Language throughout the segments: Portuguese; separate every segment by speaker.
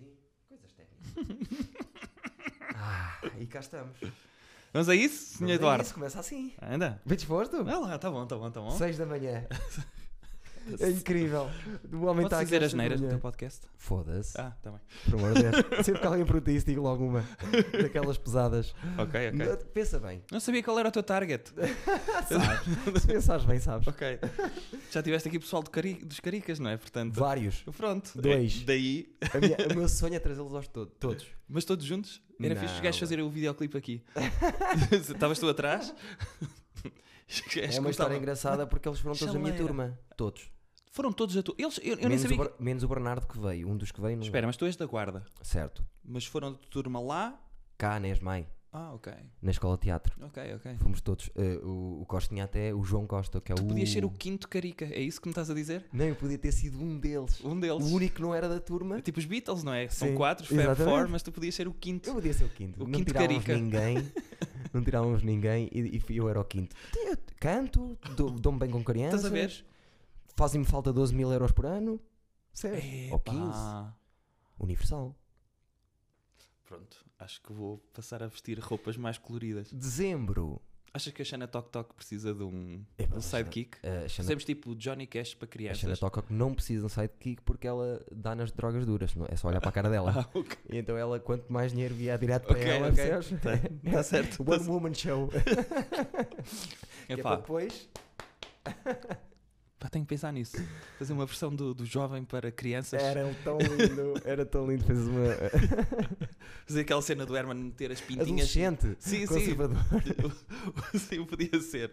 Speaker 1: e coisas técnicas. ah, e cá estamos.
Speaker 2: Vamos a
Speaker 1: Vamos
Speaker 2: isso, senhor
Speaker 1: a
Speaker 2: Eduardo?
Speaker 1: isso, começa assim.
Speaker 2: Anda.
Speaker 1: Bem disposto?
Speaker 2: Ah lá, tá bom, tá bom, tá bom.
Speaker 1: 6 da manhã. É incrível. O homem está
Speaker 2: Posso
Speaker 1: aqui
Speaker 2: dizer
Speaker 1: às
Speaker 2: as
Speaker 1: seis da
Speaker 2: neiras do
Speaker 1: manhã.
Speaker 2: teu podcast?
Speaker 1: Foda-se.
Speaker 2: Ah, tá bem.
Speaker 1: Por amor de Deus. Sempre que alguém pergunta isso, digo logo uma. Daquelas pesadas.
Speaker 2: Ok, ok.
Speaker 1: Não- Pensa bem.
Speaker 2: Não sabia qual era o teu target.
Speaker 1: Sabes. Se pensares bem, sabes.
Speaker 2: ok. Já tiveste aqui pessoal do cari- dos Caricas, não é? Portanto,
Speaker 1: Vários.
Speaker 2: pronto.
Speaker 1: Dois.
Speaker 2: É, daí.
Speaker 1: A minha- o meu sonho é trazê-los aos to- todos.
Speaker 2: Mas todos juntos? Era fixe os
Speaker 1: Não,
Speaker 2: gajos
Speaker 1: mano.
Speaker 2: fazerem o videoclipe aqui. Estavas tu atrás? Os gajos
Speaker 1: é uma história
Speaker 2: gostavam.
Speaker 1: engraçada porque eles foram todos a minha
Speaker 2: Chaleira.
Speaker 1: turma. Todos.
Speaker 2: Foram todos a tu. Eles, eu, eu nem
Speaker 1: menos, o,
Speaker 2: sabia. que-
Speaker 1: Ber- menos o Bernardo que veio. Um dos que veio não.
Speaker 2: Espera, mas tu és da guarda.
Speaker 1: Certo.
Speaker 2: Mas foram de turma lá.
Speaker 1: Cá, Nes Mai,
Speaker 2: Ah, ok.
Speaker 1: na escola de teatro.
Speaker 2: Ok, ok.
Speaker 1: Fomos todos. Eh, o, o Costinha até, o João Costa, que é o.
Speaker 2: Podias ser o quinto carica, é isso que me estás a dizer?
Speaker 1: Não, eu podia ter sido um deles.
Speaker 2: Um deles.
Speaker 1: O único que não era da turma.
Speaker 2: É Tipo os Beatles, não é? São
Speaker 1: Sim,
Speaker 2: quatro, Fab
Speaker 1: exatamente.
Speaker 2: Four, mas tu podias ser o
Speaker 1: Eu
Speaker 2: quinto.
Speaker 1: podia ser o quinto.
Speaker 2: O
Speaker 1: não
Speaker 2: quinto
Speaker 1: tirávamos
Speaker 2: carica.
Speaker 1: ninguém. Não tirávamos ninguém e, e fui- eu era o quinto. Eu canto, dou- dou-me bem com crianças.
Speaker 2: Estás a ver?
Speaker 1: Fazem-me falta 12 mil euros por ano. Sério? É. Ou 15.
Speaker 2: Epá.
Speaker 1: Universal.
Speaker 2: Pronto, acho que vou passar a vestir roupas mais coloridas.
Speaker 1: Dezembro.
Speaker 2: Achas que a Shana Tok Tok precisa de um,
Speaker 1: Epá,
Speaker 2: um
Speaker 1: mas a-
Speaker 2: sidekick?
Speaker 1: A Xana,
Speaker 2: Fazemos tipo Johnny Cash para
Speaker 1: a
Speaker 2: crianças.
Speaker 1: Xana Toca não precisa de um sidekick porque ela dá nas drogas duras. Não, é só olhar para a cara dela.
Speaker 2: Ah, ok.
Speaker 1: E então ela, quanto mais dinheiro vier direto para
Speaker 2: Ok,
Speaker 1: ela,
Speaker 2: ok.
Speaker 1: percebes?
Speaker 2: Tá- tá certo,
Speaker 1: One
Speaker 2: tá-
Speaker 1: Woman Show. Que é para
Speaker 2: Epá,
Speaker 1: depois.
Speaker 2: pá, tenho que pensar nisso. Fazer uma versão do, do jovem para crianças.
Speaker 1: Era tão lindo. Era tão lindo. Fez uma. eh,
Speaker 2: Fazer aquela cena do Herman meter as pintinhas.
Speaker 1: Adolescente.
Speaker 2: Sim, sim.
Speaker 1: Conservador.
Speaker 2: Sim, podia ser.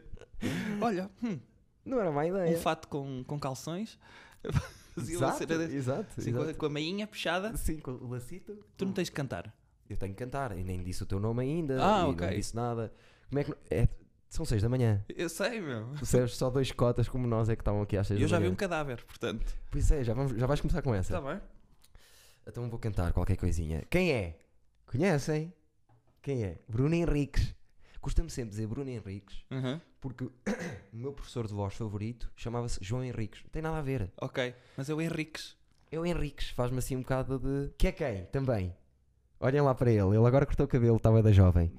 Speaker 2: Olha, hum,
Speaker 1: Não era má ideia.
Speaker 2: um fato com, com calções. Fazia uma
Speaker 1: É. exato,
Speaker 2: cena de-
Speaker 1: exato,
Speaker 2: assim, com, a-
Speaker 1: exato.
Speaker 2: com a meinha puxada.
Speaker 1: Sim, com o lacito.
Speaker 2: Tu não tens de cantar.
Speaker 1: Eu tenho que cantar e nem disse o teu nome ainda.
Speaker 2: Ah,
Speaker 1: e
Speaker 2: ok.
Speaker 1: Não disse nada. Como é que. não- é- são seis da manhã.
Speaker 2: Eu sei, meu.
Speaker 1: Percebes? Só dois cotas como nós é que estavam aqui às seis
Speaker 2: Eu
Speaker 1: da
Speaker 2: já vi
Speaker 1: manhã.
Speaker 2: um Tá cadáver, portanto.
Speaker 1: Pois é, já, vamos, já vais começar com essa.
Speaker 2: Está bem?
Speaker 1: Então vou cantar qualquer coisinha. Quem é? Conhecem? Quem é? Bruno Henriques. Costumo sempre dizer Bruno Henriques
Speaker 2: Uhum.
Speaker 1: porque o meu professor de voz favorito chamava-se João Henriques. Não tem nada a ver.
Speaker 2: Ok. Mas é o Henriques.
Speaker 1: É o Henriques, faz-me assim um bocado de. Que é quem? Também. Olhem lá para ele, ele agora cortou o cabelo, estava da jovem.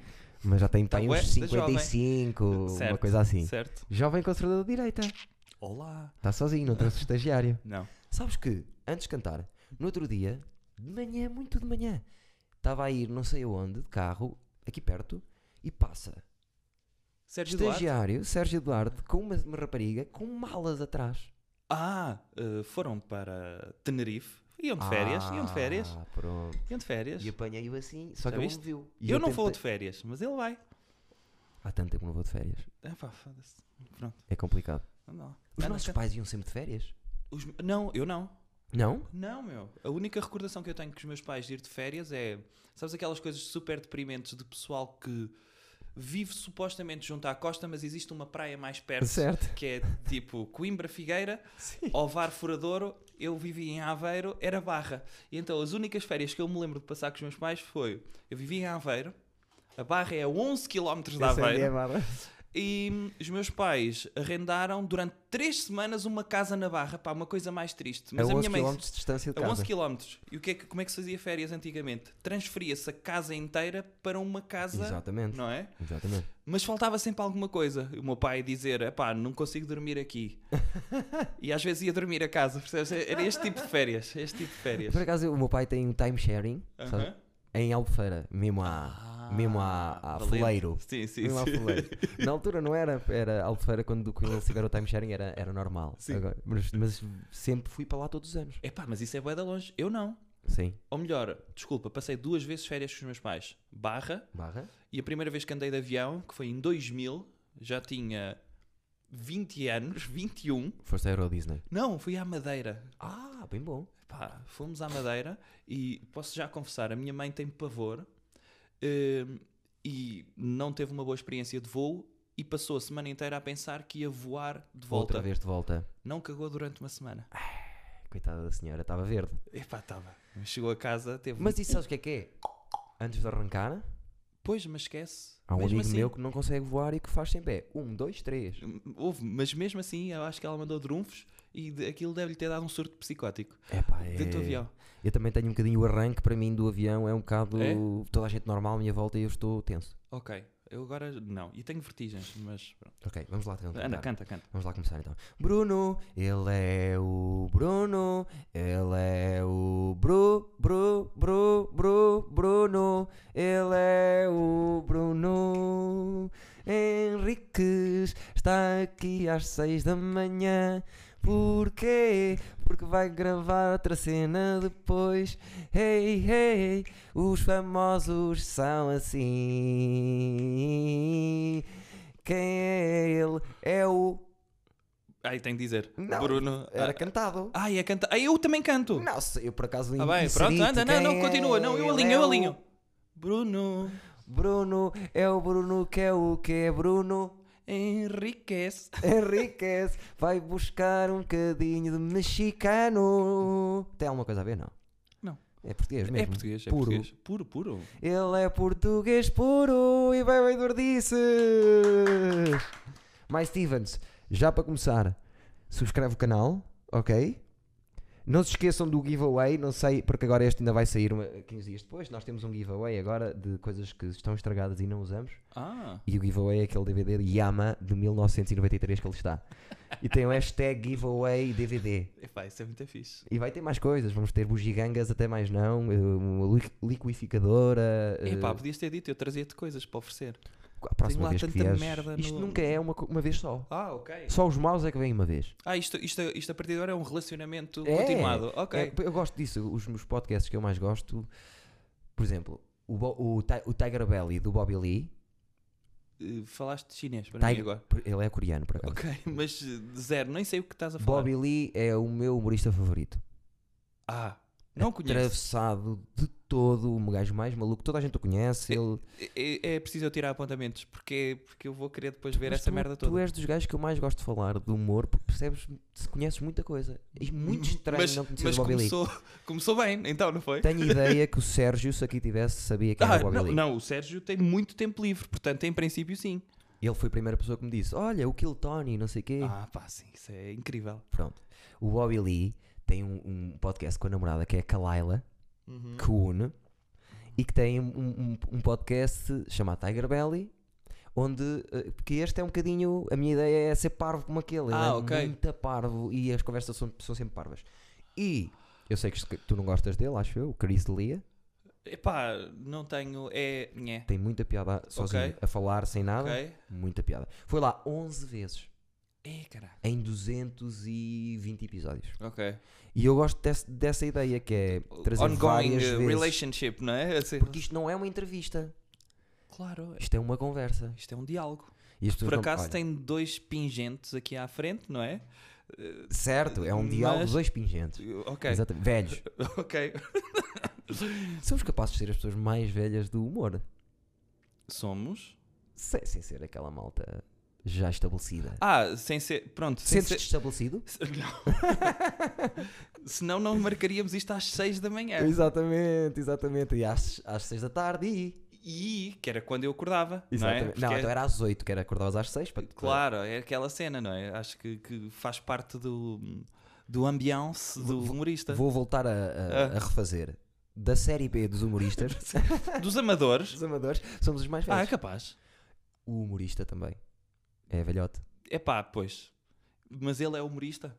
Speaker 1: Mas já tem
Speaker 2: Tá
Speaker 1: pai
Speaker 2: bué
Speaker 1: uns
Speaker 2: da jovem.
Speaker 1: 55, uma
Speaker 2: Certo,
Speaker 1: coisa assim.
Speaker 2: Certo?
Speaker 1: Jovem conservador de direita.
Speaker 2: Olá.
Speaker 1: Está sozinho, não trouxe estagiário.
Speaker 2: Não.
Speaker 1: Sabes que, antes de cantar, no outro dia, de manhã, muito de manhã, estava a ir não sei aonde, de carro, aqui perto, e passa
Speaker 2: Sérgio Duarte?
Speaker 1: estagiário Sérgio Eduardo com uma, uma rapariga com malas atrás.
Speaker 2: Ah, eh, foram para Tenerife. Iam de férias. Iam de férias.
Speaker 1: Ah, pronto.
Speaker 2: Iam de férias.
Speaker 1: E apanhei-o assim, só
Speaker 2: Já
Speaker 1: que ele não
Speaker 2: viste?
Speaker 1: me viu. E
Speaker 2: Eu não vou de
Speaker 1: tentei-
Speaker 2: férias, mas ele vai.
Speaker 1: Há tanto tempo que não vou de férias.
Speaker 2: Ah, pá, foda-se. Pronto.
Speaker 1: É complicado.
Speaker 2: Anda lá.
Speaker 1: Os
Speaker 2: Anda
Speaker 1: nossos
Speaker 2: cá.
Speaker 1: pais iam sempre de férias?
Speaker 2: Os me- Não, eu não.
Speaker 1: Não?
Speaker 2: Não, meu. A única recordação que eu tenho com os meus pais de ir de férias é. Sabes aquelas coisas super deprimentes de pessoal que vive supostamente junto à costa, mas existe uma praia mais perto.
Speaker 1: Certo.
Speaker 2: Que é tipo Coimbra Figueira,
Speaker 1: Sim.
Speaker 2: Ovar Furadouro. Eu vivi em Aveiro, era Barra. E então as únicas férias que eu me lembro de passar com os meus pais foi. Eu vivi em Aveiro, a Barra é a 11 km de
Speaker 1: é
Speaker 2: Aveiro. E hum, os meus pais arrendaram durante três semanas uma casa na Barra, pá, uma coisa mais triste.
Speaker 1: a
Speaker 2: Mas a,
Speaker 1: 11
Speaker 2: minha mãe.
Speaker 1: km de distância de
Speaker 2: A
Speaker 1: casa.
Speaker 2: 11 km. E o que é que, como é que se fazia férias antigamente? Transferia-se a casa inteira para uma casa,
Speaker 1: Exatamente.
Speaker 2: não é?
Speaker 1: Exatamente.
Speaker 2: Mas faltava sempre alguma coisa. E O meu pai dizer, pá, não consigo dormir aqui. e às vezes ia dormir a casa, percebes? Era este tipo de férias, este tipo de férias.
Speaker 1: Por acaso, o meu pai tem um time sharing sabe?
Speaker 2: Aham.
Speaker 1: em Albufeira, mesmo à, mesmo à, à
Speaker 2: valente.
Speaker 1: Foleiro.
Speaker 2: Sim, sim,
Speaker 1: Mesmo à
Speaker 2: sim.
Speaker 1: Foleiro. Na altura não era, era Albufeira quando, quando eles tiveram o time sharing, era, era normal.
Speaker 2: Sim.
Speaker 1: Agora- mas, mas sempre fui para lá todos os anos.
Speaker 2: Epá, mas isso é bué da longe. Eu não.
Speaker 1: Sim.
Speaker 2: Ou melhor, desculpa, passei duas vezes férias com os meus pais. Barra,
Speaker 1: Barra?
Speaker 2: E a primeira vez que andei de avião, que foi em 2000, já tinha 20 anos, 21.
Speaker 1: Foste à Euro Disney.
Speaker 2: Não, fui à Madeira.
Speaker 1: Ah, bem bom.
Speaker 2: Pá, fomos à Madeira e posso já confessar, a minha mãe tem pavor hum, e não teve uma boa experiência de voo e passou a semana inteira a pensar que ia voar de volta.
Speaker 1: Outra vez de volta.
Speaker 2: Não cagou durante uma semana.
Speaker 1: Coitada da senhora, estava verde.
Speaker 2: Epá, estava. Chegou a casa, teve...
Speaker 1: Mas isso sabes o que é que é? Antes de arrancar,
Speaker 2: Pois, mas esquece.
Speaker 1: Há um
Speaker 2: Mesmo
Speaker 1: amigo
Speaker 2: assim- hum,
Speaker 1: meu que não consegue voar e que faz sempre é 1, 2, 3.
Speaker 2: Houve, mas mesmo assim eu acho que ela mandou drunfos e de- aquilo deve-lhe ter dado um surto psicótico
Speaker 1: Epá, é...
Speaker 2: dentro do avião.
Speaker 1: Eu também tenho um bocadinho o arranque para mim do avião, é um bocado
Speaker 2: É?
Speaker 1: toda a gente normal à minha volta e eu estou tenso.
Speaker 2: Ok, eu agora não. E tenho vertigens, mas pronto.
Speaker 1: Ok, vamos lá tentar.
Speaker 2: Anda, canta, canta.
Speaker 1: Vamos lá começar então. Bruno, ele é o Bruno, ele é o Bru, Bru, Bru, Bru, Bruno, ele é o Bruno. Henriques está aqui às seis da manhã. Porquê? Porque vai gravar outra cena depois. Hey, hey, os famosos são assim. Quem é ele? É o
Speaker 2: Ai, tenho de dizer.
Speaker 1: Não,
Speaker 2: Bruno.
Speaker 1: era
Speaker 2: ah,
Speaker 1: cantado.
Speaker 2: Ai, é cantar. Ai, eu também canto.
Speaker 1: Não, se- eu por acaso
Speaker 2: Tá bem, pronto,
Speaker 1: inseri-te
Speaker 2: anda, não,
Speaker 1: quem
Speaker 2: não, continua, não, eu
Speaker 1: ele
Speaker 2: alinho,
Speaker 1: é
Speaker 2: eu
Speaker 1: o
Speaker 2: alinho. Bruno
Speaker 1: Bruno, é o Bruno que é o que é Bruno.
Speaker 2: enriquece.
Speaker 1: Enriquece, vai buscar um bocadinho de mexicano. Tem alguma coisa a ver, não?
Speaker 2: Não.
Speaker 1: É português mesmo.
Speaker 2: É português, é
Speaker 1: puro.
Speaker 2: português. Puro, puro.
Speaker 1: Ele é português puro e vai bem dordices. Mais Stevens, já para começar, subscreve o canal, ok? Não se esqueçam do giveaway, não sei, porque agora este ainda vai sair uma- 15 dias depois. Nós temos um giveaway agora de coisas que estão estragadas e não usamos.
Speaker 2: Ah,
Speaker 1: E o giveaway é aquele DVD de Yama de 1993 que ele está. E tem o hashtag giveaway DVD.
Speaker 2: epá, isso é muito fixe.
Speaker 1: E vai ter mais coisas, vamos ter bugigangas até mais não, eh, uma liqui- liquidificadora. eh,
Speaker 2: Epá, podias ter dito, eu trazia-te coisas para oferecer.
Speaker 1: A próxima
Speaker 2: lá
Speaker 1: vez que
Speaker 2: tanta
Speaker 1: vieres,
Speaker 2: merda
Speaker 1: isto
Speaker 2: no-
Speaker 1: nunca é uma, co- uma vez só.
Speaker 2: Ah, ok.
Speaker 1: Só os maus é que vêm uma vez.
Speaker 2: Ah, isto, isto, isto a partir de agora é um relacionamento
Speaker 1: É.
Speaker 2: continuado. Ok.
Speaker 1: É, eu gosto disso. Os meus podcasts que eu mais gosto, por exemplo, o, Bo- o, Ti- o Tiger Belly do Bobby Lee,
Speaker 2: Eh, Falaste chinês para mim
Speaker 1: Tiger-
Speaker 2: agora.
Speaker 1: por- ele é coreano por acaso.
Speaker 2: Ok, mas eh, zero, nem sei o que estás a falar.
Speaker 1: Bobby Lee é o meu humorista favorito.
Speaker 2: Ah, não
Speaker 1: É,
Speaker 2: conheço.
Speaker 1: Atravessado de todo, o gajo mais maluco. Toda a gente o conhece. Ele...
Speaker 2: É, é- é preciso eu tirar apontamentos, porque, porque eu vou querer depois ver
Speaker 1: Mas
Speaker 2: essa
Speaker 1: tu,
Speaker 2: merda
Speaker 1: Tu
Speaker 2: toda.
Speaker 1: és dos gajos que eu mais gosto de falar de humor, porque percebes, se conheces muita coisa. É muito estranho
Speaker 2: mas,
Speaker 1: não conhecer
Speaker 2: mas
Speaker 1: o Bobby Lee.
Speaker 2: começou, começou bem, então, não foi?
Speaker 1: Tenho ideia que o Sérgio, se aqui tivesse, sabia quem
Speaker 2: Ah,
Speaker 1: era o Bobby
Speaker 2: não,
Speaker 1: Lee.
Speaker 2: não, o Sérgio tem muito tempo livre, portanto, em princípio, sim.
Speaker 1: Ele foi a primeira pessoa que me disse: Olha, o Kill Tony, não sei o quê.
Speaker 2: Ah, pá, sim, isso é incrível.
Speaker 1: Pronto. O Bobby Lee tem um, um podcast com a namorada que é a Kalaila,
Speaker 2: Uhum.
Speaker 1: que o une, e que tem um, um- um podcast chamado Tiger Belly. Onde, eh, porque este é um bocadinho, a minha ideia é ser parvo como aquele. Ele
Speaker 2: Ah,
Speaker 1: é
Speaker 2: ok.
Speaker 1: muito parvo e as conversas são, são sempre parvas. E eu sei que se- tu não gostas dele, acho eu, o Chris D'Elia,
Speaker 2: Epá, não tenho. É. Nhé.
Speaker 1: tem muita piada sozinho,
Speaker 2: Ok.
Speaker 1: a falar sem nada,
Speaker 2: Ok.
Speaker 1: muita piada. Foi lá 11 vezes
Speaker 2: É, caralho.
Speaker 1: em 220 episódios.
Speaker 2: Ok.
Speaker 1: E eu gosto desse- dessa ideia que é trazer
Speaker 2: Ongoing
Speaker 1: várias
Speaker 2: eh,
Speaker 1: vezes.
Speaker 2: relationship, não é? Assim,
Speaker 1: Porque isto não é uma entrevista,
Speaker 2: Claro,
Speaker 1: isto é uma conversa.
Speaker 2: isto é um diálogo.
Speaker 1: E as pessoas
Speaker 2: Por
Speaker 1: não-
Speaker 2: acaso
Speaker 1: olha,
Speaker 2: tem dois pingentes aqui à frente, não é? Eh,
Speaker 1: Certo, é um diálogo
Speaker 2: mas-
Speaker 1: de dois pingentes.
Speaker 2: Ok.
Speaker 1: Exatamente. Velhos.
Speaker 2: Ok.
Speaker 1: Somos capazes de ser as pessoas mais velhas do humor.
Speaker 2: Somos.
Speaker 1: Sem, sem ser aquela malta já estabelecida.
Speaker 2: Ah, sem ser. Pronto. Sem
Speaker 1: Sentes-te
Speaker 2: ser...
Speaker 1: estabelecido?
Speaker 2: Se- Não. Senão não marcaríamos isto às 6 da manhã.
Speaker 1: Exatamente, exatamente. E às, às seis da tarde e.
Speaker 2: E que era quando eu acordava.
Speaker 1: Exatamente.
Speaker 2: Não,
Speaker 1: Não,
Speaker 2: é? Porque-
Speaker 1: então era às oito, que era acordavas às seis. Para...
Speaker 2: Claro, é aquela cena, não é? Acho que, que faz parte do, do ambiance do humorista.
Speaker 1: Vou voltar a, a- a refazer. Da série B dos humoristas,
Speaker 2: Dos amadores.
Speaker 1: dos amadores, somos os mais velhos.
Speaker 2: Ah, é capaz.
Speaker 1: O humorista também. É velhote.
Speaker 2: É pá, pois. Mas ele é humorista.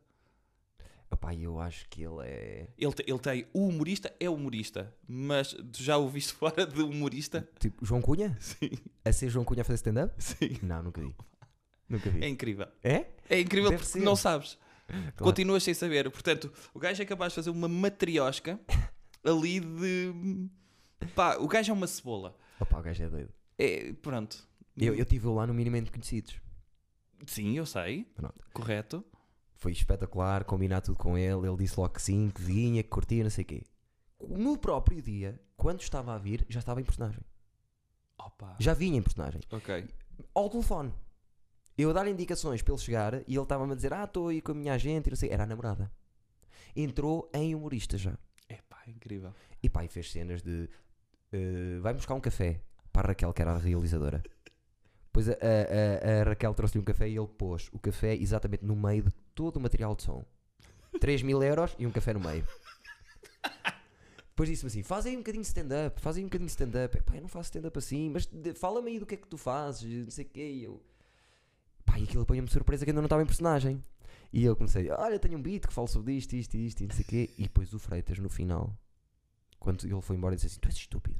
Speaker 1: Opá, eu acho que ele é.
Speaker 2: Ele, te- ele tem. O humorista é humorista. Mas tu já o viste fora de humorista?
Speaker 1: Tipo, João Cunha?
Speaker 2: Sim,
Speaker 1: A ser João Cunha a fazer stand-up?
Speaker 2: sim.
Speaker 1: Não, nunca vi. Nunca
Speaker 2: É
Speaker 1: vi.
Speaker 2: incrível.
Speaker 1: É?
Speaker 2: É incrível
Speaker 1: Deve
Speaker 2: porque
Speaker 1: ser.
Speaker 2: não sabes.
Speaker 1: Claro.
Speaker 2: Continuas sem saber. Portanto, o gajo é capaz de fazer uma matriosca ali de. Pá, o gajo é uma cebola.
Speaker 1: Opá, o gajo é doido.
Speaker 2: É, pronto.
Speaker 1: Eu, eu tive lá no Minimamente Conhecidos.
Speaker 2: Sim, eu sei.
Speaker 1: Pronto.
Speaker 2: Correto.
Speaker 1: Foi espetacular, combinar tudo com ele. Ele disse logo que sim, que vinha, que curtia, não sei o quê. No próprio dia, quando estava a vir, já estava em personagem.
Speaker 2: Opa.
Speaker 1: Já vinha em personagem.
Speaker 2: Ok.
Speaker 1: Ao telefone. Eu a dar indicações para ele chegar e ele estava-me a dizer: Ah, estou aí com a minha agente e não sei. Era a namorada. Entrou em humorista já.
Speaker 2: É pá, incrível.
Speaker 1: E pá, e fez cenas de eh, vai buscar um café para a Raquel, que era a realizadora. Depois a, a- a- a Raquel trouxe-lhe um café e ele pôs o café exatamente no meio de todo o material de som. 3 mil euros e um café no meio. Depois disse-me assim: faz aí um bocadinho de stand-up, faz aí um bocadinho de stand-up. Pá, eu não faço stand-up assim, mas de- fala-me aí do que é que tu fazes, não sei o quê. E eu, pá, e aquilo apanha-me de surpresa que ainda não estava em personagem. E eu comecei: olha, tenho um beat que falo sobre isto, isto e isto, e não sei o quê. E depois o Freitas, no final, quando ele foi embora, disse assim: tu és estúpido.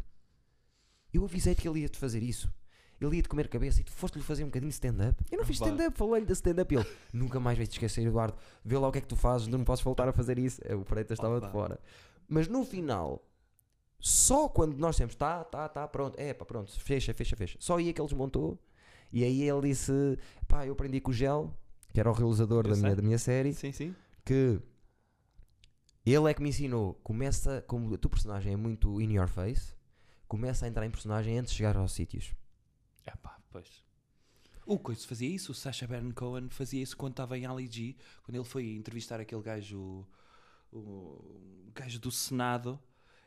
Speaker 1: Eu avisei-te que ele ia-te fazer isso. Ele ia-te comer cabeça e tu foste-lhe fazer um bocadinho de stand-up. Eu não fiz
Speaker 2: Vá.
Speaker 1: stand-up, falei-lhe da stand-up. e Ele, nunca mais vais te esquecer, Eduardo. Vê lá o que é que tu fazes, não podes voltar a fazer isso. É, O Freitas estava de
Speaker 2: Opa.
Speaker 1: fora. Mas no final, só quando nós temos tá, tá, tá, pronto, é pá, pronto, fecha, fecha, fecha. Só aí é que ele desmontou. E aí ele disse: pá, eu aprendi com o Gel, que era o realizador
Speaker 2: Eu
Speaker 1: da minha,
Speaker 2: sei.
Speaker 1: da minha série,
Speaker 2: Sim, sim.
Speaker 1: que ele é que me ensinou. Começa, como a tua personagem é muito in your face, começa a entrar em personagem antes de chegar aos sítios.
Speaker 2: É pá, pois. O Coiso fazia isso, o Sacha Baron Cohen fazia isso quando estava em Ali G, quando ele foi entrevistar aquele gajo, o, o gajo do Senado,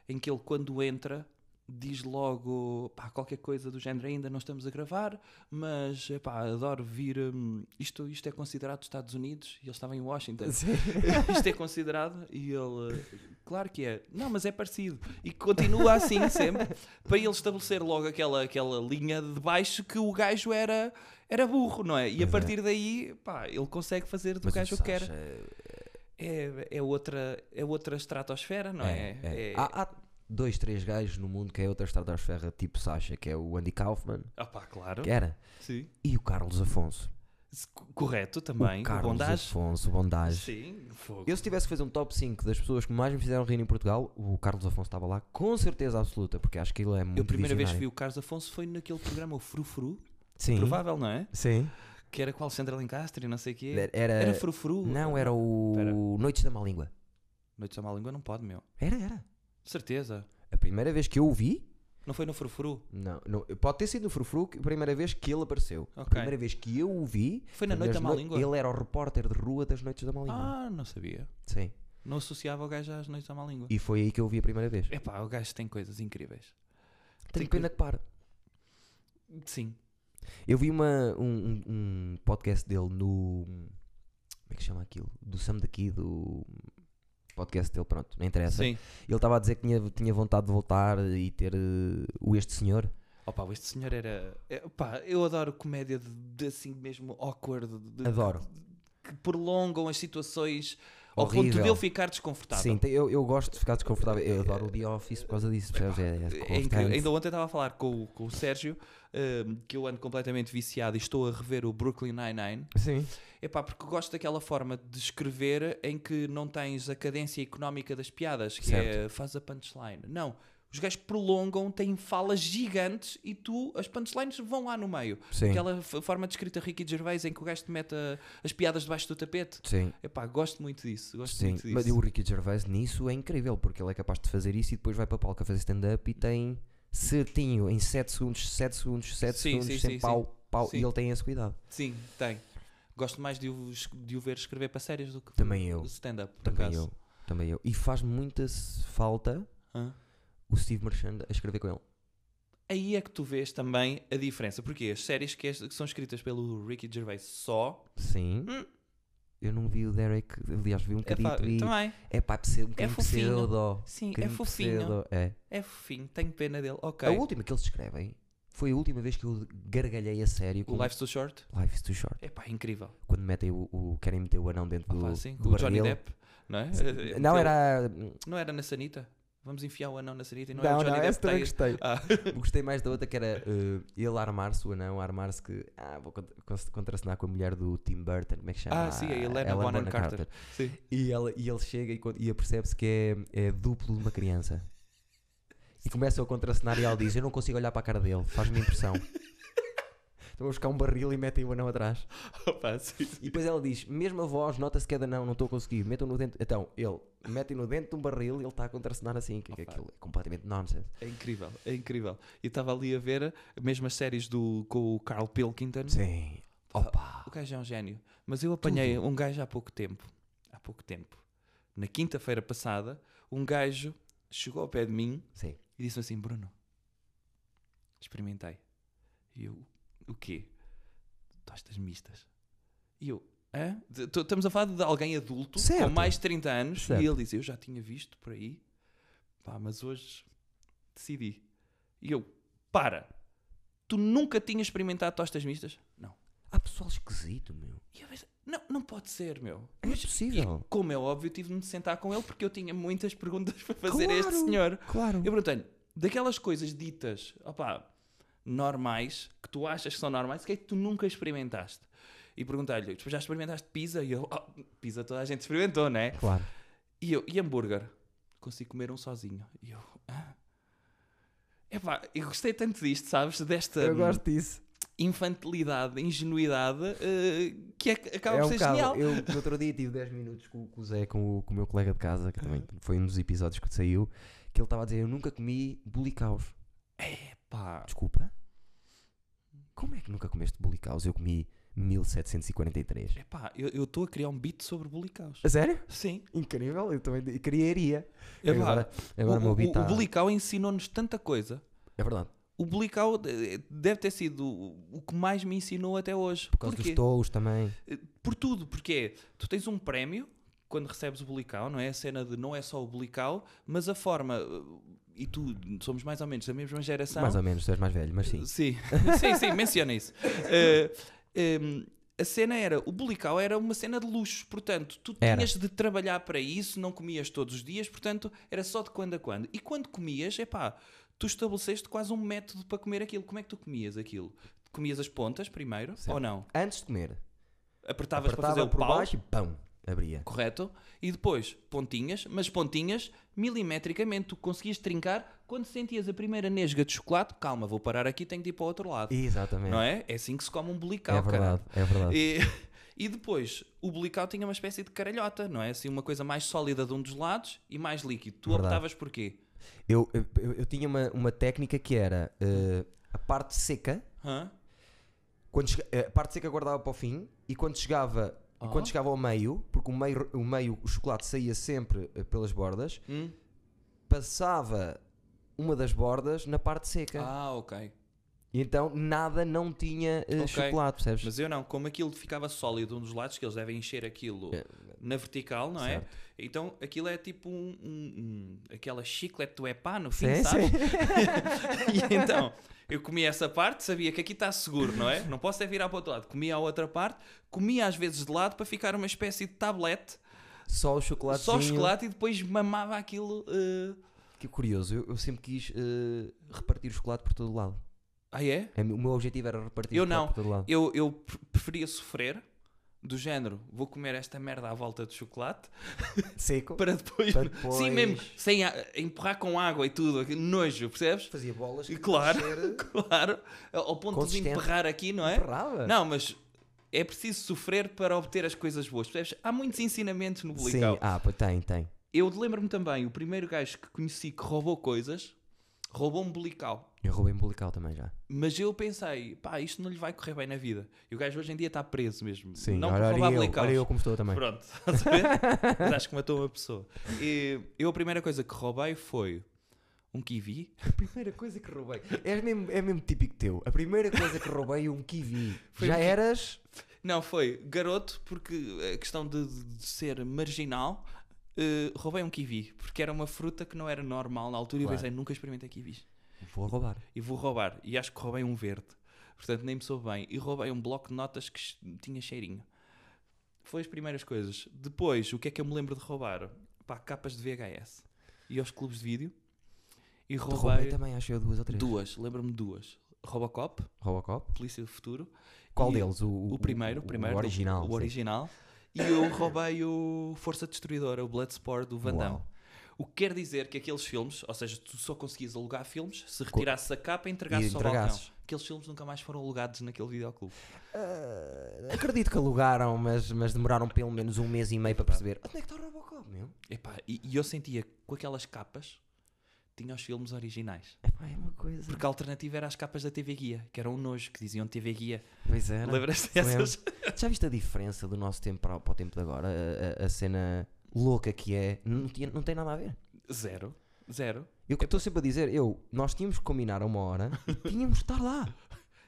Speaker 2: em que ele quando entra diz logo pá, qualquer coisa do género, ainda não estamos a gravar, mas pá, adoro vir, hum, isto, isto é considerado Estados Unidos, e ele estava em Washington, isto é considerado e ele claro que é não mas é parecido e continua assim sempre para ele estabelecer logo aquela aquela linha de baixo que o gajo era era burro não é e a
Speaker 1: Pois é.
Speaker 2: partir daí pá ele consegue fazer do
Speaker 1: Mas
Speaker 2: gajo
Speaker 1: o
Speaker 2: o que quer
Speaker 1: Sacha-
Speaker 2: é, é outra é outra estratosfera não é,
Speaker 1: é, é.
Speaker 2: É-
Speaker 1: Há, há dois, três gajos no mundo que é outra estratosfera tipo Sasha, que é o Andy Kaufman,
Speaker 2: Ah pá, claro
Speaker 1: que é? era,
Speaker 2: sim
Speaker 1: e o Carlos Afonso.
Speaker 2: Se- co- correto
Speaker 1: o
Speaker 2: também o
Speaker 1: Carlos
Speaker 2: bondage
Speaker 1: Afonso, bondage.
Speaker 2: sim fogo
Speaker 1: Eu se tivesse que fazer um top 5 das pessoas que mais me fizeram rir em Portugal, o Carlos Afonso estava lá com certeza absoluta, porque acho que ele é muito
Speaker 2: eu a primeira vez que vi
Speaker 1: visionário.
Speaker 2: o Carlos Afonso foi naquele programa o Frufru
Speaker 1: Sim.
Speaker 2: provável não é
Speaker 1: Sim.
Speaker 2: que era qual Sandra Lencastre e não sei o quê
Speaker 1: Era, eh,
Speaker 2: Era frufru.
Speaker 1: Não, era o
Speaker 2: Espera.
Speaker 1: Noites da Má Língua.
Speaker 2: Noites à má língua não pode, meu.
Speaker 1: Era, era.
Speaker 2: Certeza.
Speaker 1: A primeira vez que eu o vi,
Speaker 2: Não foi no frufru.
Speaker 1: não, não, pode ter sido no Frufru, que a primeira vez que ele apareceu. A
Speaker 2: Ok.
Speaker 1: primeira vez que eu o vi,
Speaker 2: Foi na Noite da
Speaker 1: nas
Speaker 2: Má
Speaker 1: noi-
Speaker 2: Língua?
Speaker 1: Ele era o repórter de rua das Noites da Má Língua.
Speaker 2: Ah, não sabia.
Speaker 1: Sim.
Speaker 2: Não associava o gajo às noites à má língua.
Speaker 1: E foi aí que eu o vi a primeira vez.
Speaker 2: Epá, o gajo tem coisas incríveis.
Speaker 1: Tenho
Speaker 2: tem
Speaker 1: pena que para.
Speaker 2: Sim.
Speaker 1: Eu vi uma, um, um- um podcast dele no. Como é que se chama aquilo? Do Sam daqui, do podcast dele, pronto, não interessa.
Speaker 2: Sim.
Speaker 1: Ele estava a dizer que tinha, tinha vontade de voltar e ter eh, o este senhor.
Speaker 2: Opa, este senhor era. é, Pá, eu adoro comédia de, de assim mesmo awkward. de-
Speaker 1: Adoro.
Speaker 2: Que prolongam as situações ao ponto
Speaker 1: Horrível.
Speaker 2: de eu ficar desconfortável.
Speaker 1: Sim, tem- eu, eu gosto de ficar desconfortável. Eu adoro o The Office por causa disso, percebes? É, é
Speaker 2: tá. É incrível.
Speaker 1: constante.
Speaker 2: Ainda ontem estava a falar com, o- com o Sérgio, ehm, que eu ando completamente viciado e estou a rever o Brooklyn Nine-Nine.
Speaker 1: Sim.
Speaker 2: Epá, porque gosto daquela forma de escrever em que não tens a cadência económica das piadas, que é faz a punchline. Não, os gajos prolongam, têm falas gigantes e tu, as punchlines vão lá no meio.
Speaker 1: Sim.
Speaker 2: Aquela f- forma de escrita Ricky Gervais em que o gajo te mete a- as piadas debaixo do tapete.
Speaker 1: Sim.
Speaker 2: Epá, gosto muito disso, gosto
Speaker 1: Sim,
Speaker 2: muito disso.
Speaker 1: mas o Ricky Gervais nisso é incrível, porque ele é capaz de fazer isso e depois vai para palco a fazer stand-up e tem certinho, em 7 segundos, 7 segundos, 7
Speaker 2: Sim,
Speaker 1: segundos,
Speaker 2: sim,
Speaker 1: sem
Speaker 2: sim,
Speaker 1: pau, pau, e
Speaker 2: Sim.
Speaker 1: ele tem esse cuidado.
Speaker 2: Sim, tem. Gosto mais de o, es- de o ver escrever para séries do que
Speaker 1: Também eu.
Speaker 2: stand-up, por
Speaker 1: Também
Speaker 2: acaso.
Speaker 1: eu, também eu. E faz muita s- falta
Speaker 2: Hã?
Speaker 1: o Steve Marchand a escrever com ele.
Speaker 2: Aí é que tu vês também a diferença, porque as séries que, és- que são escritas pelo Ricky Gervais só
Speaker 1: Sim.
Speaker 2: Hum.
Speaker 1: Eu não vi o Derek, aliás, vi um
Speaker 2: É pá,
Speaker 1: bocadito e.
Speaker 2: também.
Speaker 1: É pá, pse- um bocadinho
Speaker 2: fofinho.
Speaker 1: pseudo.
Speaker 2: Sim, é
Speaker 1: um bocadinho
Speaker 2: fofinho.
Speaker 1: pseudo, É.
Speaker 2: É fofinho. Tenho pena dele. Ok.
Speaker 1: A última que eles escrevem foi a última vez que eu gargalhei a sério com
Speaker 2: O Life's Too Short.
Speaker 1: Life is Too Short.
Speaker 2: É pá, incrível.
Speaker 1: Quando metem o, o- querem meter o anão dentro
Speaker 2: Ah,
Speaker 1: do,
Speaker 2: pá, sim,
Speaker 1: do
Speaker 2: com o Johnny
Speaker 1: barril.
Speaker 2: Depp. Não, é? Eh,
Speaker 1: Não,
Speaker 2: ele-
Speaker 1: era. Não,
Speaker 2: Não era na Sanita? Vamos enfiar o anão na Sanita e não, era o
Speaker 1: não,
Speaker 2: Johnny
Speaker 1: essa
Speaker 2: Depp.
Speaker 1: também
Speaker 2: que
Speaker 1: gostei.
Speaker 2: tá aí. Ah,
Speaker 1: Gostei mais da outra que era eh, ele armar-se, o anão, armar-se que. Ah, vou cont- cons- contracenar com a mulher do Tim Burton, como é que chama?
Speaker 2: Ah, sim, a Helena Bonham Carter. sim.
Speaker 1: E, ela, e ele chega e, con- e apercebe-se que é, é duplo de uma criança. E começa a contracenar e ela diz: Eu não consigo olhar para a cara dele, faz-me impressão. Então vou buscar um barril e metem o anão atrás.
Speaker 2: Opa, sim.
Speaker 1: E depois ela diz, mesmo a voz, nota-se que é de não, não estou a conseguir, metam no dentro. Então, ele metem no dentro de um barril e ele está a contracenar assim, que, que
Speaker 2: Opa.
Speaker 1: aquilo é completamente nonsense.
Speaker 2: É incrível, é incrível. E estava ali a ver mesmo as séries do, com o Carl Pilkington.
Speaker 1: Sim. Opa!
Speaker 2: O gajo é um gênio. Mas eu apanhei um gajo há pouco tempo. Há pouco tempo. Na quinta-feira passada, um gajo chegou ao pé de mim
Speaker 1: Sim.
Speaker 2: E disse-me assim: Bruno, experimentei. E eu: O quê? Tostas mistas. E eu: Hã? De- t- Estamos a falar de alguém adulto,
Speaker 1: Certo.
Speaker 2: com mais de 30 anos,
Speaker 1: Certo.
Speaker 2: e ele diz: Eu já tinha visto por aí, pá, mas hoje decidi. E eu: Para, tu nunca tinhas experimentado tostas mistas? Não.
Speaker 1: Há pessoal esquisito, meu.
Speaker 2: E eu pensei, Não, não pode ser, meu.
Speaker 1: É impossível.
Speaker 2: E, como é óbvio, tive de me sentar com ele porque eu tinha muitas perguntas para fazer a este
Speaker 1: Claro.
Speaker 2: senhor.
Speaker 1: Claro.
Speaker 2: Eu perguntei-lhe, daquelas coisas ditas, opá, normais, que tu achas que são normais, o que é que tu nunca experimentaste? E perguntei-lhe, "Tu já experimentaste pizza? E ele, "Ah, pizza toda a gente experimentou, não é?
Speaker 1: Claro.
Speaker 2: E eu, e hambúrguer? Consigo comer um sozinho. E eu, "Ah." Epá, eu gostei tanto disto, sabes? Desta
Speaker 1: Eu
Speaker 2: hum,
Speaker 1: gosto disso.
Speaker 2: infantilidade, ingenuidade, eh, que é, que acaba
Speaker 1: é
Speaker 2: por
Speaker 1: um
Speaker 2: ser
Speaker 1: bocado.
Speaker 2: genial.
Speaker 1: Eu, no outro dia, tive 10 minutos com, com o Zé, com o, com o meu colega de casa, que também
Speaker 2: Uhum.
Speaker 1: foi um dos episódios que saiu, que ele estava a dizer: Eu nunca comi bulicaus.
Speaker 2: Pá,
Speaker 1: Desculpa? Como é que nunca comeste bulicaus? Eu comi 1743.
Speaker 2: epá, eu estou a criar um beat sobre bulicaus.
Speaker 1: A sério?
Speaker 2: Sim,
Speaker 1: Incrível, eu também de- criaria.
Speaker 2: é
Speaker 1: agora,
Speaker 2: verdade.
Speaker 1: agora o, meu
Speaker 2: o,
Speaker 1: beat
Speaker 2: o, o
Speaker 1: tá-
Speaker 2: bulical ensinou-nos tanta coisa.
Speaker 1: É verdade.
Speaker 2: O bulical eh, deve ter sido o- o que mais me ensinou até hoje.
Speaker 1: Por causa dos touros também.
Speaker 2: Por tudo, porque é, tu tens um prémio quando recebes o bulical, não é? A cena de não é só o bulical, mas a forma. eh, E tu somos mais ou menos da mesma geração.
Speaker 1: Mais ou menos, tu és mais velho, mas sim.
Speaker 2: Sim, sim, sim, menciona isso. Eh, ehm, a cena era, o bulical era uma cena de luxo, portanto, tu
Speaker 1: Era.
Speaker 2: tinhas de trabalhar para isso, não comias todos os dias, portanto, era só de quando a quando. E quando comias, epá, tu estabeleceste quase um método para comer aquilo. Como é que tu comias aquilo? Comias as pontas primeiro,
Speaker 1: Certo.
Speaker 2: ou não?
Speaker 1: Antes de comer,
Speaker 2: Apertavas
Speaker 1: apertava
Speaker 2: para fazer o
Speaker 1: por
Speaker 2: pau,
Speaker 1: baixo e pão, abria.
Speaker 2: correto? E depois, pontinhas, mas pontinhas, milimetricamente, tu conseguias trincar. Quando sentias a primeira nesga de chocolate, calma, vou parar aqui, tenho de ir para o outro lado
Speaker 1: Exatamente.
Speaker 2: não é? É assim que se come um bolical,
Speaker 1: É verdade, é verdade.
Speaker 2: E, e depois, o bolical tinha uma espécie de caralhota, não é? Assim, uma coisa mais sólida de um dos lados e mais líquido. Tu
Speaker 1: Verdade.
Speaker 2: optavas por quê?
Speaker 1: Eu, eu- eu, eu tinha uma, uma técnica que era eh, a parte seca,
Speaker 2: Hã?
Speaker 1: quando chega- eh, a parte seca guardava para o fim e quando chegava, e
Speaker 2: Ah.
Speaker 1: quando chegava ao meio, porque o meio, o meio, o chocolate saía sempre eh, pelas bordas,
Speaker 2: Hum?
Speaker 1: passava uma das bordas na parte seca.
Speaker 2: Ah, ok.
Speaker 1: E então nada não tinha eh,
Speaker 2: Ok.
Speaker 1: chocolate, percebes?
Speaker 2: Mas eu não, como aquilo ficava sólido de um dos lados, que eles devem encher aquilo
Speaker 1: É.
Speaker 2: na vertical, não é?
Speaker 1: Certo.
Speaker 2: Então aquilo é tipo um, um- um- aquela chiclete do epá no fim,
Speaker 1: Sim,
Speaker 2: sabes? e então, eu comia essa parte, sabia que aqui está seguro, não é? Não posso é virar para o outro lado. Comia a outra parte, comia às vezes de lado para ficar uma espécie de tablete,
Speaker 1: Só o chocolate.
Speaker 2: só chocolate e depois mamava aquilo. eh,
Speaker 1: Que curioso, eu, eu sempre quis eh, repartir o chocolate por todo lado.
Speaker 2: Ah, é?
Speaker 1: É, o meu objetivo era repartir
Speaker 2: Eu
Speaker 1: o chocolate
Speaker 2: não.
Speaker 1: por todo lado.
Speaker 2: Eu, eu pre- preferia sofrer. Do género, vou comer esta merda à volta de chocolate
Speaker 1: Seco.
Speaker 2: para depois.
Speaker 1: Para depois-
Speaker 2: Sim, mesmo, sem a- empurrar com água e tudo, aquele nojo, percebes?
Speaker 1: Fazia bolas.
Speaker 2: E claro, claro, ao ponto de
Speaker 1: Consistente.
Speaker 2: emperrar aqui, não é?
Speaker 1: Errava.
Speaker 2: Não, mas é preciso sofrer para obter as coisas boas, percebes? Há muitos ensinamentos no
Speaker 1: Sim,
Speaker 2: Bulical.
Speaker 1: ah, pois tem, tem.
Speaker 2: Eu lembro-me também, o primeiro gajo que conheci que roubou coisas, roubou um Bulical.
Speaker 1: Eu roubei um bulical também já.
Speaker 2: Mas eu pensei, pá, isto não lhe vai correr bem na vida. E o gajo hoje em dia está preso mesmo.
Speaker 1: Sim,
Speaker 2: não
Speaker 1: olha,
Speaker 2: por roubar
Speaker 1: olha, eu,
Speaker 2: blicaus.
Speaker 1: olha eu como estou também.
Speaker 2: Pronto, estás a ver? Mas acho que matou uma pessoa. E eu a primeira coisa que roubei foi um kiwi.
Speaker 1: A primeira coisa que roubei. É mesmo, é mesmo típico teu. A primeira coisa que roubei um kiwi.
Speaker 2: Foi
Speaker 1: já
Speaker 2: um ki-
Speaker 1: eras.
Speaker 2: Não, foi garoto, porque a questão de, de- de ser marginal, eh, roubei um kiwi, porque era uma fruta que não era normal na altura e eu
Speaker 1: Claro.
Speaker 2: pensei, nunca experimentei kiwis.
Speaker 1: Vou roubar. Então
Speaker 2: E vou roubar. E acho que roubei um verde. Portanto, nem me soube bem. E roubei um bloco de notas que ch- tinha cheirinho. Foi as primeiras coisas. Depois, o que é que eu me lembro de roubar? Pá, capas de VHS. E aos clubes de vídeo. E
Speaker 1: Roubei,
Speaker 2: roubei
Speaker 1: também, acho eu, duas ou três.
Speaker 2: duas, lembro-me de duas. Robocop,
Speaker 1: Robocop.
Speaker 2: Polícia do Futuro.
Speaker 1: Qual
Speaker 2: e
Speaker 1: deles? O,
Speaker 2: O primeiro, o primeiro.
Speaker 1: O
Speaker 2: do-
Speaker 1: original.
Speaker 2: O
Speaker 1: sim.
Speaker 2: original. E eu roubei o Força Destruidora, o Bloodsport do Van Damme.
Speaker 1: Uau.
Speaker 2: O que quer dizer que aqueles filmes, ou seja, tu só conseguias alugar filmes se retirasses a capa e entregasses ao balcão.
Speaker 1: entregasses.
Speaker 2: Aqueles filmes nunca mais foram alugados naquele videoclube.
Speaker 1: Ah, acredito que alugaram, mas, mas demoraram pelo menos um mês e meio para perceber. Onde é que está o Robocop, meu?
Speaker 2: Epá, e, e eu sentia que com aquelas capas tinha os filmes originais.
Speaker 1: Epá, é uma coisa.
Speaker 2: Porque a alternativa era as capas da TV Guia, que era um nojo, que diziam TV Guia.
Speaker 1: Pois era.
Speaker 2: Lembras-te
Speaker 1: Lembro.
Speaker 2: dessas?
Speaker 1: Já viste a diferença do nosso tempo para, o- para o tempo de agora? A- A, a cena louca que é. Não, tinha- não tem nada a ver.
Speaker 2: Zero. Zero.
Speaker 1: Eu que estou sempre a dizer, eu, nós tínhamos que combinar a uma hora e tínhamos de estar lá.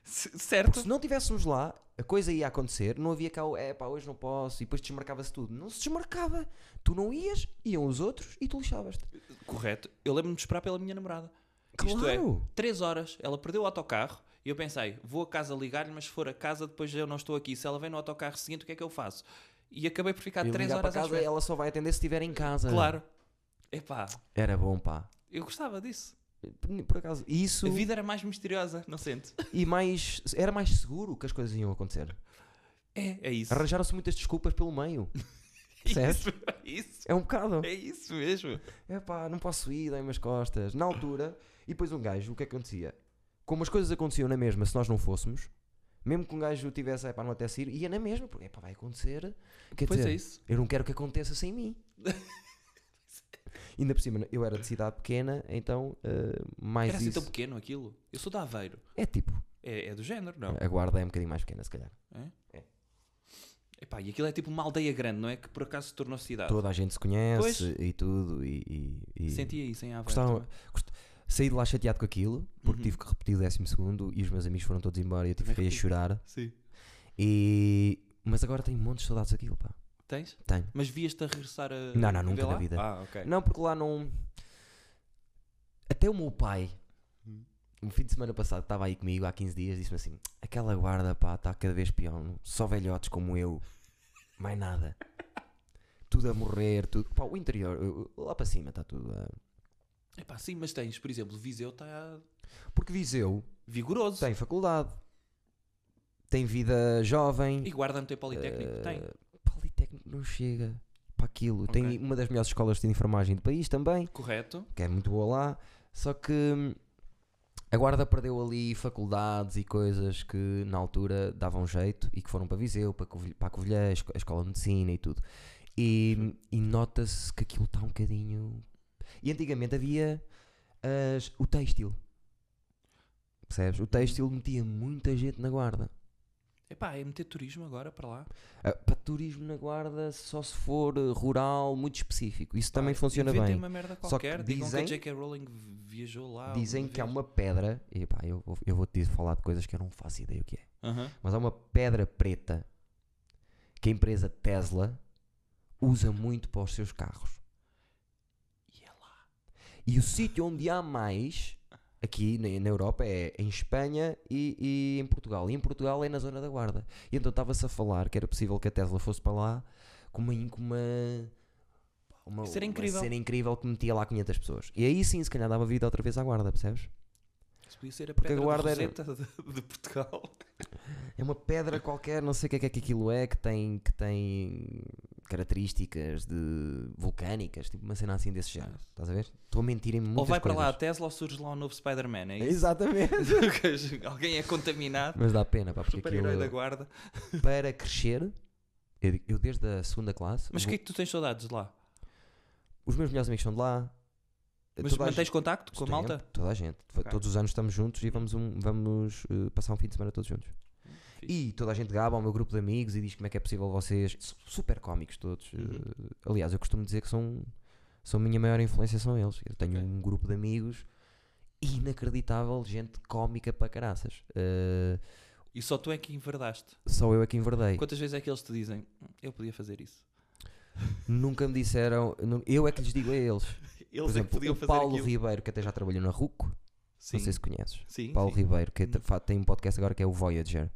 Speaker 2: C-
Speaker 1: Porque
Speaker 2: certo?
Speaker 1: se não estivéssemos lá, a coisa ia acontecer, não havia cá, o, é pá, hoje não posso, e depois desmarcava-se tudo. Não se desmarcava. Tu não ias, iam os outros e tu lixavas-te.
Speaker 2: Correto. Eu lembro-me de esperar pela minha namorada. Isto é,
Speaker 1: Claro!
Speaker 2: 3 horas, ela perdeu o autocarro e eu pensei, vou a casa ligar-lhe, mas se for a casa depois eu não estou aqui. Se ela vem no autocarro seguinte, o que é que eu faço? E acabei por ficar
Speaker 1: E
Speaker 2: 3
Speaker 1: ligar para
Speaker 2: horas à
Speaker 1: casa, é
Speaker 2: espera.
Speaker 1: ela só vai atender se estiver em casa.
Speaker 2: Claro. Epá,
Speaker 1: Era bom, pá.
Speaker 2: eu gostava disso.
Speaker 1: Por acaso, isso
Speaker 2: A vida era mais misteriosa, não sente?
Speaker 1: e mais. Era mais seguro que as coisas iam acontecer.
Speaker 2: É, é isso.
Speaker 1: Arranjaram-se muitas desculpas pelo meio. percebes?
Speaker 2: Isso, é isso.
Speaker 1: É um bocado.
Speaker 2: É isso mesmo.
Speaker 1: É pá, não posso ir, dei-me as costas. Na altura, e depois um gajo, o que é que acontecia? Como as coisas aconteciam na mesma se nós não fôssemos, mesmo que um gajo tivesse, é pá, não até sair, ia na mesma, porque é pá, vai acontecer. Quer
Speaker 2: pois
Speaker 1: dizer,
Speaker 2: é isso.
Speaker 1: eu não quero que aconteça sem mim. Ainda por cima, eu era de cidade pequena, então eh, mais
Speaker 2: Era assim
Speaker 1: isso.
Speaker 2: tão pequeno aquilo. Eu sou de Aveiro.
Speaker 1: É tipo,
Speaker 2: É, é do género, não?
Speaker 1: a guarda é um bocadinho mais pequena, se calhar.
Speaker 2: Epá, e aquilo é tipo uma aldeia grande, não é? Que por acaso se tornou cidade.
Speaker 1: Toda a gente se conhece e tudo, e. e, e-
Speaker 2: Sentia isso em Aveiro.
Speaker 1: Gostavam-
Speaker 2: também.
Speaker 1: Saí de lá chateado com aquilo, porque
Speaker 2: Uhum.
Speaker 1: tive que repetir o 12 segundo e os meus amigos foram todos embora e eu tive
Speaker 2: Também
Speaker 1: que ir a
Speaker 2: repeti.
Speaker 1: chorar.
Speaker 2: Sim.
Speaker 1: E... Mas agora tenho montes de saudades daquilo, pá.
Speaker 2: Tens?
Speaker 1: Tenho.
Speaker 2: Mas vias-te a regressar a.
Speaker 1: Não, não,
Speaker 2: a
Speaker 1: nunca
Speaker 2: ver
Speaker 1: na
Speaker 2: lá?
Speaker 1: vida.
Speaker 2: Ah, ok.
Speaker 1: Não, porque lá não. Até o meu pai,
Speaker 2: Hum.
Speaker 1: um fim de semana passado, estava aí comigo há 15 dias, disse-me assim: aquela guarda, pá, está cada vez pior. não? Só velhotes como eu, mais nada. Tudo a morrer, tudo. Pá, o interior, eu- eu- lá para cima está tudo. a-
Speaker 2: Epá, sim, mas tens, por exemplo, Viseu está
Speaker 1: Porque Viseu
Speaker 2: vigoroso.
Speaker 1: tem faculdade, tem vida jovem.
Speaker 2: E guarda no teu Politécnico?
Speaker 1: Eh,
Speaker 2: Tem.
Speaker 1: Politécnico não chega para aquilo. Tem
Speaker 2: Ok.
Speaker 1: uma das melhores escolas de enfermagem do país também,
Speaker 2: Correto.
Speaker 1: que é muito boa lá. Só que hum, a Guarda perdeu ali faculdades e coisas que na altura davam jeito e que foram para Viseu, para Covilhã, para a, Covilhã, a esco- a Escola de Medicina e tudo. E, hum, e nota-se que aquilo está um bocadinho. E antigamente havia as- o têxtil. Percebes? O têxtil metia muita gente na Guarda.
Speaker 2: Epá, é meter turismo agora para lá.
Speaker 1: Ah, para turismo na Guarda, só se for eh, rural, muito específico. Isso também
Speaker 2: Pá,
Speaker 1: funciona
Speaker 2: inventem
Speaker 1: bem.
Speaker 2: uma merda
Speaker 1: que
Speaker 2: qualquer. Digam
Speaker 1: dizem-
Speaker 2: que a J.K. Rowling vi- viajou lá.
Speaker 1: Dizem que há
Speaker 2: vez.
Speaker 1: uma pedra, e pá, eu, vou- eu vou-te falar de coisas que eu não faço ideia o que é,
Speaker 2: Aham.
Speaker 1: mas há uma pedra preta que a empresa Tesla usa muito para os seus carros.
Speaker 2: E é lá.
Speaker 1: E o sítio onde há mais, aqui na, na Europa, é em Espanha e, e em Portugal. E em Portugal é na zona da Guarda. E então estava-se a falar que era possível que a Tesla fosse para lá com uma. com uma pá, uma,
Speaker 2: Isso era
Speaker 1: uma
Speaker 2: incrível.
Speaker 1: cena incrível que metia lá 500 pessoas. E aí sim, se calhar dava vida outra vez à guarda, percebes?
Speaker 2: Isso podia ser a
Speaker 1: Porque a
Speaker 2: pedra
Speaker 1: Guarda
Speaker 2: guarda
Speaker 1: era-
Speaker 2: de, de Portugal.
Speaker 1: É uma pedra qualquer, não sei o que é que é que aquilo é, que tem, que tem características de vulcânicas, tipo uma cena assim desse género. Estás a ver? Estou a mentir em muitas
Speaker 2: ou vai para lá a
Speaker 1: coisas.
Speaker 2: Tesla ou surge lá um novo Spider-Man. É isso?
Speaker 1: Exatamente.
Speaker 2: Alguém é contaminado.
Speaker 1: Mas dá pena, pá, porque
Speaker 2: Super-herói
Speaker 1: aquilo-
Speaker 2: da guarda.
Speaker 1: para crescer, eu, digo- eu desde a segunda classe,
Speaker 2: Mas o
Speaker 1: vou-
Speaker 2: que é que tu tens saudades de lá?
Speaker 1: os meus melhores amigos são de lá.
Speaker 2: Mas
Speaker 1: toda a
Speaker 2: mantens
Speaker 1: gente-
Speaker 2: contacto com a
Speaker 1: Tenho,
Speaker 2: malta?
Speaker 1: Toda a gente.
Speaker 2: Ok.
Speaker 1: Todos os anos estamos juntos e vamos, um- vamos eh, passar um fim de semana todos juntos.
Speaker 2: Hum,
Speaker 1: E toda a gente gaba ao meu grupo de amigos e diz como é que é possível vocês. su- Super cómicos todos. eh,
Speaker 2: Uhum.
Speaker 1: aliás, eu costumo dizer que são, são a minha maior influência, são eles. Eu tenho
Speaker 2: Ok.
Speaker 1: um grupo de amigos inacreditável, gente cómica para caraças. Eh,
Speaker 2: E só tu é que enverdaste.
Speaker 1: só eu é que enverdei.
Speaker 2: Quantas vezes é que eles te dizem "Hum, eu podia fazer isso?
Speaker 1: Nunca me disseram. nu- Eu é que lhes digo a eles. Por
Speaker 2: Eles é que
Speaker 1: exemplo,
Speaker 2: podiam
Speaker 1: o
Speaker 2: fazer
Speaker 1: Paulo
Speaker 2: aquilo.
Speaker 1: Ribeiro, que até já trabalhou na RUC,
Speaker 2: Sim.
Speaker 1: não sei se conheces.
Speaker 2: sim,
Speaker 1: Paulo
Speaker 2: sim. Uhum.
Speaker 1: Ribeiro, que te-
Speaker 2: Conheço.
Speaker 1: fa- tem um podcast agora que é o Voyager.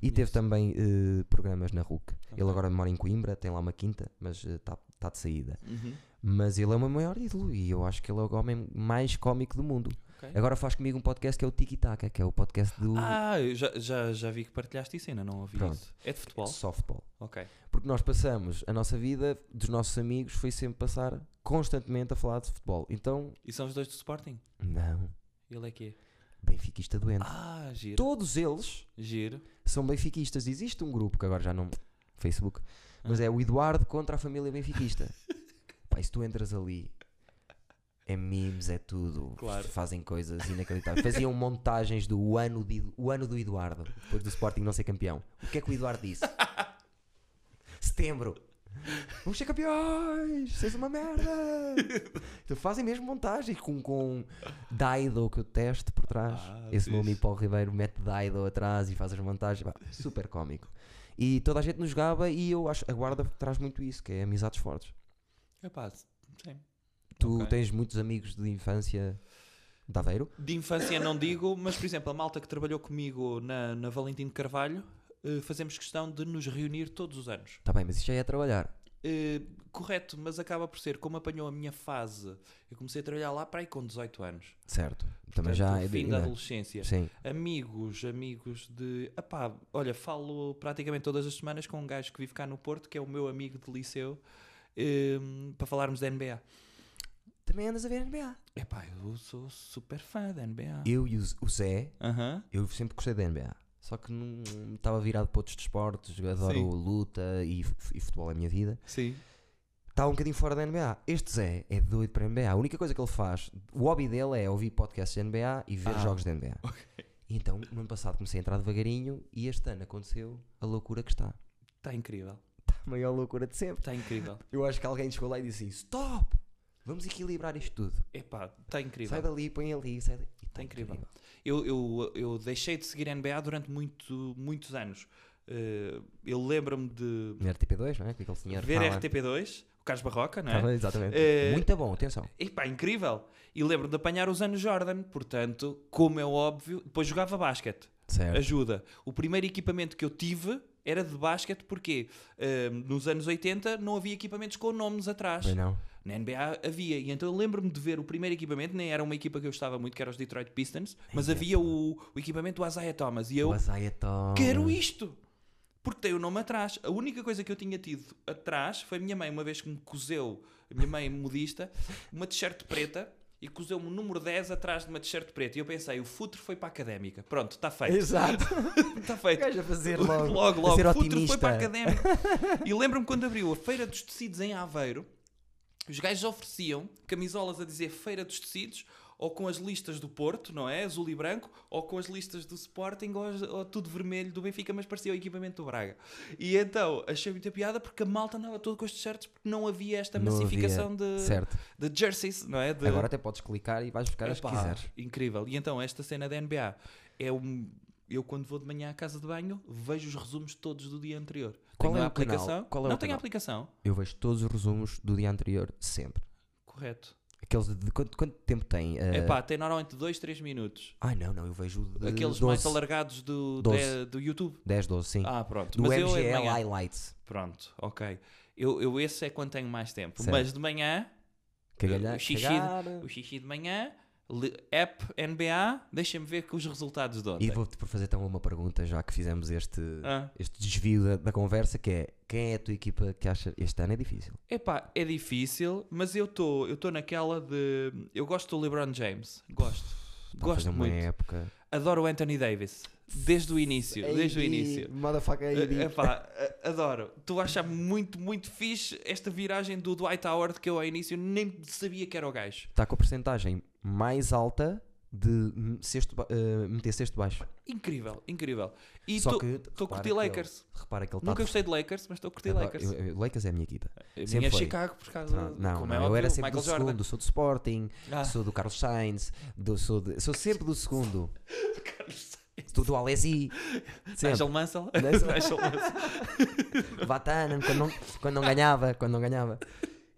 Speaker 1: E teve
Speaker 2: Conheço.
Speaker 1: também eh, programas na RUC. Ele
Speaker 2: Ok.
Speaker 1: agora mora em Coimbra, tem lá uma quinta, mas está de saída.
Speaker 2: Uhum.
Speaker 1: Mas ele é o meu maior ídolo e eu acho que ele é o homem mais cómico do mundo.
Speaker 2: Ok.
Speaker 1: Agora faz comigo um podcast que é o Tiki Taka, que é o podcast do
Speaker 2: É. Ah, eu já, já, já vi que partilhaste isso, ainda não ouvi
Speaker 1: Pronto.
Speaker 2: isso. É de futebol?
Speaker 1: softball.
Speaker 2: Ok.
Speaker 1: Porque nós passamos a nossa vida dos nossos amigos foi sempre passar constantemente a falar de futebol. Então,
Speaker 2: E são os dois do Sporting?
Speaker 1: não,
Speaker 2: Ele é que é.
Speaker 1: benfiquista doente.
Speaker 2: Ah, giro.
Speaker 1: Todos eles
Speaker 2: Giro.
Speaker 1: são benfiquistas. Existe um grupo que agora já não. Facebook. Mas é o Eduardo contra a família benfiquista. Pá, e se tu entras ali. É memes, é tudo.
Speaker 2: Claro.
Speaker 1: Fazem coisas inacreditáveis. Faziam montagens do ano, de, o ano do Eduardo, depois do Sporting não ser campeão. O que é que o Eduardo disse? Setembro. Vamos ser campeões! Vocês uma merda! então fazem mesmo montagem com, com Daido que eu testo por trás.
Speaker 2: Ah,
Speaker 1: Esse meu
Speaker 2: fixe.
Speaker 1: amigo Paulo Ribeiro mete Daido atrás e faz as montagens. Pá, super cómico. E toda a gente nos jogava e eu acho a guarda traz muito isso, que é amizades fortes.
Speaker 2: Epá, sim.
Speaker 1: Tu
Speaker 2: Ok.
Speaker 1: tens muitos amigos de infância de Aveiro?
Speaker 2: De infância não digo, mas por exemplo, a malta que trabalhou comigo na, na Valentim de Carvalho, eh, fazemos questão de nos reunir todos os anos.
Speaker 1: Está bem, mas isto já é trabalhar.
Speaker 2: Eh, correto, mas acaba por ser como apanhou a minha fase. Eu comecei a trabalhar lá para aí com 18 anos.
Speaker 1: Certo. Também
Speaker 2: Portanto,
Speaker 1: já
Speaker 2: o
Speaker 1: é de-
Speaker 2: fim da
Speaker 1: ainda-
Speaker 2: adolescência.
Speaker 1: Sim.
Speaker 2: Amigos, amigos de. Epá, olha, falo praticamente todas as semanas com um gajo que vive cá no Porto, que é o meu amigo de liceu, em, para falarmos da NBA.
Speaker 1: Também andas a ver NBA.
Speaker 2: Epá, eu sou super fã da NBA.
Speaker 1: Eu e o Z- o Zé,
Speaker 2: Aham.
Speaker 1: eu sempre gostei da NBA. Só que não estava virado para outros desportos, eu adoro
Speaker 2: Sim.
Speaker 1: luta e, f- e futebol é a minha vida.
Speaker 2: Sim.
Speaker 1: Está um bocadinho fora da NBA. Este Zé é doido para a NBA. A única coisa que ele faz, o hobby dele é ouvir podcasts de NBA e ver
Speaker 2: Ah,
Speaker 1: jogos de NBA. E então, no ano passado comecei a entrar devagarinho e este ano aconteceu a loucura que está.
Speaker 2: Está Tá incrível.
Speaker 1: A maior loucura de sempre.
Speaker 2: Está incrível.
Speaker 1: Eu acho que alguém chegou lá e disse assim, stop, vamos equilibrar isto tudo.
Speaker 2: Epá, está incrível.
Speaker 1: Sai dali, põe ali, sai dali. E
Speaker 2: Tá incrível. Eu, eu, eu deixei de seguir NBA durante muito, muitos anos. Eh, eu lembro-me de
Speaker 1: Na RTP2, não é? Que aquele senhor
Speaker 2: ver
Speaker 1: fala.
Speaker 2: RTP2, o Carlos Barroca, não é?
Speaker 1: Fala, Exatamente.
Speaker 2: Eh,
Speaker 1: Muito bom, atenção.
Speaker 2: Epá, incrível! E lembro-me de apanhar os anos Jordan, portanto, como é óbvio, depois jogava basquete.
Speaker 1: Certo.
Speaker 2: Ajuda. O primeiro equipamento que eu tive era de basquete, porque eh, nos anos 80 não havia equipamentos com nomes atrás.
Speaker 1: Bem, não.
Speaker 2: Na NBA havia, e então eu lembro-me de ver o primeiro equipamento, nem era uma equipa que eu gostava muito, que era os Detroit Pistons, mas havia o, o equipamento do Isaiah Thomas, e eu
Speaker 1: é. O Isaiah Thomas.
Speaker 2: quero isto! Porque tem o nome atrás. A única coisa que eu tinha tido atrás foi a minha mãe, uma vez que me cozeu, a minha mãe modista, uma t-shirt preta e cozeu-me o número 10 atrás de uma t-shirt preta. E eu pensei, o futuro foi para a académica. Pronto, está feito.
Speaker 1: Exato.
Speaker 2: Está
Speaker 1: O
Speaker 2: feito.
Speaker 1: gajo a fazer logo.
Speaker 2: Logo,
Speaker 1: A
Speaker 2: logo.
Speaker 1: ser
Speaker 2: O futuro
Speaker 1: otimista.
Speaker 2: foi para a académica. E lembro-me quando abriu a Feira dos Tecidos em Aveiro, os gajos ofereciam camisolas a dizer Feira dos Tecidos, ou com as listas do Porto, não é? Azul e branco, ou com as listas do Sporting, ou, as- ou tudo vermelho do Benfica, mas parecia o equipamento do Braga. E então, achei muita piada porque a malta andava toda com estes certos porque não havia esta
Speaker 1: Não
Speaker 2: massificação
Speaker 1: havia-
Speaker 2: de,
Speaker 1: Certo.
Speaker 2: de jerseys, não é? De-
Speaker 1: Agora até podes clicar e vais buscar as que
Speaker 2: Epá,
Speaker 1: quiseres.
Speaker 2: Incrível. E então, esta cena da NBA é um. Eu, quando vou de manhã à casa de banho, vejo os resumos todos do dia anterior.
Speaker 1: Qual
Speaker 2: tenho
Speaker 1: é
Speaker 2: a
Speaker 1: o canal?
Speaker 2: aplicação?
Speaker 1: Qual é o
Speaker 2: não tenho a
Speaker 1: canal?
Speaker 2: aplicação.
Speaker 1: Eu vejo todos os resumos do dia anterior, sempre.
Speaker 2: Correto.
Speaker 1: Aqueles de, de quanto, quanto tempo tem? eh,
Speaker 2: Epá, tem normalmente 2, 3 minutos.
Speaker 1: Ai não, não, eu vejo o de
Speaker 2: Aqueles
Speaker 1: 12,
Speaker 2: mais alargados do,
Speaker 1: Doze.
Speaker 2: de- do YouTube.
Speaker 1: 10, 12, sim.
Speaker 2: Ah, pronto.
Speaker 1: do
Speaker 2: Mas eu é de
Speaker 1: MGL
Speaker 2: manhã.
Speaker 1: Highlights.
Speaker 2: Pronto, ok. Eu, eu esse é quando tenho mais tempo.
Speaker 1: Certo.
Speaker 2: Mas de manhã,
Speaker 1: Cagalhar,
Speaker 2: o xixi de-
Speaker 1: cagar,
Speaker 2: o xixi de manhã, li- app NBA, deixa-me ver que os resultados de ontem.
Speaker 1: E vou-te fazer então uma pergunta, já que fizemos este,
Speaker 2: Ah.
Speaker 1: este desvio da, da conversa, que é quem é a tua equipa que acha este ano é difícil?
Speaker 2: Epá, é difícil, mas eu estou eu tô naquela de. Eu gosto do LeBron James. Gosto.
Speaker 1: Está Tá a fazer
Speaker 2: gosto
Speaker 1: uma
Speaker 2: muito.
Speaker 1: época.
Speaker 2: Adoro o Anthony Davis. Desde o início. Desde o início. Eh, Epá, a- adoro. Tu achas muito, muito fixe esta viragem do Dwight Howard que eu ao início nem sabia que era o gajo.
Speaker 1: Está com a porcentagem mais alta de m- sexto, ba- eh, meter sexto baixo.
Speaker 2: Incrível, incrível. E
Speaker 1: Só
Speaker 2: estou
Speaker 1: que
Speaker 2: a
Speaker 1: repara
Speaker 2: curtir
Speaker 1: que ele- tá
Speaker 2: Lakers.
Speaker 1: Repara que ele está.
Speaker 2: Nunca gostei de Lakers, mas estou a curtir Lakers.
Speaker 1: Lakers é a minha equipe.
Speaker 2: a
Speaker 1: sempre
Speaker 2: minha é
Speaker 1: foi.
Speaker 2: Chicago, por causa
Speaker 1: Não, não,
Speaker 2: como
Speaker 1: não,
Speaker 2: é
Speaker 1: eu
Speaker 2: óbvio,
Speaker 1: era sempre
Speaker 2: Michael
Speaker 1: do
Speaker 2: Jordan.
Speaker 1: segundo, sou do Sporting,
Speaker 2: Ah,
Speaker 1: sou do Carlos Sainz, do, sou, de- sou sempre do segundo. Sou do Alesi. Sempre.
Speaker 2: Nigel Mansell.
Speaker 1: Nigel-
Speaker 2: Nigel Mansell.
Speaker 1: Vatanen, quando não, quando não ganhava, quando não ganhava.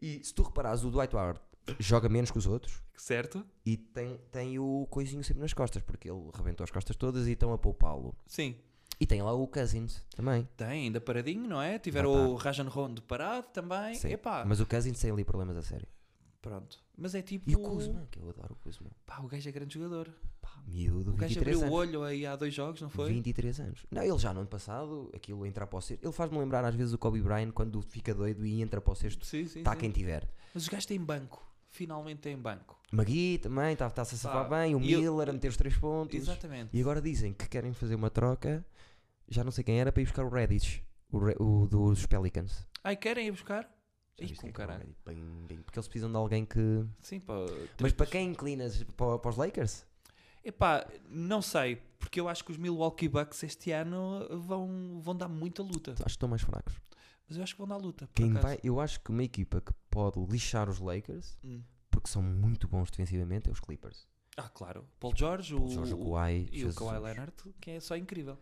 Speaker 1: E se tu reparares, o Dwight Howard joga menos que os outros
Speaker 2: Certo?
Speaker 1: e tem, tem o coisinho sempre nas costas, porque ele rebentou as costas todas e estão a poupá-lo.
Speaker 2: Sim.
Speaker 1: E tem lá o Cousins também.
Speaker 2: Tem, ainda paradinho, não é? Tiveram
Speaker 1: Lá tá.
Speaker 2: o Rajan Rondo parado também.
Speaker 1: Sim.
Speaker 2: É, Epá,
Speaker 1: Mas o Cousins tem ali problemas a sério.
Speaker 2: pronto. Mas é tipo.
Speaker 1: E o Kuzma, que eu adoro o Kuzma.
Speaker 2: Pá, o gajo é grande jogador.
Speaker 1: Pá, miúdo,
Speaker 2: O gajo
Speaker 1: 23
Speaker 2: abriu o
Speaker 1: anos.
Speaker 2: olho aí há dois jogos, não foi?
Speaker 1: 23 anos. Não, ele já no ano passado, aquilo entrar para o sexto. Ele faz-me lembrar às vezes o Kobe Bryant quando fica doido e Tá entra para o sexto.
Speaker 2: Sim, sim.
Speaker 1: Está
Speaker 2: sim.
Speaker 1: quem tiver.
Speaker 2: Mas os gajos têm banco. Finalmente têm banco.
Speaker 1: Magui também está tá a se safar
Speaker 2: Pá,
Speaker 1: bem. O
Speaker 2: e eu-
Speaker 1: Miller a meter os 3 pontos.
Speaker 2: Exatamente.
Speaker 1: E agora dizem que querem fazer uma troca. Já não sei quem era para ir buscar o Reddit. O, Re- o dos Pelicans.
Speaker 2: Ai, querem ir buscar?
Speaker 1: Já
Speaker 2: Ih,
Speaker 1: viste
Speaker 2: com
Speaker 1: que é que é o
Speaker 2: caralho.
Speaker 1: Reddish? Bem, bem, Porque eles precisam de alguém que.
Speaker 2: Sim, pá.
Speaker 1: Mas para quem inclinas? Para, para os Lakers?
Speaker 2: Epá, não sei. Porque eu acho que os Milwaukee Bucks este ano vão, vão dar muita luta.
Speaker 1: Acho que estão mais fracos.
Speaker 2: Mas eu acho que vão dar luta. por
Speaker 1: Tá. Quem
Speaker 2: acaso.
Speaker 1: vai, eu acho que uma equipa que pode lixar os Lakers,
Speaker 2: Hum.
Speaker 1: porque são muito bons defensivamente, é os Clippers.
Speaker 2: Ah, claro. Paul George,
Speaker 1: O
Speaker 2: o,
Speaker 1: Jorge
Speaker 2: o-
Speaker 1: Kawhi,
Speaker 2: e o
Speaker 1: Jesus.
Speaker 2: Kawhi Leonard, que é só incrível.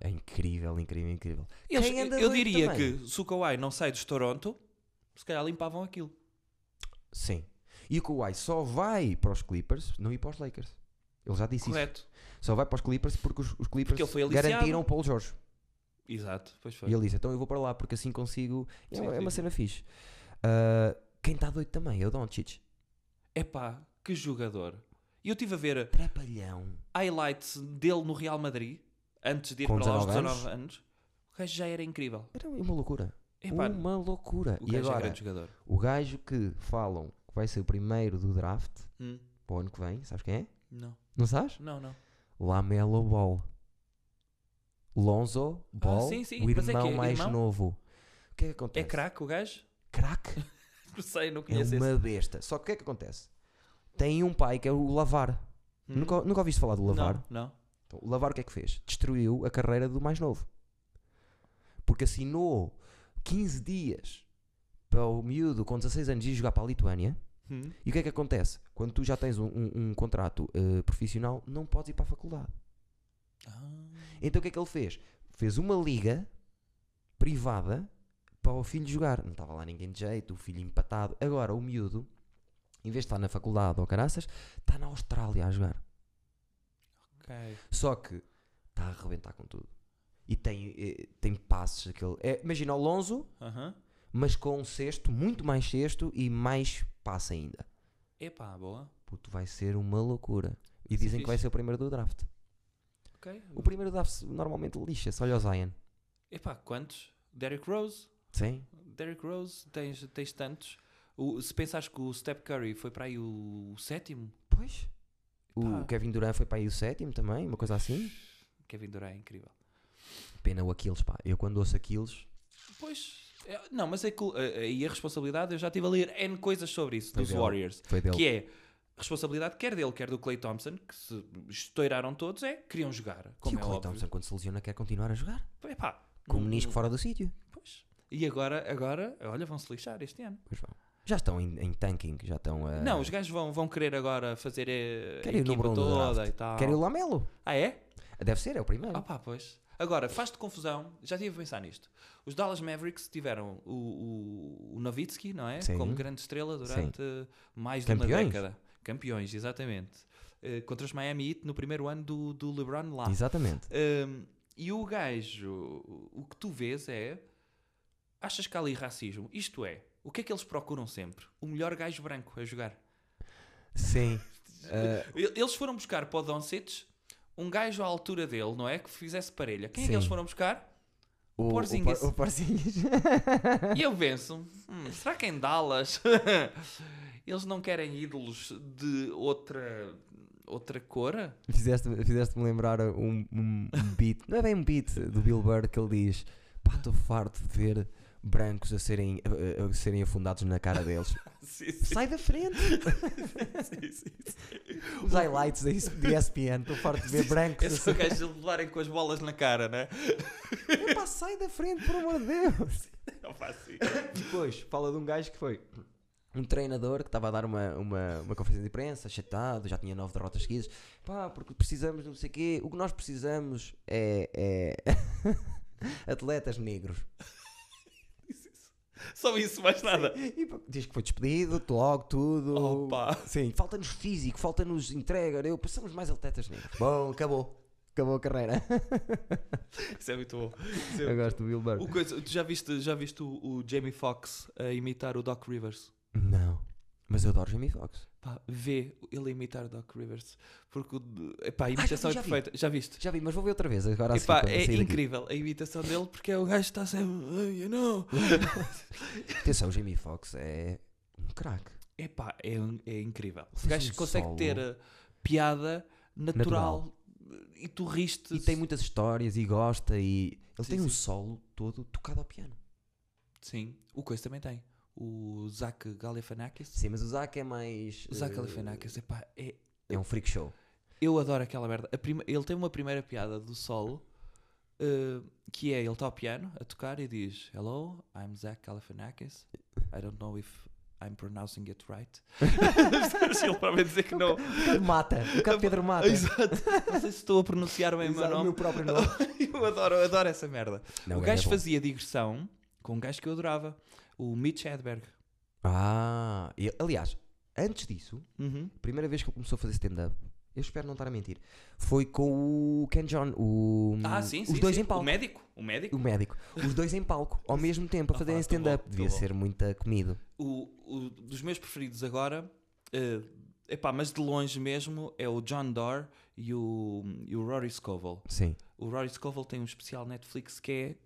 Speaker 1: É incrível, incrível, incrível.
Speaker 2: Eles-
Speaker 1: Quem
Speaker 2: eu
Speaker 1: anda
Speaker 2: eu
Speaker 1: doido
Speaker 2: diria
Speaker 1: também?
Speaker 2: que se o Kawhi não sai dos Toronto, se calhar limpavam aquilo.
Speaker 1: Sim. E o Kawhi só vai para os Clippers, não ir para os Lakers. Ele já disse
Speaker 2: Correto.
Speaker 1: isso. Só vai para os Clippers porque os, os Clippers
Speaker 2: ele foi aliciado.
Speaker 1: garantiram o Paul George.
Speaker 2: Exato, pois foi.
Speaker 1: E ele disse, então eu vou para lá porque assim consigo. É,
Speaker 2: Sim,
Speaker 1: uma- é
Speaker 2: sim,
Speaker 1: uma
Speaker 2: sim.
Speaker 1: cena fixe. Ah, quem está doido também é o Doncic.
Speaker 2: Epá, que jogador. E eu estive a ver
Speaker 1: Trapalhão.
Speaker 2: highlights dele no Real Madrid, antes de ir
Speaker 1: Com
Speaker 2: para lá aos
Speaker 1: 19
Speaker 2: 19 anos. O gajo já era incrível.
Speaker 1: Era É uma loucura.
Speaker 2: Epá,
Speaker 1: uma loucura.
Speaker 2: o
Speaker 1: Uh, E
Speaker 2: gajo é
Speaker 1: agora,
Speaker 2: grande jogador.
Speaker 1: o gajo que falam que vai ser o primeiro do draft
Speaker 2: Hum,
Speaker 1: para o ano que vem, sabes quem é?
Speaker 2: não,
Speaker 1: Não sabes?
Speaker 2: não, É não.
Speaker 1: Lamelo Ball. Lonzo Ball,
Speaker 2: sim, sim,
Speaker 1: o
Speaker 2: mas é que
Speaker 1: irmão
Speaker 2: é
Speaker 1: mais
Speaker 2: irmão?
Speaker 1: novo. O que é que
Speaker 2: É
Speaker 1: acontece?
Speaker 2: craque assim. o gajo?
Speaker 1: Craque?
Speaker 2: Não sei, não
Speaker 1: É
Speaker 2: conheço esse.
Speaker 1: uma besta. Só que o que é que acontece? Tem um pai que é o Lavar.
Speaker 2: Hum,
Speaker 1: Nunca, nunca ouviste falar do Lavar?
Speaker 2: Não, não.
Speaker 1: Então, o Lavar o que é que fez? Destruiu a carreira do mais novo. Porque assinou 15 dias para o miúdo com 16 anos ir jogar para a Lituânia.
Speaker 2: Hum,
Speaker 1: E o que é que acontece? Quando tu já tens um, um- um contrato eh, profissional, não podes ir para a faculdade.
Speaker 2: ah,
Speaker 1: Então o que é que ele fez? Fez uma liga privada para o filho jogar. Não estava lá ninguém de jeito, o filho empatado. Agora o miúdo, em vez de estar na faculdade ou caraças, está na Austrália a jogar.
Speaker 2: ok.
Speaker 1: Só que está a arrebentar com tudo. E tem, eh, tem passes. Aquele... É, imagina o Lonzo,
Speaker 2: Aham.
Speaker 1: mas com um cesto, muito mais cesto e mais passe ainda.
Speaker 2: Epá, boa.
Speaker 1: Puto, vai ser uma loucura. E
Speaker 2: Isso é
Speaker 1: dizem que vai
Speaker 2: fixe.
Speaker 1: ser o primeiro do draft.
Speaker 2: Ok.
Speaker 1: O primeiro do draft normalmente lixa-se. Olha o Zion.
Speaker 2: Epá, quantos? Derrick Rose?
Speaker 1: Sim.
Speaker 2: Derrick Rose, tens, tens tantos. O- se pensares que o Steph Curry foi para aí o, sétimo,
Speaker 1: Pois.
Speaker 2: Pá.
Speaker 1: O Kevin Durant foi para aí o sétimo também, uma coisa assim.
Speaker 2: Kevin Durant é incrível.
Speaker 1: Pena o Aquiles, pá. Eu quando ouço Aquiles,
Speaker 2: Pois, é- não, mas é que, eh, aí a responsabilidade, eu já estive a ler N coisas sobre isso,
Speaker 1: Foi
Speaker 2: dos
Speaker 1: dele.
Speaker 2: Warriors,
Speaker 1: foi dele.
Speaker 2: que é responsabilidade quer dele, quer do Clay Thompson, que se estouraram todos, é, queriam jogar,
Speaker 1: e
Speaker 2: como
Speaker 1: o
Speaker 2: é
Speaker 1: Clay
Speaker 2: óbvio.
Speaker 1: Thompson, quando se lesiona, quer continuar a jogar. Hum.
Speaker 2: Epá,
Speaker 1: Com o
Speaker 2: não-
Speaker 1: menisco
Speaker 2: não-
Speaker 1: fora do sítio.
Speaker 2: Pois. E agora, agora, olha, vão-se lixar este ano.
Speaker 1: Pois vão. Já estão em, em tanking, já estão a...
Speaker 2: Não, os gajos vão, vão querer agora fazer eh, a
Speaker 1: É. Querem o
Speaker 2: equipa
Speaker 1: número um do
Speaker 2: toda
Speaker 1: draft.
Speaker 2: e tal.
Speaker 1: Querem o Lamelo.
Speaker 2: Ah, é?
Speaker 1: Deve ser, é o primeiro.
Speaker 2: Ah pá, pois. Agora, faz-te confusão, já tive a pensar nisto. Os Dallas Mavericks tiveram o, o, o Nowitzki, não é?
Speaker 1: Sim.
Speaker 2: Como grande estrela durante mais de uma
Speaker 1: Campeões.
Speaker 2: década. Campeões, exatamente. Eh, contra os Miami Heat no primeiro ano do, do LeBron lá.
Speaker 1: Exatamente.
Speaker 2: Ehm, e o gajo, o que tu vês é. Achas que há ali racismo? Isto é, o que é que eles procuram sempre? O melhor gajo branco a jogar.
Speaker 1: Sim. Eh,
Speaker 2: E- Eles foram buscar para o Doncic um gajo à altura dele, não é? Que fizesse parelha. Quem é
Speaker 1: Sim.
Speaker 2: que eles foram buscar?
Speaker 1: o,
Speaker 2: Porzingis.
Speaker 1: O, Por- o Porzingis.
Speaker 2: E eu penso, "Hum, será que em Dallas eles não querem ídolos de outra, outra cor?
Speaker 1: Fizeste- Fizeste-me lembrar um, um beat, não é bem um beat do Bill Burr que ele diz: Pá, estou farto de ver brancos a serem, a- a- a serem afundados na cara deles.
Speaker 2: Sim, sim,
Speaker 1: Sai da frente!
Speaker 2: sim, sim.
Speaker 1: Os highlights da ES- de ESPN, estou farto de ver brancos a
Speaker 2: Esse
Speaker 1: serem.
Speaker 2: gajo de levarem com as bolas na cara, né?
Speaker 1: Epá, sai da frente, por amor de Deus!
Speaker 2: Não faz assim.
Speaker 1: Depois, fala de um gajo que foi um treinador que estava a dar uma, uma, uma conferência de imprensa, chatado, já tinha nove derrotas seguidas. Pá, porque precisamos de não sei o quê. O que nós precisamos é- é atletas negros.
Speaker 2: Só isso, mais nada.
Speaker 1: E pá, diz que foi despedido, logo tudo.
Speaker 2: Opa.
Speaker 1: Sim, falta-nos físico, falta-nos entrega. Eu precisamos mais atletas negros. Bom, acabou. Acabou a carreira.
Speaker 2: Isso é muito bom. Isso é
Speaker 1: Eu
Speaker 2: muito
Speaker 1: gosto do Bill Burr.
Speaker 2: bom. O coisa- tu já viste, já viste o, o Jamie Foxx a imitar o Doc Rivers?
Speaker 1: Não. Mas eu adoro Jamie Foxx.
Speaker 2: Pá, vê ele a imitar o Doc Rivers. Porque o- epá, a imitação
Speaker 1: já
Speaker 2: é
Speaker 1: vi.
Speaker 2: perfeita. Já viste?
Speaker 1: Já vi, mas vou ver outra vez agora a seguir,
Speaker 2: Epá,
Speaker 1: quando
Speaker 2: é
Speaker 1: sair daqui.
Speaker 2: incrível a imitação dele porque é o gajo que está sempre. "Oh, you know.
Speaker 1: Atenção, Jamie Foxx é um craque.
Speaker 2: Epá, é, um- é incrível. O
Speaker 1: Fez
Speaker 2: gajo
Speaker 1: um
Speaker 2: consegue
Speaker 1: solo.
Speaker 2: ter a piada natural, e tu riste.
Speaker 1: E tem muitas histórias e gosta e... Ele
Speaker 2: Sim,
Speaker 1: tem
Speaker 2: sim.
Speaker 1: um solo todo tocado ao piano.
Speaker 2: Sim, o coisa também tem. O Zach Galifianakis.
Speaker 1: Sim, mas o Zac é mais...
Speaker 2: O Zach
Speaker 1: eh,
Speaker 2: Galifianakis, epá, é
Speaker 1: É um freak show.
Speaker 2: Eu adoro aquela merda. A prima- Ele tem uma primeira piada do solo eh, que é, ele está ao piano a tocar e diz Hello, I'm Zach Galifianakis. I don't know if I'm pronouncing it right. Percebes? ele para dizer que não.
Speaker 1: Pedro Mata. O bocado Pedro Mata.
Speaker 2: Exato. Não sei se estou a pronunciar bem o meu
Speaker 1: Exato, o
Speaker 2: nome.
Speaker 1: meu próprio nome.
Speaker 2: eu adoro, eu adoro essa merda.
Speaker 1: Não,
Speaker 2: o
Speaker 1: é
Speaker 2: gajo
Speaker 1: bom.
Speaker 2: fazia digressão com um gajo que eu adorava, o Mitch Hedberg.
Speaker 1: Ah, e- aliás, antes disso,
Speaker 2: Uhum.
Speaker 1: a primeira vez que ele começou a fazer stand-up, eu espero não estar a mentir, foi com o Ken John, o,
Speaker 2: Ah, sim,
Speaker 1: Hum, os
Speaker 2: sim,
Speaker 1: dois
Speaker 2: sim.
Speaker 1: em palco.
Speaker 2: O médico, o médico.
Speaker 1: O médico. Os dois em palco, ao mesmo tempo, a
Speaker 2: Ah,
Speaker 1: fazerem
Speaker 2: pá, tão
Speaker 1: stand-up.
Speaker 2: bom,
Speaker 1: Devia
Speaker 2: tão bom.
Speaker 1: ser muita comida.
Speaker 2: O, o dos meus preferidos agora, eh, epá, mas de longe mesmo, é o John Doerr e o, e o Rory Scovel.
Speaker 1: Sim.
Speaker 2: O Rory Scovel tem um especial Netflix que é,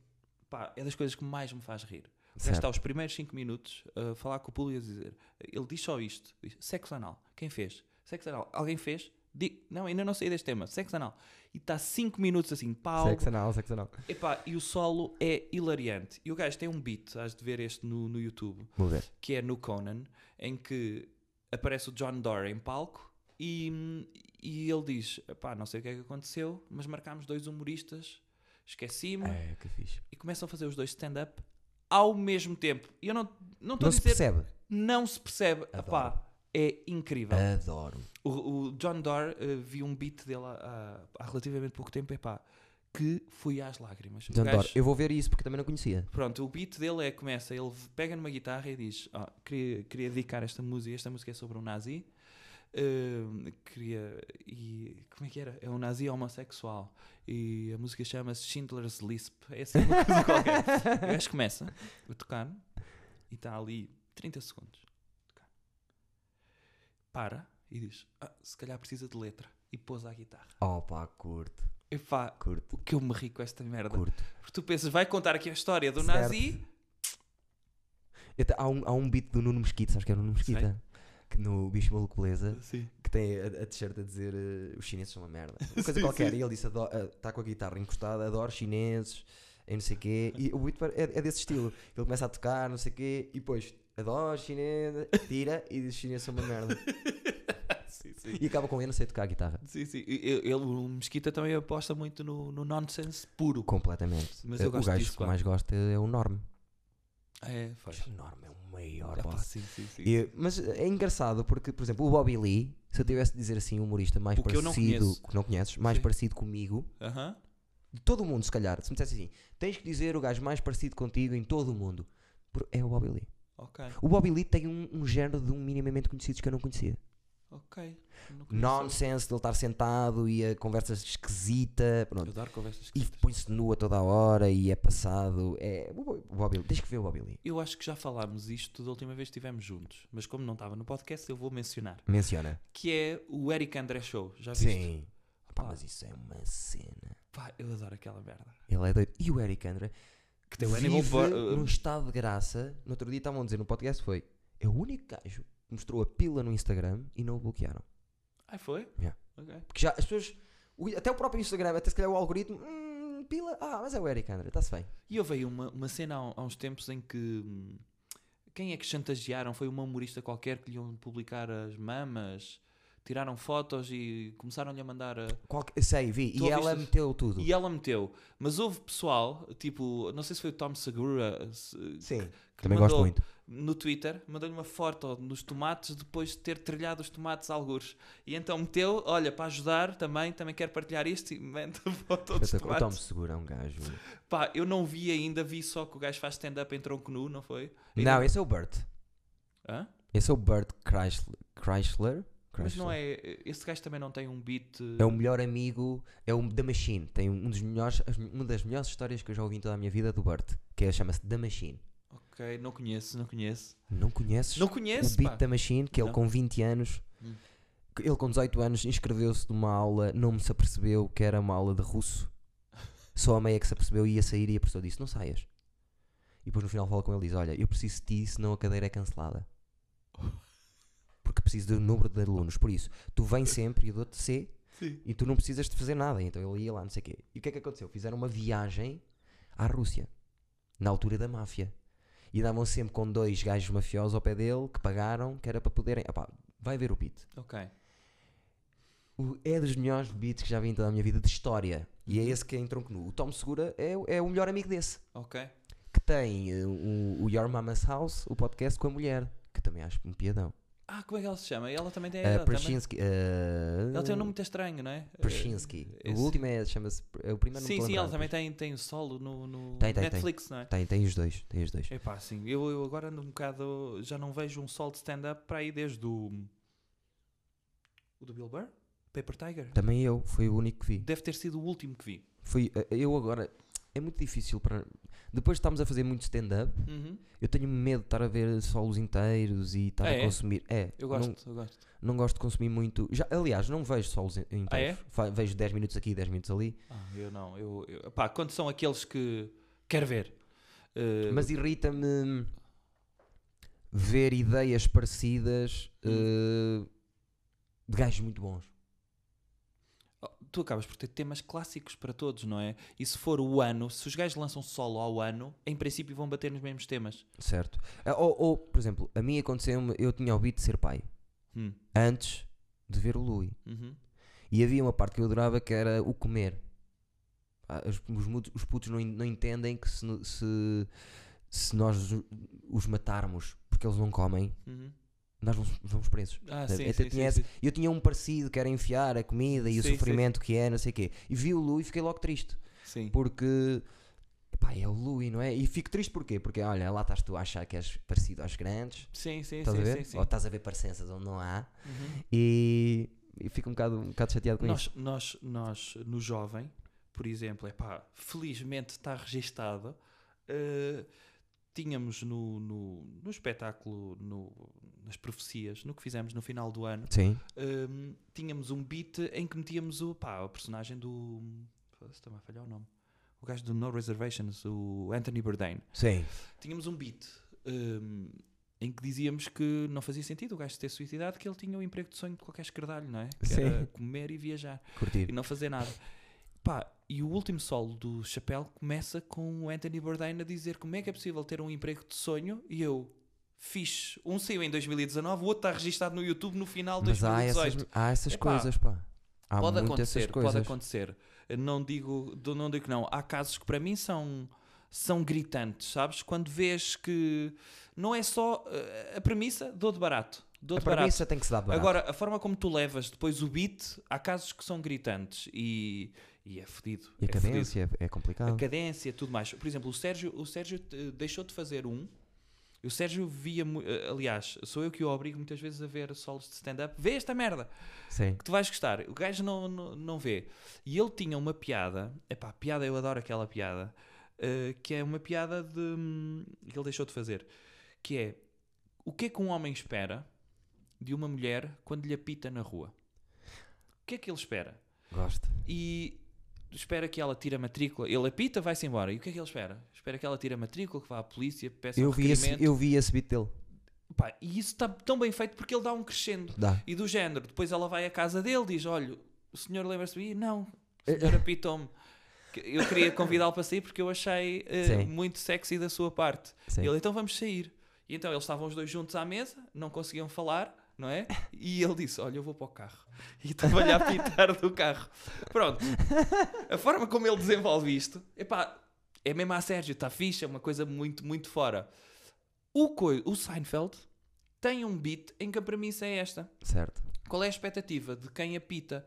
Speaker 2: pá, é das coisas que mais me faz rir. Já
Speaker 1: certo.
Speaker 2: está os primeiros 5 minutos a falar com o público e a dizer. Ele diz só isto: diz, sexo anal. Quem fez? Sexo anal. Alguém fez? Di- não, ainda não saí deste tema. Sexo anal. E está 5 minutos assim, pau.
Speaker 1: Sexo anal, sexo anal.
Speaker 2: Epá, e o solo é hilariante. E o gajo tem um beat, has de ver este no, no YouTube,
Speaker 1: Vou ver.
Speaker 2: que é no Conan, em que aparece o John Doerr em palco e, e ele diz: Epá, não sei o que é que aconteceu, mas marcámos dois humoristas, esqueci-me,
Speaker 1: É, que fixe.
Speaker 2: e começam a fazer os dois stand-up ao mesmo tempo. E eu não não estou
Speaker 1: Não
Speaker 2: a
Speaker 1: se
Speaker 2: dizer
Speaker 1: percebe?
Speaker 2: não se percebe.
Speaker 1: Adoro.
Speaker 2: Epá, é incrível.
Speaker 1: Adoro.
Speaker 2: O, o John Doerr eh, vi um beat dele há, há- há relativamente pouco tempo, epá, que fui às lágrimas. O
Speaker 1: John
Speaker 2: gajo-
Speaker 1: Doerr. Eu vou ver isso porque também não conhecia.
Speaker 2: Pronto, o beat dele é começa, ele pega numa guitarra e diz: "Ah, queria, queria dedicar esta música, esta música é sobre um nazi. Ahm, queria e como é que era? É um nazi homossexual e a música chama-se Schindler's Lisp. É assim uma coisa qualquer. E O gajo começa a tocar e está ali 30 segundos. Tocar. Para e diz: "Ah, Se calhar precisa de letra. E pôs a guitarra.
Speaker 1: Oh pá, curto,
Speaker 2: Epá,
Speaker 1: curto,
Speaker 2: o que eu me ri com esta merda.
Speaker 1: curto.
Speaker 2: Porque tu pensas, vai contar aqui a história do
Speaker 1: Certo.
Speaker 2: nazi.
Speaker 1: Eu te- há, um, há um beat do Nuno Mesquita, sabes que é o Nuno Mesquita? Que no Bicho Maluco Beleza,
Speaker 2: Sim.
Speaker 1: que tem a, a t-shirt a dizer eh, os chineses são uma merda. Uma coisa
Speaker 2: Sim,
Speaker 1: qualquer.
Speaker 2: sim.
Speaker 1: E ele disse, está com a guitarra encostada, adoro chineses, e não sei o quê. E o beat pare- é, é desse estilo. Ele começa a tocar, não sei o quê, e depois adoro chineses, tira e diz chineses são uma merda.
Speaker 2: sim, sim.
Speaker 1: E acaba com eu não sei tocar a guitarra.
Speaker 2: Sim, sim. E- e- Ele, o Mesquita também aposta muito no, no nonsense puro.
Speaker 1: Completamente.
Speaker 2: Mas
Speaker 1: Eh,
Speaker 2: eu
Speaker 1: o
Speaker 2: gosto
Speaker 1: gajo
Speaker 2: disso,
Speaker 1: que
Speaker 2: pá.
Speaker 1: mais gosta é o Norm.
Speaker 2: É, faz.
Speaker 1: O Norm é o maior
Speaker 2: Ah, pá,
Speaker 1: boss.
Speaker 2: sim, sim, sim.
Speaker 1: E- mas é engraçado porque, por exemplo, o Bobby Lee, se eu tivesse de dizer assim, um humorista mais
Speaker 2: O que eu não
Speaker 1: parecido
Speaker 2: conheço.
Speaker 1: que não conheces, mais
Speaker 2: Sim.
Speaker 1: parecido comigo,
Speaker 2: Aham.
Speaker 1: de todo o mundo, se calhar, se me dissesse assim, tens que dizer o gajo mais parecido contigo em todo o mundo, por- é o Bobby Lee.
Speaker 2: Ok,
Speaker 1: O Bobby Lee tem um, um género de um minimamente conhecidos que eu não conhecia.
Speaker 2: ok. Não conheço.
Speaker 1: Nonsense, de ele estar sentado e a conversa esquisita,
Speaker 2: Eu
Speaker 1: pronto.
Speaker 2: adoro conversas
Speaker 1: E
Speaker 2: escritas.
Speaker 1: põe-se nu a toda a hora e é passado. É. O Bo- o Bobby Lee, tens que ver o Bobby Lee.
Speaker 2: Eu acho que já falámos isto da última vez que estivemos juntos, mas como não estava no podcast, eu vou mencionar.
Speaker 1: Menciona.
Speaker 2: Que é o Eric André Show. Já viste?
Speaker 1: Sim. Pá,
Speaker 2: Ah.
Speaker 1: mas isso é uma cena.
Speaker 2: Pá, eu adoro aquela merda.
Speaker 1: Ele é doido. E o Eric André
Speaker 2: Que tem o uh, Animal
Speaker 1: vive
Speaker 2: Bar-
Speaker 1: num estado de graça. No outro dia estavam a dizer no podcast foi é o único gajo que mostrou a pila no Instagram e não o bloquearam.
Speaker 2: Ai, Ah, foi?
Speaker 1: Yeah.
Speaker 2: Ok.
Speaker 1: Porque já as pessoas, o- até o próprio Instagram, até se calhar o algoritmo, "Hum, pila, ah, mas é o Eric André, está-se bem.
Speaker 2: E eu veio uma, uma cena há, há uns tempos em que hum, quem é que chantagearam? Foi uma humorista qualquer que lhe iam publicar as mamas, tiraram fotos e começaram-lhe a mandar. a-
Speaker 1: Qualque- sei, vi.
Speaker 2: Tu
Speaker 1: e ela
Speaker 2: ouviste-
Speaker 1: meteu tudo.
Speaker 2: E ela meteu. Mas houve pessoal, tipo, não sei se foi o Tom Segura, se-
Speaker 1: Sim,
Speaker 2: que
Speaker 1: também
Speaker 2: mandou
Speaker 1: gosto muito.
Speaker 2: no Twitter, mandou-lhe uma foto nos tomates depois de ter trilhado os tomates a algures. E então meteu, olha, para ajudar também, também quero partilhar isto e manda a foto dos
Speaker 1: Espetacular. O Tom
Speaker 2: tomates.
Speaker 1: Segura é um gajo.
Speaker 2: Pá, eu não vi ainda, vi só que o gajo faz stand-up em tronco nu, não foi?
Speaker 1: Não, esse é o Bert.
Speaker 2: Hã?
Speaker 1: Esse é o Bert Chrysler. Chrysler?
Speaker 2: Mas não
Speaker 1: Chrysler.
Speaker 2: é. Esse gajo também não tem um beat.
Speaker 1: É o melhor amigo, é um The Machine. Tem um dos melhores, as- uma das melhores histórias que eu já ouvi em toda a minha vida do Bert, que é- chama-se The Machine.
Speaker 2: Ok, não conheço, não conheço.
Speaker 1: Não conheces
Speaker 2: Não
Speaker 1: o
Speaker 2: conheço,
Speaker 1: Beat
Speaker 2: pá.
Speaker 1: The Machine, que é ele
Speaker 2: Não.
Speaker 1: com 20 anos,
Speaker 2: Hum.
Speaker 1: que ele com 18 anos inscreveu-se numa aula, não me se apercebeu que era uma aula de russo. Só a meia que se apercebeu ia sair e a pessoa disse: Não saias. E depois no final fala com ele e diz: Olha, eu preciso de ti, senão a cadeira é cancelada. Porque preciso do número de alunos. Por isso, tu vens sempre e eu dou-te C
Speaker 2: Sim.
Speaker 1: e tu não precisas de fazer nada. Então ele ia lá, não sei o quê. E o que é que aconteceu? Fizeram uma viagem à Rússia, na altura da máfia. E davam sempre com dois gajos mafiosos ao pé dele que pagaram, que era para poderem. Epá, vai ver o beat.
Speaker 2: Ok.
Speaker 1: O- É dos melhores beats que já vi em toda a minha vida de história. E é esse que é em tronco nu. O Tom Segura é, é o melhor amigo desse.
Speaker 2: Ok.
Speaker 1: Que tem eh, o, o Your Mama's House, o podcast com a mulher. Que também acho um piadão.
Speaker 2: Ah, como é que ela se chama? Ela também tem.
Speaker 1: Eh,
Speaker 2: ela, também...
Speaker 1: Perchinsky. eh,
Speaker 2: ela tem um nome muito estranho, não é?
Speaker 1: Perchinsky.
Speaker 2: Eh, esse-
Speaker 1: O último é, chama-se. É o primeiro
Speaker 2: Sim,
Speaker 1: não
Speaker 2: sim,
Speaker 1: ela
Speaker 2: ela também tem, tem o solo no, no
Speaker 1: Tem, tem, tem.
Speaker 2: Netflix, não é?
Speaker 1: Tem, tem os dois. Tem os dois.
Speaker 2: Epá, sim, eu, eu agora ando um bocado. Já não vejo um solo de stand-up para aí desde o. O do Bill Burr? Paper Tiger?
Speaker 1: Também eu. Foi o único que vi.
Speaker 2: Deve ter sido o último que vi.
Speaker 1: Foi, eh, eu agora. É muito difícil para. Depois de estarmos a fazer muito stand-up,
Speaker 2: Uhum.
Speaker 1: eu tenho medo de estar a ver solos inteiros e estar
Speaker 2: Ah, é?
Speaker 1: a consumir. É,
Speaker 2: Eu
Speaker 1: não-
Speaker 2: gosto, eu gosto.
Speaker 1: Não gosto de consumir muito. Já, aliás, não vejo solos in- inteiros.
Speaker 2: Ah, é?
Speaker 1: Fa- Vejo 10 minutos aqui, 10 minutos ali.
Speaker 2: Ah, eu não. Eu, eu, epá, quando são aqueles que quero ver. Eh,
Speaker 1: Mas irrita-me ver ideias parecidas
Speaker 2: Hum.
Speaker 1: eh, de gajos muito bons.
Speaker 2: oh, tu acabas por ter temas clássicos para todos, não é? E se for o ano, se os gajos lançam solo ao ano, em princípio vão bater nos mesmos temas.
Speaker 1: Certo? Ah, Ou, ou, por exemplo, a mim aconteceu-me, eu tinha ouvido ser pai
Speaker 2: Hum.
Speaker 1: antes de ver o Louis.
Speaker 2: Uhum.
Speaker 1: E havia uma parte que eu adorava que era o comer. Pá, Os, os mudos- os putos não, en- não entendem que se, no- se, se nós os- os matarmos porque eles não comem,
Speaker 2: Uhum.
Speaker 1: nós vamos, vamos presos.
Speaker 2: Ah,
Speaker 1: Sabe?
Speaker 2: sim,
Speaker 1: Eu
Speaker 2: sim,
Speaker 1: tinha
Speaker 2: sim,
Speaker 1: esse-
Speaker 2: sim.
Speaker 1: Eu tinha um parecido que era enfiar a comida e o
Speaker 2: Sim,
Speaker 1: sofrimento que é, não sei o quê. E vi o Lu e fiquei logo triste.
Speaker 2: Sim.
Speaker 1: Porque. Pá, é o Louis, não é? E fico triste porquê? Porque olha, lá estás tu a achar que és parecido aos grandes,
Speaker 2: Sim, sim,
Speaker 1: estás
Speaker 2: sim,
Speaker 1: a ver?
Speaker 2: sim, sim.
Speaker 1: Ou estás a ver parecenças onde não há,
Speaker 2: Uhum.
Speaker 1: e, e fico um bocado, um bocado chateado com isso.
Speaker 2: Nós, nós, nós, no jovem, por exemplo, é pá, felizmente está registado. eh, tínhamos no, no, no espetáculo, no, nas profecias, no que fizemos no final do ano,
Speaker 1: Sim,
Speaker 2: hum, tínhamos um beat em que metíamos o, pá, a personagem do. foda-se, Está-me a falhar o nome. O gajo do No Reservations, o Anthony Bourdain.
Speaker 1: sim.
Speaker 2: Tínhamos um beat hum, em que dizíamos que não fazia sentido o gajo ter suicidado, que ele tinha o emprego de sonho de qualquer escardalho, não é? Que era
Speaker 1: Sim.
Speaker 2: comer e viajar e
Speaker 1: Curtir.
Speaker 2: não fazer nada. Pá, e o último solo do Chapéu começa com o Anthony Bourdain a dizer como é que é possível ter um emprego de sonho e eu fiz. Um saiu em 2019, o outro está registado no YouTube no final de
Speaker 1: Mas há
Speaker 2: 2018.
Speaker 1: essas, há essas
Speaker 2: Epá,
Speaker 1: coisas, pá. Há
Speaker 2: pode
Speaker 1: muito
Speaker 2: acontecer,
Speaker 1: essas coisas. É,
Speaker 2: pode acontecer. Não digo, do- não digo que não. Há casos que para mim são são gritantes, sabes? Quando vês que não é só eh, a premissa, dou de barato. Dou
Speaker 1: A
Speaker 2: de barato.
Speaker 1: premissa tem que se dar barato.
Speaker 2: Agora, a forma como tu levas depois o beat, há casos que são gritantes e, e é fedido.
Speaker 1: e a
Speaker 2: é fedido.
Speaker 1: cadência é, é complicado.
Speaker 2: A cadência, tudo mais. Por exemplo, o Sérgio, o Sérgio eh, deixou de fazer um. O Sérgio via. mu- eh, Aliás, sou eu que o obrigo muitas vezes a ver solos de stand-up. Vê esta merda!
Speaker 1: Sim.
Speaker 2: que tu vais gostar. O gajo não, não, não vê. E ele tinha uma piada, epá, piada, eu adoro aquela piada, eh, que é uma piada de, hum, que ele deixou de fazer, que é o que é que um homem espera de uma mulher quando lhe apita na rua? O que é que ele espera?
Speaker 1: Gosto.
Speaker 2: E espera que ela tire a matrícula, ele apita, vai-se embora. E o que é que ele espera? Espera que ela tire a matrícula, que vá à polícia, peça
Speaker 1: Eu
Speaker 2: um
Speaker 1: vi, esse,
Speaker 2: requerimento.
Speaker 1: eu vi esse beat dele.
Speaker 2: Pá, e isso está tão bem feito porque ele dá um crescendo.
Speaker 1: Dá.
Speaker 2: E do género, depois ela vai à casa dele diz: Olha, o senhor lembra-se de mim? Não,
Speaker 1: É,
Speaker 2: o senhor apitou-me. Que Eu queria convidá-lo para sair porque eu achei eh,
Speaker 1: Sim.
Speaker 2: muito sexy da sua parte.
Speaker 1: Sim.
Speaker 2: E ele, então vamos sair. E então eles estavam os dois juntos à mesa, não conseguiam falar, não é? E ele disse: Olha, eu vou para o carro. E estava-lhe a apitar do carro. Pronto. A forma como ele desenvolve isto, epá, é mesmo a Sérgio, está fixe, é uma coisa muito, muito fora. O, coi- o Seinfeld tem um beat em que a premissa é esta.
Speaker 1: Certo.
Speaker 2: Qual é a expectativa de quem apita?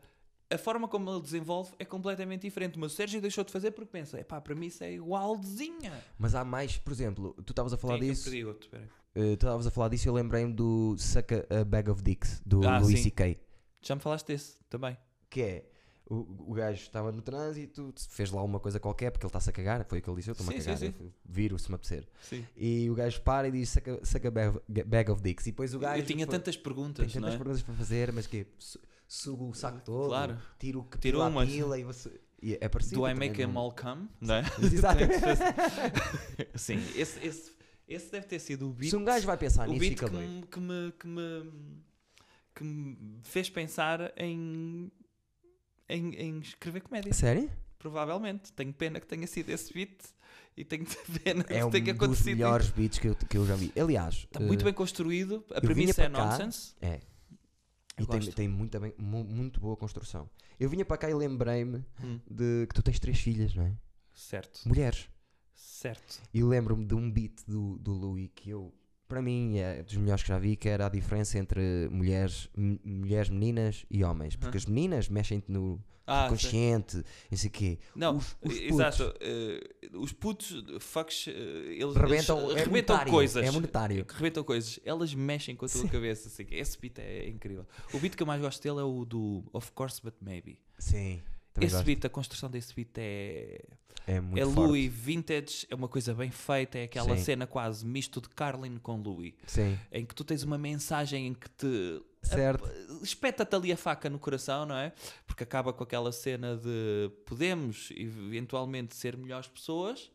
Speaker 2: A forma como ele desenvolve é completamente diferente. Mas o Sérgio deixou de fazer porque pensa: epá, para mim isso é igualzinha.
Speaker 1: Mas há mais, por exemplo, tu estavas a falar
Speaker 2: Sim, eu
Speaker 1: disso.
Speaker 2: perdi outro, peraí.
Speaker 1: eh, tu estavas a falar disso e eu lembrei-me do Suck a, a Bag of Dicks, do
Speaker 2: Ah,
Speaker 1: Louis
Speaker 2: sim.
Speaker 1: C.K.
Speaker 2: Já me falaste desse também.
Speaker 1: Que é. O, o gajo estava no trânsito, fez lá uma coisa qualquer porque ele está-se a cagar, foi o que ele disse, eu estou-me a
Speaker 2: Sim,
Speaker 1: cagar,
Speaker 2: sim,
Speaker 1: eu- viro-se-me a apetecer.
Speaker 2: Sim.
Speaker 1: E o gajo para e diz suck a, suck a bag, bag of dicks. E depois o gajo
Speaker 2: eu tinha
Speaker 1: pô,
Speaker 2: tantas
Speaker 1: tem
Speaker 2: perguntas,
Speaker 1: tantas
Speaker 2: não é?
Speaker 1: perguntas para fazer, mas que sugo o saco todo,
Speaker 2: Claro.
Speaker 1: tiro o que
Speaker 2: Tiro
Speaker 1: pila a
Speaker 2: umas.
Speaker 1: pila e você. e é parecido.
Speaker 2: Do I
Speaker 1: também,
Speaker 2: make them
Speaker 1: não-
Speaker 2: all come? Não é?
Speaker 1: Exato.
Speaker 2: Sim, esse, esse, esse deve ter sido o beat.
Speaker 1: Se um gajo vai pensar
Speaker 2: assim. o
Speaker 1: nisso,
Speaker 2: beat
Speaker 1: fica
Speaker 2: que
Speaker 1: doido.
Speaker 2: me, que, me, que, me, que me fez pensar em, em, em escrever comédia.
Speaker 1: Sério?
Speaker 2: Provavelmente. Tenho pena que tenha sido esse beat e tenho pena que
Speaker 1: É um
Speaker 2: tenha
Speaker 1: dos
Speaker 2: acontecido.
Speaker 1: melhores beats que eu, que eu já vi. Aliás,
Speaker 2: Está muito
Speaker 1: eh,
Speaker 2: bem construído, a
Speaker 1: vinha
Speaker 2: premissa é
Speaker 1: para cá.
Speaker 2: nonsense.
Speaker 1: é. E
Speaker 2: Eu
Speaker 1: tem,
Speaker 2: gosto.
Speaker 1: tem muita bem- mu- muito boa construção. Eu vinha para cá e lembrei-me
Speaker 2: Hum.
Speaker 1: de que tu tens três filhas, não é?
Speaker 2: Certo.
Speaker 1: Mulheres.
Speaker 2: Certo.
Speaker 1: E lembro-me de um beat do, do Louis que eu, para mim, é dos melhores que já vi, que era a diferença entre mulheres, m- mulheres meninas e homens. Porque as meninas mexem-te no
Speaker 2: Ah, certo.
Speaker 1: consciente, não sei o quê.
Speaker 2: Não,
Speaker 1: os, os
Speaker 2: exato. eh, os putos, fucks, eh, eles
Speaker 1: Rebentam-
Speaker 2: eles
Speaker 1: é
Speaker 2: rebentam
Speaker 1: monetário,
Speaker 2: coisas.
Speaker 1: é monetário.
Speaker 2: Rebentam coisas. Elas mexem com a tua cabeça. Assim. Esse beat é incrível. O beat que eu mais gosto dele é o do Of Course But Maybe.
Speaker 1: Sim, também
Speaker 2: Esse
Speaker 1: gosto.
Speaker 2: beat, a construção desse beat é.
Speaker 1: é muito
Speaker 2: é
Speaker 1: forte.
Speaker 2: Louis vintage, é uma coisa bem feita. É aquela
Speaker 1: Sim.
Speaker 2: cena quase misto de Carlin com Louis.
Speaker 1: Sim,
Speaker 2: Em que tu tens uma mensagem em que te eh,
Speaker 1: certo.
Speaker 2: espeta-te ali a faca no coração, não é? Porque acaba com aquela cena de podemos eventualmente ser melhores pessoas,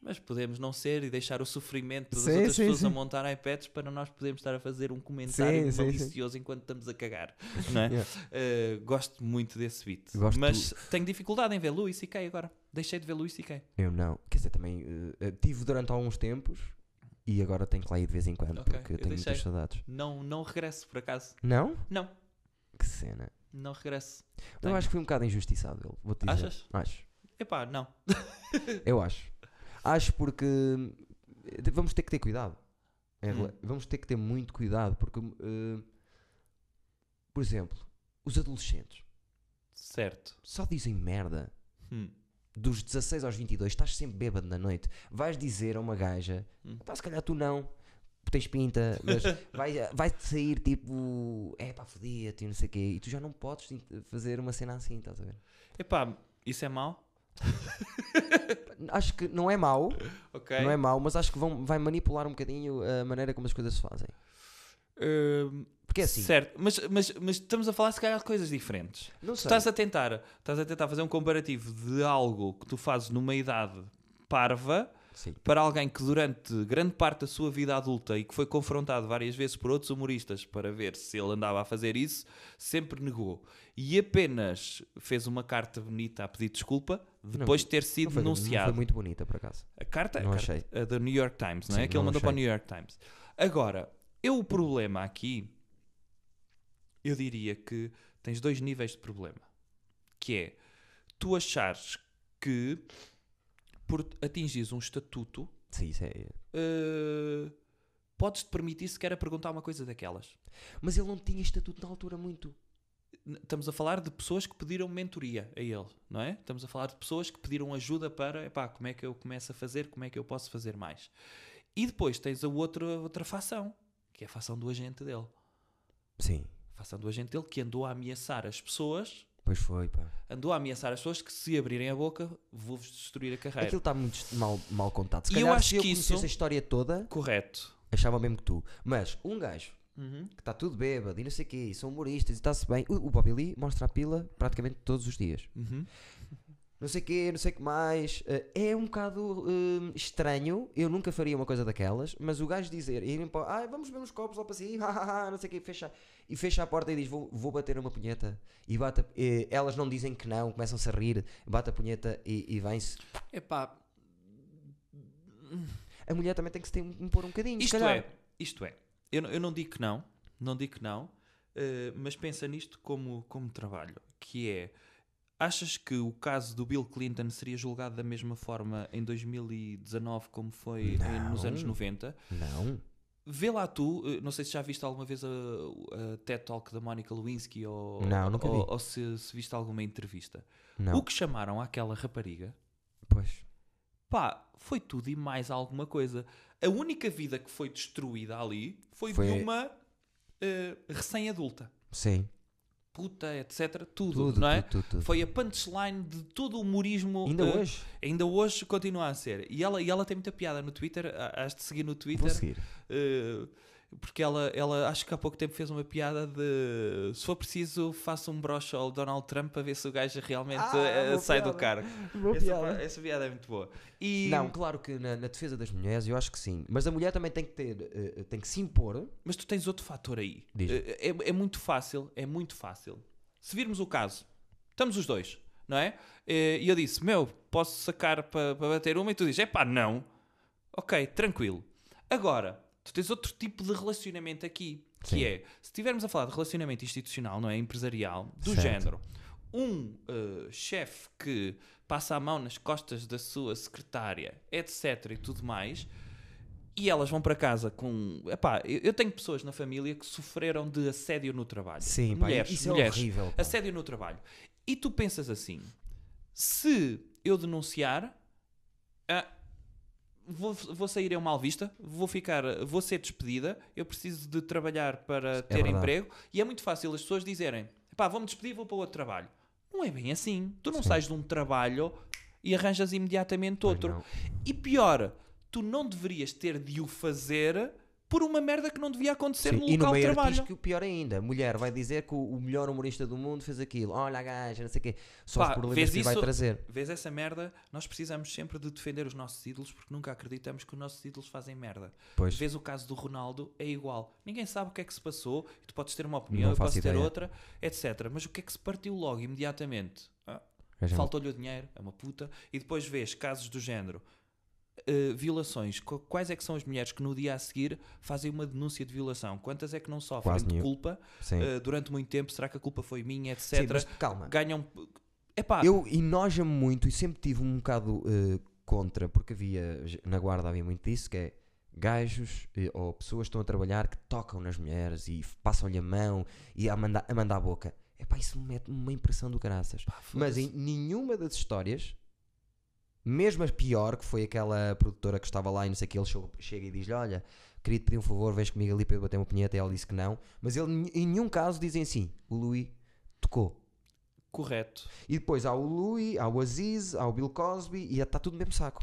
Speaker 2: mas podemos não ser e deixar o sofrimento das
Speaker 1: Sim,
Speaker 2: outras
Speaker 1: sim,
Speaker 2: pessoas a
Speaker 1: sim.
Speaker 2: montar iPads para nós podermos estar a fazer um comentário
Speaker 1: Sim, sim,
Speaker 2: malicioso enquanto estamos a cagar, não é?
Speaker 1: Yeah.
Speaker 2: Uh, gosto muito desse beat,
Speaker 1: Gosto
Speaker 2: mas tenho dificuldade em ver Louis C.K. agora. Deixei de ver Louis C.K.
Speaker 1: Eu não. Quer dizer, também eh, tive durante alguns tempos e agora tenho que lá ir de vez em quando
Speaker 2: Ok,
Speaker 1: porque
Speaker 2: eu
Speaker 1: eu tenho
Speaker 2: deixei.
Speaker 1: muitas saudades.
Speaker 2: Não, não regresso, por acaso.
Speaker 1: Não?
Speaker 2: Não,
Speaker 1: Que cena.
Speaker 2: não regresso.
Speaker 1: Eu
Speaker 2: Tenho.
Speaker 1: acho que fui um bocado injustiçado. ele, Vou-te dizer.
Speaker 2: Achas?
Speaker 1: Acho.
Speaker 2: Epá, não.
Speaker 1: Eu acho. Acho porque hum, te- vamos ter que ter cuidado. Em rela-
Speaker 2: Hum.
Speaker 1: Vamos ter que ter muito cuidado porque, hum, eh, por exemplo, os adolescentes
Speaker 2: Certo.
Speaker 1: só dizem merda.
Speaker 2: Hum.
Speaker 1: Dos 16 aos 22, estás sempre bêbado na noite. Vais dizer a uma gaja,
Speaker 2: Hum.
Speaker 1: pá, se calhar tu não, tens pinta, mas vai, vai sair tipo, é pá, fodia-te e não sei o quê. E tu já não podes sim, fazer uma cena assim, estás a ver?
Speaker 2: Epá, isso é mau?
Speaker 1: Acho que não é mau,
Speaker 2: Ok.
Speaker 1: Não é mau, mas acho que vão, vai manipular um bocadinho a maneira como as coisas se fazem.
Speaker 2: Hum,
Speaker 1: Porque é assim,
Speaker 2: Certo, mas, mas, mas estamos a falar se calhar de coisas diferentes.
Speaker 1: não
Speaker 2: Tu
Speaker 1: sei.
Speaker 2: estás a tentar, estás a tentar fazer um comparativo de algo que tu fazes numa idade parva
Speaker 1: Sim.
Speaker 2: para alguém que durante grande parte da sua vida adulta e que foi confrontado várias vezes por outros humoristas para ver se ele andava a fazer isso, sempre negou. E apenas fez uma carta bonita a pedir desculpa depois de ter sido
Speaker 1: Não foi, não
Speaker 2: denunciado.
Speaker 1: foi muito bonita, por acaso.
Speaker 2: A carta,
Speaker 1: Não
Speaker 2: a carta
Speaker 1: achei.
Speaker 2: a do New York Times, não é?
Speaker 1: Sim,
Speaker 2: que ele
Speaker 1: não
Speaker 2: mandou para o
Speaker 1: achei.
Speaker 2: New York Times. Agora, eu o problema aqui, eu diria que tens dois níveis de problema. Que é, tu achares que por atingires um estatuto,
Speaker 1: Sim, isso é.
Speaker 2: eh, podes-te permitir sequer a perguntar uma coisa daquelas.
Speaker 1: Mas ele não tinha estatuto na altura muito.
Speaker 2: N- Estamos a falar de pessoas que pediram mentoria a ele, não é? Estamos a falar de pessoas que pediram ajuda para, epá, como é que eu começo a fazer, como é que eu posso fazer mais. E depois tens a outra, outra fação, que é a fação do agente dele.
Speaker 1: Sim,
Speaker 2: A fação do agente dele que andou a ameaçar as pessoas,
Speaker 1: pois foi, pá.
Speaker 2: andou a ameaçar as pessoas que se abrirem a boca, vou-vos destruir a carreira.
Speaker 1: Aquilo está muito est- mal, mal contado. Se
Speaker 2: E eu
Speaker 1: calhar,
Speaker 2: acho
Speaker 1: se eu
Speaker 2: que
Speaker 1: conhecesse
Speaker 2: isso-
Speaker 1: a história toda,
Speaker 2: Correto.
Speaker 1: achava mesmo que tu. Mas um gajo
Speaker 2: Uhum.
Speaker 1: que está tudo bêbado e não sei o quê, e são humoristas e está-se bem. O, o Bobby Lee mostra a pila praticamente todos os dias.
Speaker 2: Uhum.
Speaker 1: Não sei o quê, não sei o que mais. Eh, É um bocado hum, estranho. Eu nunca faria uma coisa daquelas. Mas o gajo dizer, irem para, "Ai, vamos ver uns copos lá para cima, hahaha", não sei o quê, fecha, e fecha a porta e diz, vou, vou bater uma punheta. E bate, a- eh, elas não dizem que não, começam-se a rir, bate a punheta e, e vem-se.
Speaker 2: Epá,
Speaker 1: A mulher também tem que se ter- impor um bocadinho. se
Speaker 2: Isto
Speaker 1: calhar.
Speaker 2: é, isto é. Eu, não- eu não digo que não, não digo que não, eh, mas pensa nisto como, como trabalho, que é, achas que o caso do Bill Clinton seria julgado da mesma forma em 2019 como foi eh, nos anos
Speaker 1: Não.
Speaker 2: 90?
Speaker 1: Não.
Speaker 2: Vê lá tu, eh, não sei se já viste alguma vez a, a TED Talk da Monica Lewinsky ou,
Speaker 1: Não, nunca vi.
Speaker 2: ou, ou se, se viste alguma entrevista.
Speaker 1: Não.
Speaker 2: O que chamaram àquela rapariga
Speaker 1: Pois.
Speaker 2: pá, foi tudo e mais alguma coisa. A única vida que foi destruída ali foi,
Speaker 1: Foi-
Speaker 2: de uma eh, recém-adulta.
Speaker 1: Sim.
Speaker 2: Puta, etc. Tudo,
Speaker 1: Tudo,
Speaker 2: não é?
Speaker 1: tudo, tudo, tudo.
Speaker 2: Foi a punchline de todo o humorismo.
Speaker 1: Ainda
Speaker 2: eh,
Speaker 1: hoje.
Speaker 2: Ainda hoje continua a ser. E ela, e ela tem muita piada no Twitter. a- Has de seguir no
Speaker 1: Vou
Speaker 2: Twitter.
Speaker 1: seguir.
Speaker 2: eh, porque ela, ela, acho que há pouco tempo fez uma piada de se for preciso, faça um broche ao Donald Trump para ver se o gajo realmente
Speaker 1: Ah,
Speaker 2: eh,
Speaker 1: boa
Speaker 2: sai do
Speaker 1: piada.
Speaker 2: cargo.
Speaker 1: Boa
Speaker 2: Essa,
Speaker 1: piada.
Speaker 2: pa- essa piada é muito boa. E-
Speaker 1: Não, claro que na, na defesa das mulheres eu acho que sim. Mas a mulher também tem que ter, eh, tem que se impor.
Speaker 2: Mas tu tens outro fator aí.
Speaker 1: Diz.
Speaker 2: É, é- é muito fácil, é muito fácil. Se virmos o caso, estamos os dois, não é? Eh, E eu disse, meu, posso sacar para bater uma? E tu dizes, é pá, não. Ok, tranquilo. Agora, tu tens outro tipo de relacionamento aqui. Que
Speaker 1: Sim.
Speaker 2: é, se estivermos a falar de relacionamento institucional, não é? Empresarial, do
Speaker 1: Certo.
Speaker 2: género. Um eh, chefe que passa a mão nas costas da sua secretária, etc. e tudo mais, e elas vão para casa com. Epá, eu, eu tenho pessoas na família que sofreram de assédio no trabalho.
Speaker 1: Sim, pá,
Speaker 2: mulheres,
Speaker 1: isso
Speaker 2: mulheres.
Speaker 1: é horrível. pá.
Speaker 2: Assédio no trabalho. E tu pensas assim: se eu denunciar, ah, vou, vou sair eu mal vista, vou ficar, vou ser despedida, eu preciso de trabalhar para ter
Speaker 1: verdade.
Speaker 2: emprego, e é muito fácil as pessoas dizerem: pá, vou-me despedir, vou para outro trabalho. Não é bem assim. Tu não sais de um trabalho e arranjas imediatamente
Speaker 1: Pois
Speaker 2: outro.
Speaker 1: não.
Speaker 2: E pior, tu não deverias ter de o fazer por uma merda que não devia acontecer
Speaker 1: Sim,
Speaker 2: no
Speaker 1: e no
Speaker 2: local de
Speaker 1: meio
Speaker 2: trabalho.
Speaker 1: artístico, pior ainda, a mulher vai dizer que o o melhor humorista do mundo fez aquilo. Olha a gaja, não sei o quê. Só
Speaker 2: Pá,
Speaker 1: os problemas
Speaker 2: vês
Speaker 1: que lhe vai
Speaker 2: isso-
Speaker 1: trazer.
Speaker 2: Vês essa merda? Nós precisamos sempre de defender os nossos ídolos porque nunca acreditamos que os nossos ídolos fazem merda.
Speaker 1: Pois.
Speaker 2: Vês o caso do Ronaldo, é igual. Ninguém sabe o que é que se passou, e tu podes ter uma opinião,
Speaker 1: Não
Speaker 2: eu
Speaker 1: faço
Speaker 2: posso ter
Speaker 1: ideia.
Speaker 2: outra, etc. Mas o que é que se partiu logo, imediatamente? Ah,
Speaker 1: Gaja,
Speaker 2: Faltou-lhe o dinheiro, é uma puta. E depois vês casos do género. eh, violações, Qu- quais é que são as mulheres que no dia a seguir fazem uma denúncia de violação? Quantas é que não sofrem
Speaker 1: Quase
Speaker 2: de
Speaker 1: nenhuma.
Speaker 2: culpa
Speaker 1: Sim.
Speaker 2: eh, durante muito tempo? Será que a culpa foi minha, etc?
Speaker 1: Sim, mas calma.
Speaker 2: Ganham. Epá,
Speaker 1: Eu enoja-me muito e sempre tive um bocado eh, contra, porque havia, na guarda havia muito disso, que é gajos eh, ou pessoas que estão a trabalhar que tocam nas mulheres e f- passam-lhe a mão e a mandar a, mandar a boca. Epá, isso me mete uma impressão do caraças.
Speaker 2: pá,
Speaker 1: Mas
Speaker 2: foda-se.
Speaker 1: em nenhuma das histórias, mesmo a pior, que foi aquela produtora que estava lá e não sei o que, ele chegou- chega e diz-lhe: Olha, queria te pedir um favor, vens comigo ali para eu bater uma punheta. E ela disse que não. Mas ele, em nenhum caso dizem assim: O Louis tocou.
Speaker 2: Correto.
Speaker 1: E depois há o Louis, há o Aziz, há o Bill Cosby e está tudo no mesmo saco.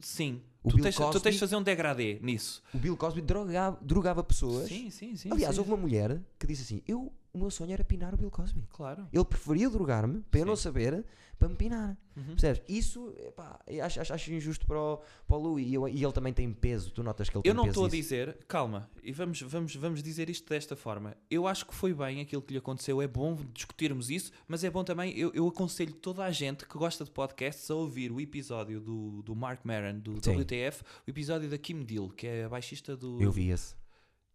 Speaker 2: Sim.
Speaker 1: O
Speaker 2: Tu
Speaker 1: Bill
Speaker 2: tens, tu
Speaker 1: Cosby-
Speaker 2: tens de fazer um degradê nisso.
Speaker 1: O Bill Cosby drogava, drogava pessoas.
Speaker 2: Sim, sim, sim.
Speaker 1: Aliás,
Speaker 2: sim.
Speaker 1: houve uma mulher que disse assim: Eu, o meu sonho era pinar o Bill Cosby.
Speaker 2: Claro.
Speaker 1: Ele preferia drogar-me para eu não
Speaker 2: Sim.
Speaker 1: saber para me pinar.
Speaker 2: Uhum.
Speaker 1: Percebes? Isso epá, eu acho, acho- acho injusto para o, para o Lu e, eu- e ele também tem peso. Tu notas que ele
Speaker 2: Eu
Speaker 1: tem
Speaker 2: não
Speaker 1: peso.
Speaker 2: estou a
Speaker 1: nisso.
Speaker 2: dizer, calma, e vamos, vamos, vamos dizer isto desta forma. Eu acho que foi bem aquilo que lhe aconteceu, é bom discutirmos isso, mas é bom também, eu, eu aconselho toda a gente que gosta de podcasts a ouvir o episódio do, do Mark Maron, do
Speaker 1: Sim.
Speaker 2: WTF, o episódio da Kim Deal, que é a baixista do.
Speaker 1: Eu vi esse.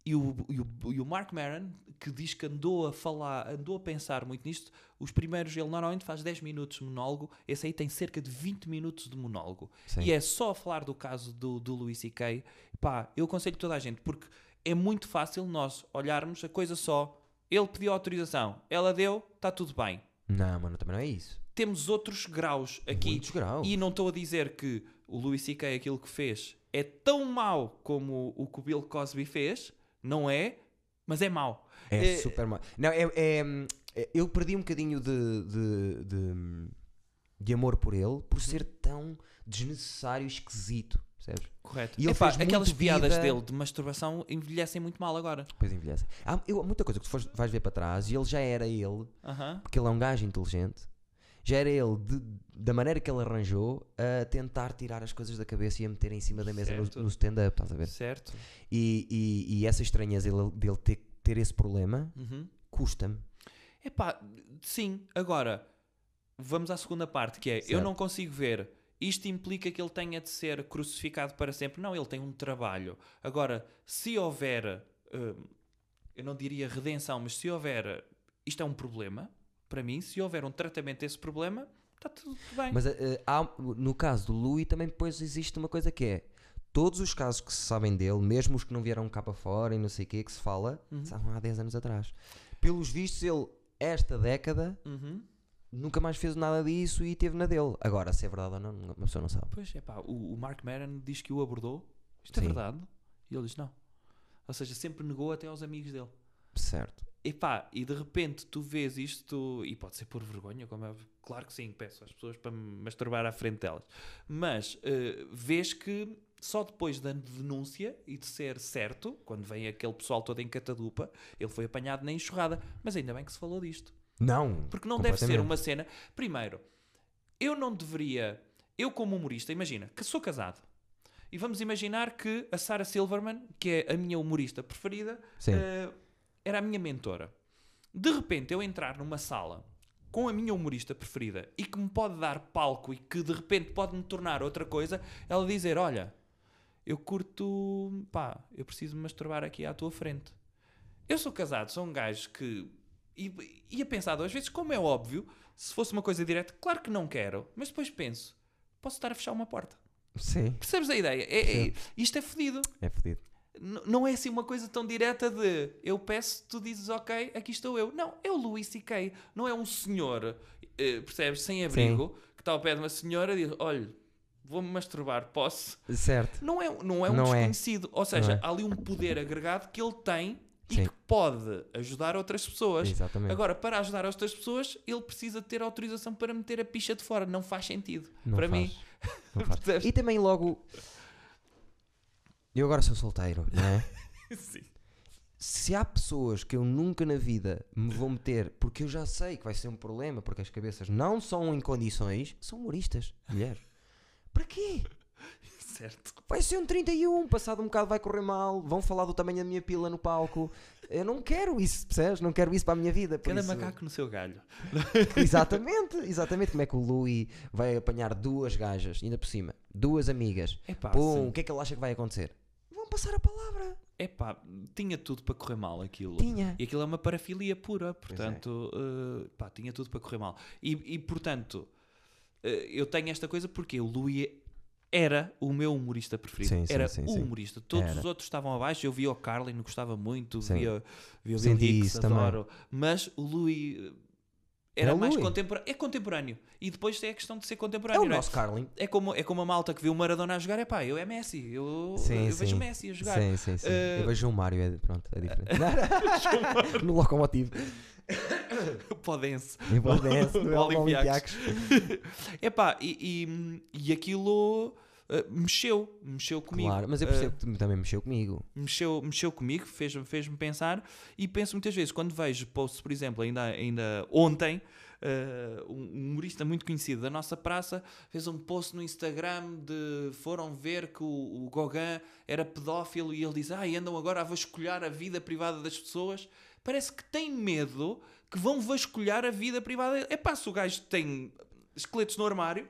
Speaker 2: E o, e, o, e o Mark Maron, que diz que andou a falar, andou a pensar muito nisto, os primeiros, ele normalmente faz 10 minutos de monólogo, esse aí tem cerca de 20 minutos de monólogo.
Speaker 1: Sim.
Speaker 2: E é só a falar do caso do, do Louis C.K. Pá, eu aconselho toda a gente, porque é muito fácil nós olharmos a coisa só. Ele pediu autorização, ela deu, está tudo bem.
Speaker 1: Não, mano, também não é isso. É
Speaker 2: Temos outros graus aqui.
Speaker 1: Muitos graus.
Speaker 2: E não estou a dizer que o Louis C.K. aquilo que fez é tão mau como o que o Bill Cosby fez, não é, mas é mau.
Speaker 1: É
Speaker 2: eh,
Speaker 1: super mal. Não, é, é- é- eu perdi um bocadinho de, de, de, de amor por ele por ser tão desnecessário e esquisito. Percebes?
Speaker 2: Correto.
Speaker 1: E ele
Speaker 2: Epá,
Speaker 1: fez muito
Speaker 2: aquelas piadas
Speaker 1: vida-
Speaker 2: dele de masturbação envelhecem muito mal agora.
Speaker 1: Depois envelhece. Há eu- há muita coisa que tu fores- vais ver para trás e ele já era ele
Speaker 2: Aham.
Speaker 1: porque ele é um gajo inteligente. Já era ele, de- da maneira que ele arranjou, a tentar tirar as coisas da cabeça e a meter em cima da mesa no,
Speaker 2: Certo.
Speaker 1: no stand-up, estás a ver?
Speaker 2: Certo.
Speaker 1: E, e- e essa estranheza dele, dele ter, ter esse problema
Speaker 2: Uhum.
Speaker 1: custa-me.
Speaker 2: Epá, sim. Agora, vamos à segunda parte, que é, eu
Speaker 1: Certo.
Speaker 2: não consigo ver. Isto implica que ele tenha de ser crucificado para sempre. Não, ele tem um trabalho. Agora, se houver, hum, eu não diria redenção, mas se houver, isto é um problema, para mim, se houver um tratamento desse problema, está tudo bem.
Speaker 1: Mas eh, há- no caso do Louis também depois existe uma coisa que é todos os casos que se sabem dele, mesmo os que não vieram cá para fora e não sei o que, que se fala,
Speaker 2: Uhum.
Speaker 1: são há 10 anos atrás. Pelos vistos, ele, esta década,
Speaker 2: Uhum.
Speaker 1: nunca mais fez nada disso e teve na dele. Agora, se é verdade ou não, uma pessoa não sabe.
Speaker 2: Pois, é pá, o, o Mark Maron diz que o abordou. Isto é
Speaker 1: Sim.
Speaker 2: verdade? E ele diz não. Ou seja, sempre negou até aos amigos dele.
Speaker 1: Certo.
Speaker 2: Epá, e de repente tu vês isto, e pode ser por vergonha, como é, claro que sim, peço às pessoas para me masturbar à frente delas, mas eh, vês que só depois da denúncia e de ser certo, quando vem aquele pessoal todo em catadupa, ele foi apanhado na enxurrada, mas ainda bem que se falou disto,
Speaker 1: Não.
Speaker 2: porque não deve ser
Speaker 1: completamente.
Speaker 2: uma cena. Primeiro, eu não deveria, eu como humorista, imagina que sou casado, e vamos imaginar que a Sarah Silverman, que é a minha humorista preferida,
Speaker 1: Sim.
Speaker 2: eh, era a minha mentora. De repente eu entrar numa sala com a minha humorista preferida e que me pode dar palco e que de repente pode me tornar outra coisa, ela dizer: Olha, eu curto, pá, eu preciso me masturbar aqui à tua frente. Eu sou casado, sou um gajo que i- ia pensar duas vezes, como é óbvio, se fosse uma coisa direta, claro que não quero, mas depois penso, posso estar a fechar uma porta.
Speaker 1: Sim,
Speaker 2: Percebes a ideia? É- é- isto é fedido.
Speaker 1: é fodido.
Speaker 2: N- não é assim uma coisa tão direta de eu peço, tu dizes ok, aqui estou eu. Não, é o Louis C.K. Não é um senhor, eh, percebes, sem abrigo, que está ao pé de uma senhora e diz: olha, vou-me masturbar, posso?
Speaker 1: Certo.
Speaker 2: Não é, não é um
Speaker 1: Não é.
Speaker 2: desconhecido. Ou seja,
Speaker 1: Não é.
Speaker 2: há ali um poder agregado que ele tem e
Speaker 1: Sim.
Speaker 2: que pode ajudar outras pessoas.
Speaker 1: Exatamente.
Speaker 2: Agora, para ajudar outras pessoas, ele precisa ter autorização para meter a picha de fora. Não faz sentido.
Speaker 1: Não
Speaker 2: para
Speaker 1: faz.
Speaker 2: mim,
Speaker 1: Não faz.
Speaker 2: Percebes?
Speaker 1: E também logo. Eu agora sou solteiro, não é?
Speaker 2: Sim.
Speaker 1: Se há pessoas que eu nunca na vida me vou meter, porque eu já sei que vai ser um problema, porque as cabeças não são em condições, são humoristas, mulheres. Para quê?
Speaker 2: certo.
Speaker 1: Vai ser um 31, passado um bocado vai correr mal, vão falar do tamanho da minha pila no palco. Eu não quero isso, percebes? Não quero isso para a minha vida. por
Speaker 2: Cada
Speaker 1: isso-
Speaker 2: macaco no seu galho.
Speaker 1: Exatamente, exatamente. Como é que o Louis vai apanhar duas gajas, ainda por cima, duas amigas.
Speaker 2: Epá,
Speaker 1: Pum,
Speaker 2: sim.
Speaker 1: o que é que ele acha que vai acontecer? Vão passar a palavra.
Speaker 2: Epá, tinha tudo para correr mal aquilo.
Speaker 1: Tinha.
Speaker 2: E aquilo é uma parafilia pura,
Speaker 1: é.
Speaker 2: portanto, eh, pá, tinha tudo para correr mal. E, e, portanto, eh, eu tenho esta coisa porque o Louis era o meu humorista preferido.
Speaker 1: Sim, sim,
Speaker 2: era
Speaker 1: sim,
Speaker 2: o
Speaker 1: sim.
Speaker 2: humorista. Todos
Speaker 1: Era.
Speaker 2: os outros estavam abaixo. Eu via o Carlin, gostava muito,
Speaker 1: Sim.
Speaker 2: via, via o Bill
Speaker 1: Senti
Speaker 2: Hicks,
Speaker 1: isso também.
Speaker 2: adoro. Mas o Louis eh, era
Speaker 1: É o
Speaker 2: mais
Speaker 1: Louis.
Speaker 2: contemporâneo. É contemporâneo. E depois tem a questão de ser
Speaker 1: É
Speaker 2: contemporâneo.
Speaker 1: o
Speaker 2: não é?
Speaker 1: nosso Carlin.
Speaker 2: É como, é como a malta que viu o Maradona a jogar, é pá, eu é Messi, eu,
Speaker 1: Sim,
Speaker 2: eu vejo
Speaker 1: sim.
Speaker 2: Messi a jogar.
Speaker 1: Sim, sim, sim.
Speaker 2: Eh,
Speaker 1: Eu vejo o Mário, é, pronto, é diferente. no locomotivo.
Speaker 2: Podense.
Speaker 1: Em Valdense, no
Speaker 2: O Olympiacos.
Speaker 1: Olympiacos.
Speaker 2: Epá, e, e, e aquilo eh, mexeu, mexeu comigo.
Speaker 1: Claro, mas eu percebo que também mexeu comigo.
Speaker 2: Eh, mexeu, mexeu comigo, fez-me fez pensar e penso muitas vezes, quando vejo posts, por exemplo, ainda, ainda ontem, eh, um humorista muito conhecido da nossa praça fez um post no Instagram de foram ver que o, o Gauguin era pedófilo e ele diz, ai, andam agora a vasculhar a vida privada das pessoas. Parece que tem medo que vão vasculhar a vida privada. É pá, se o gajo tem esqueletos no armário,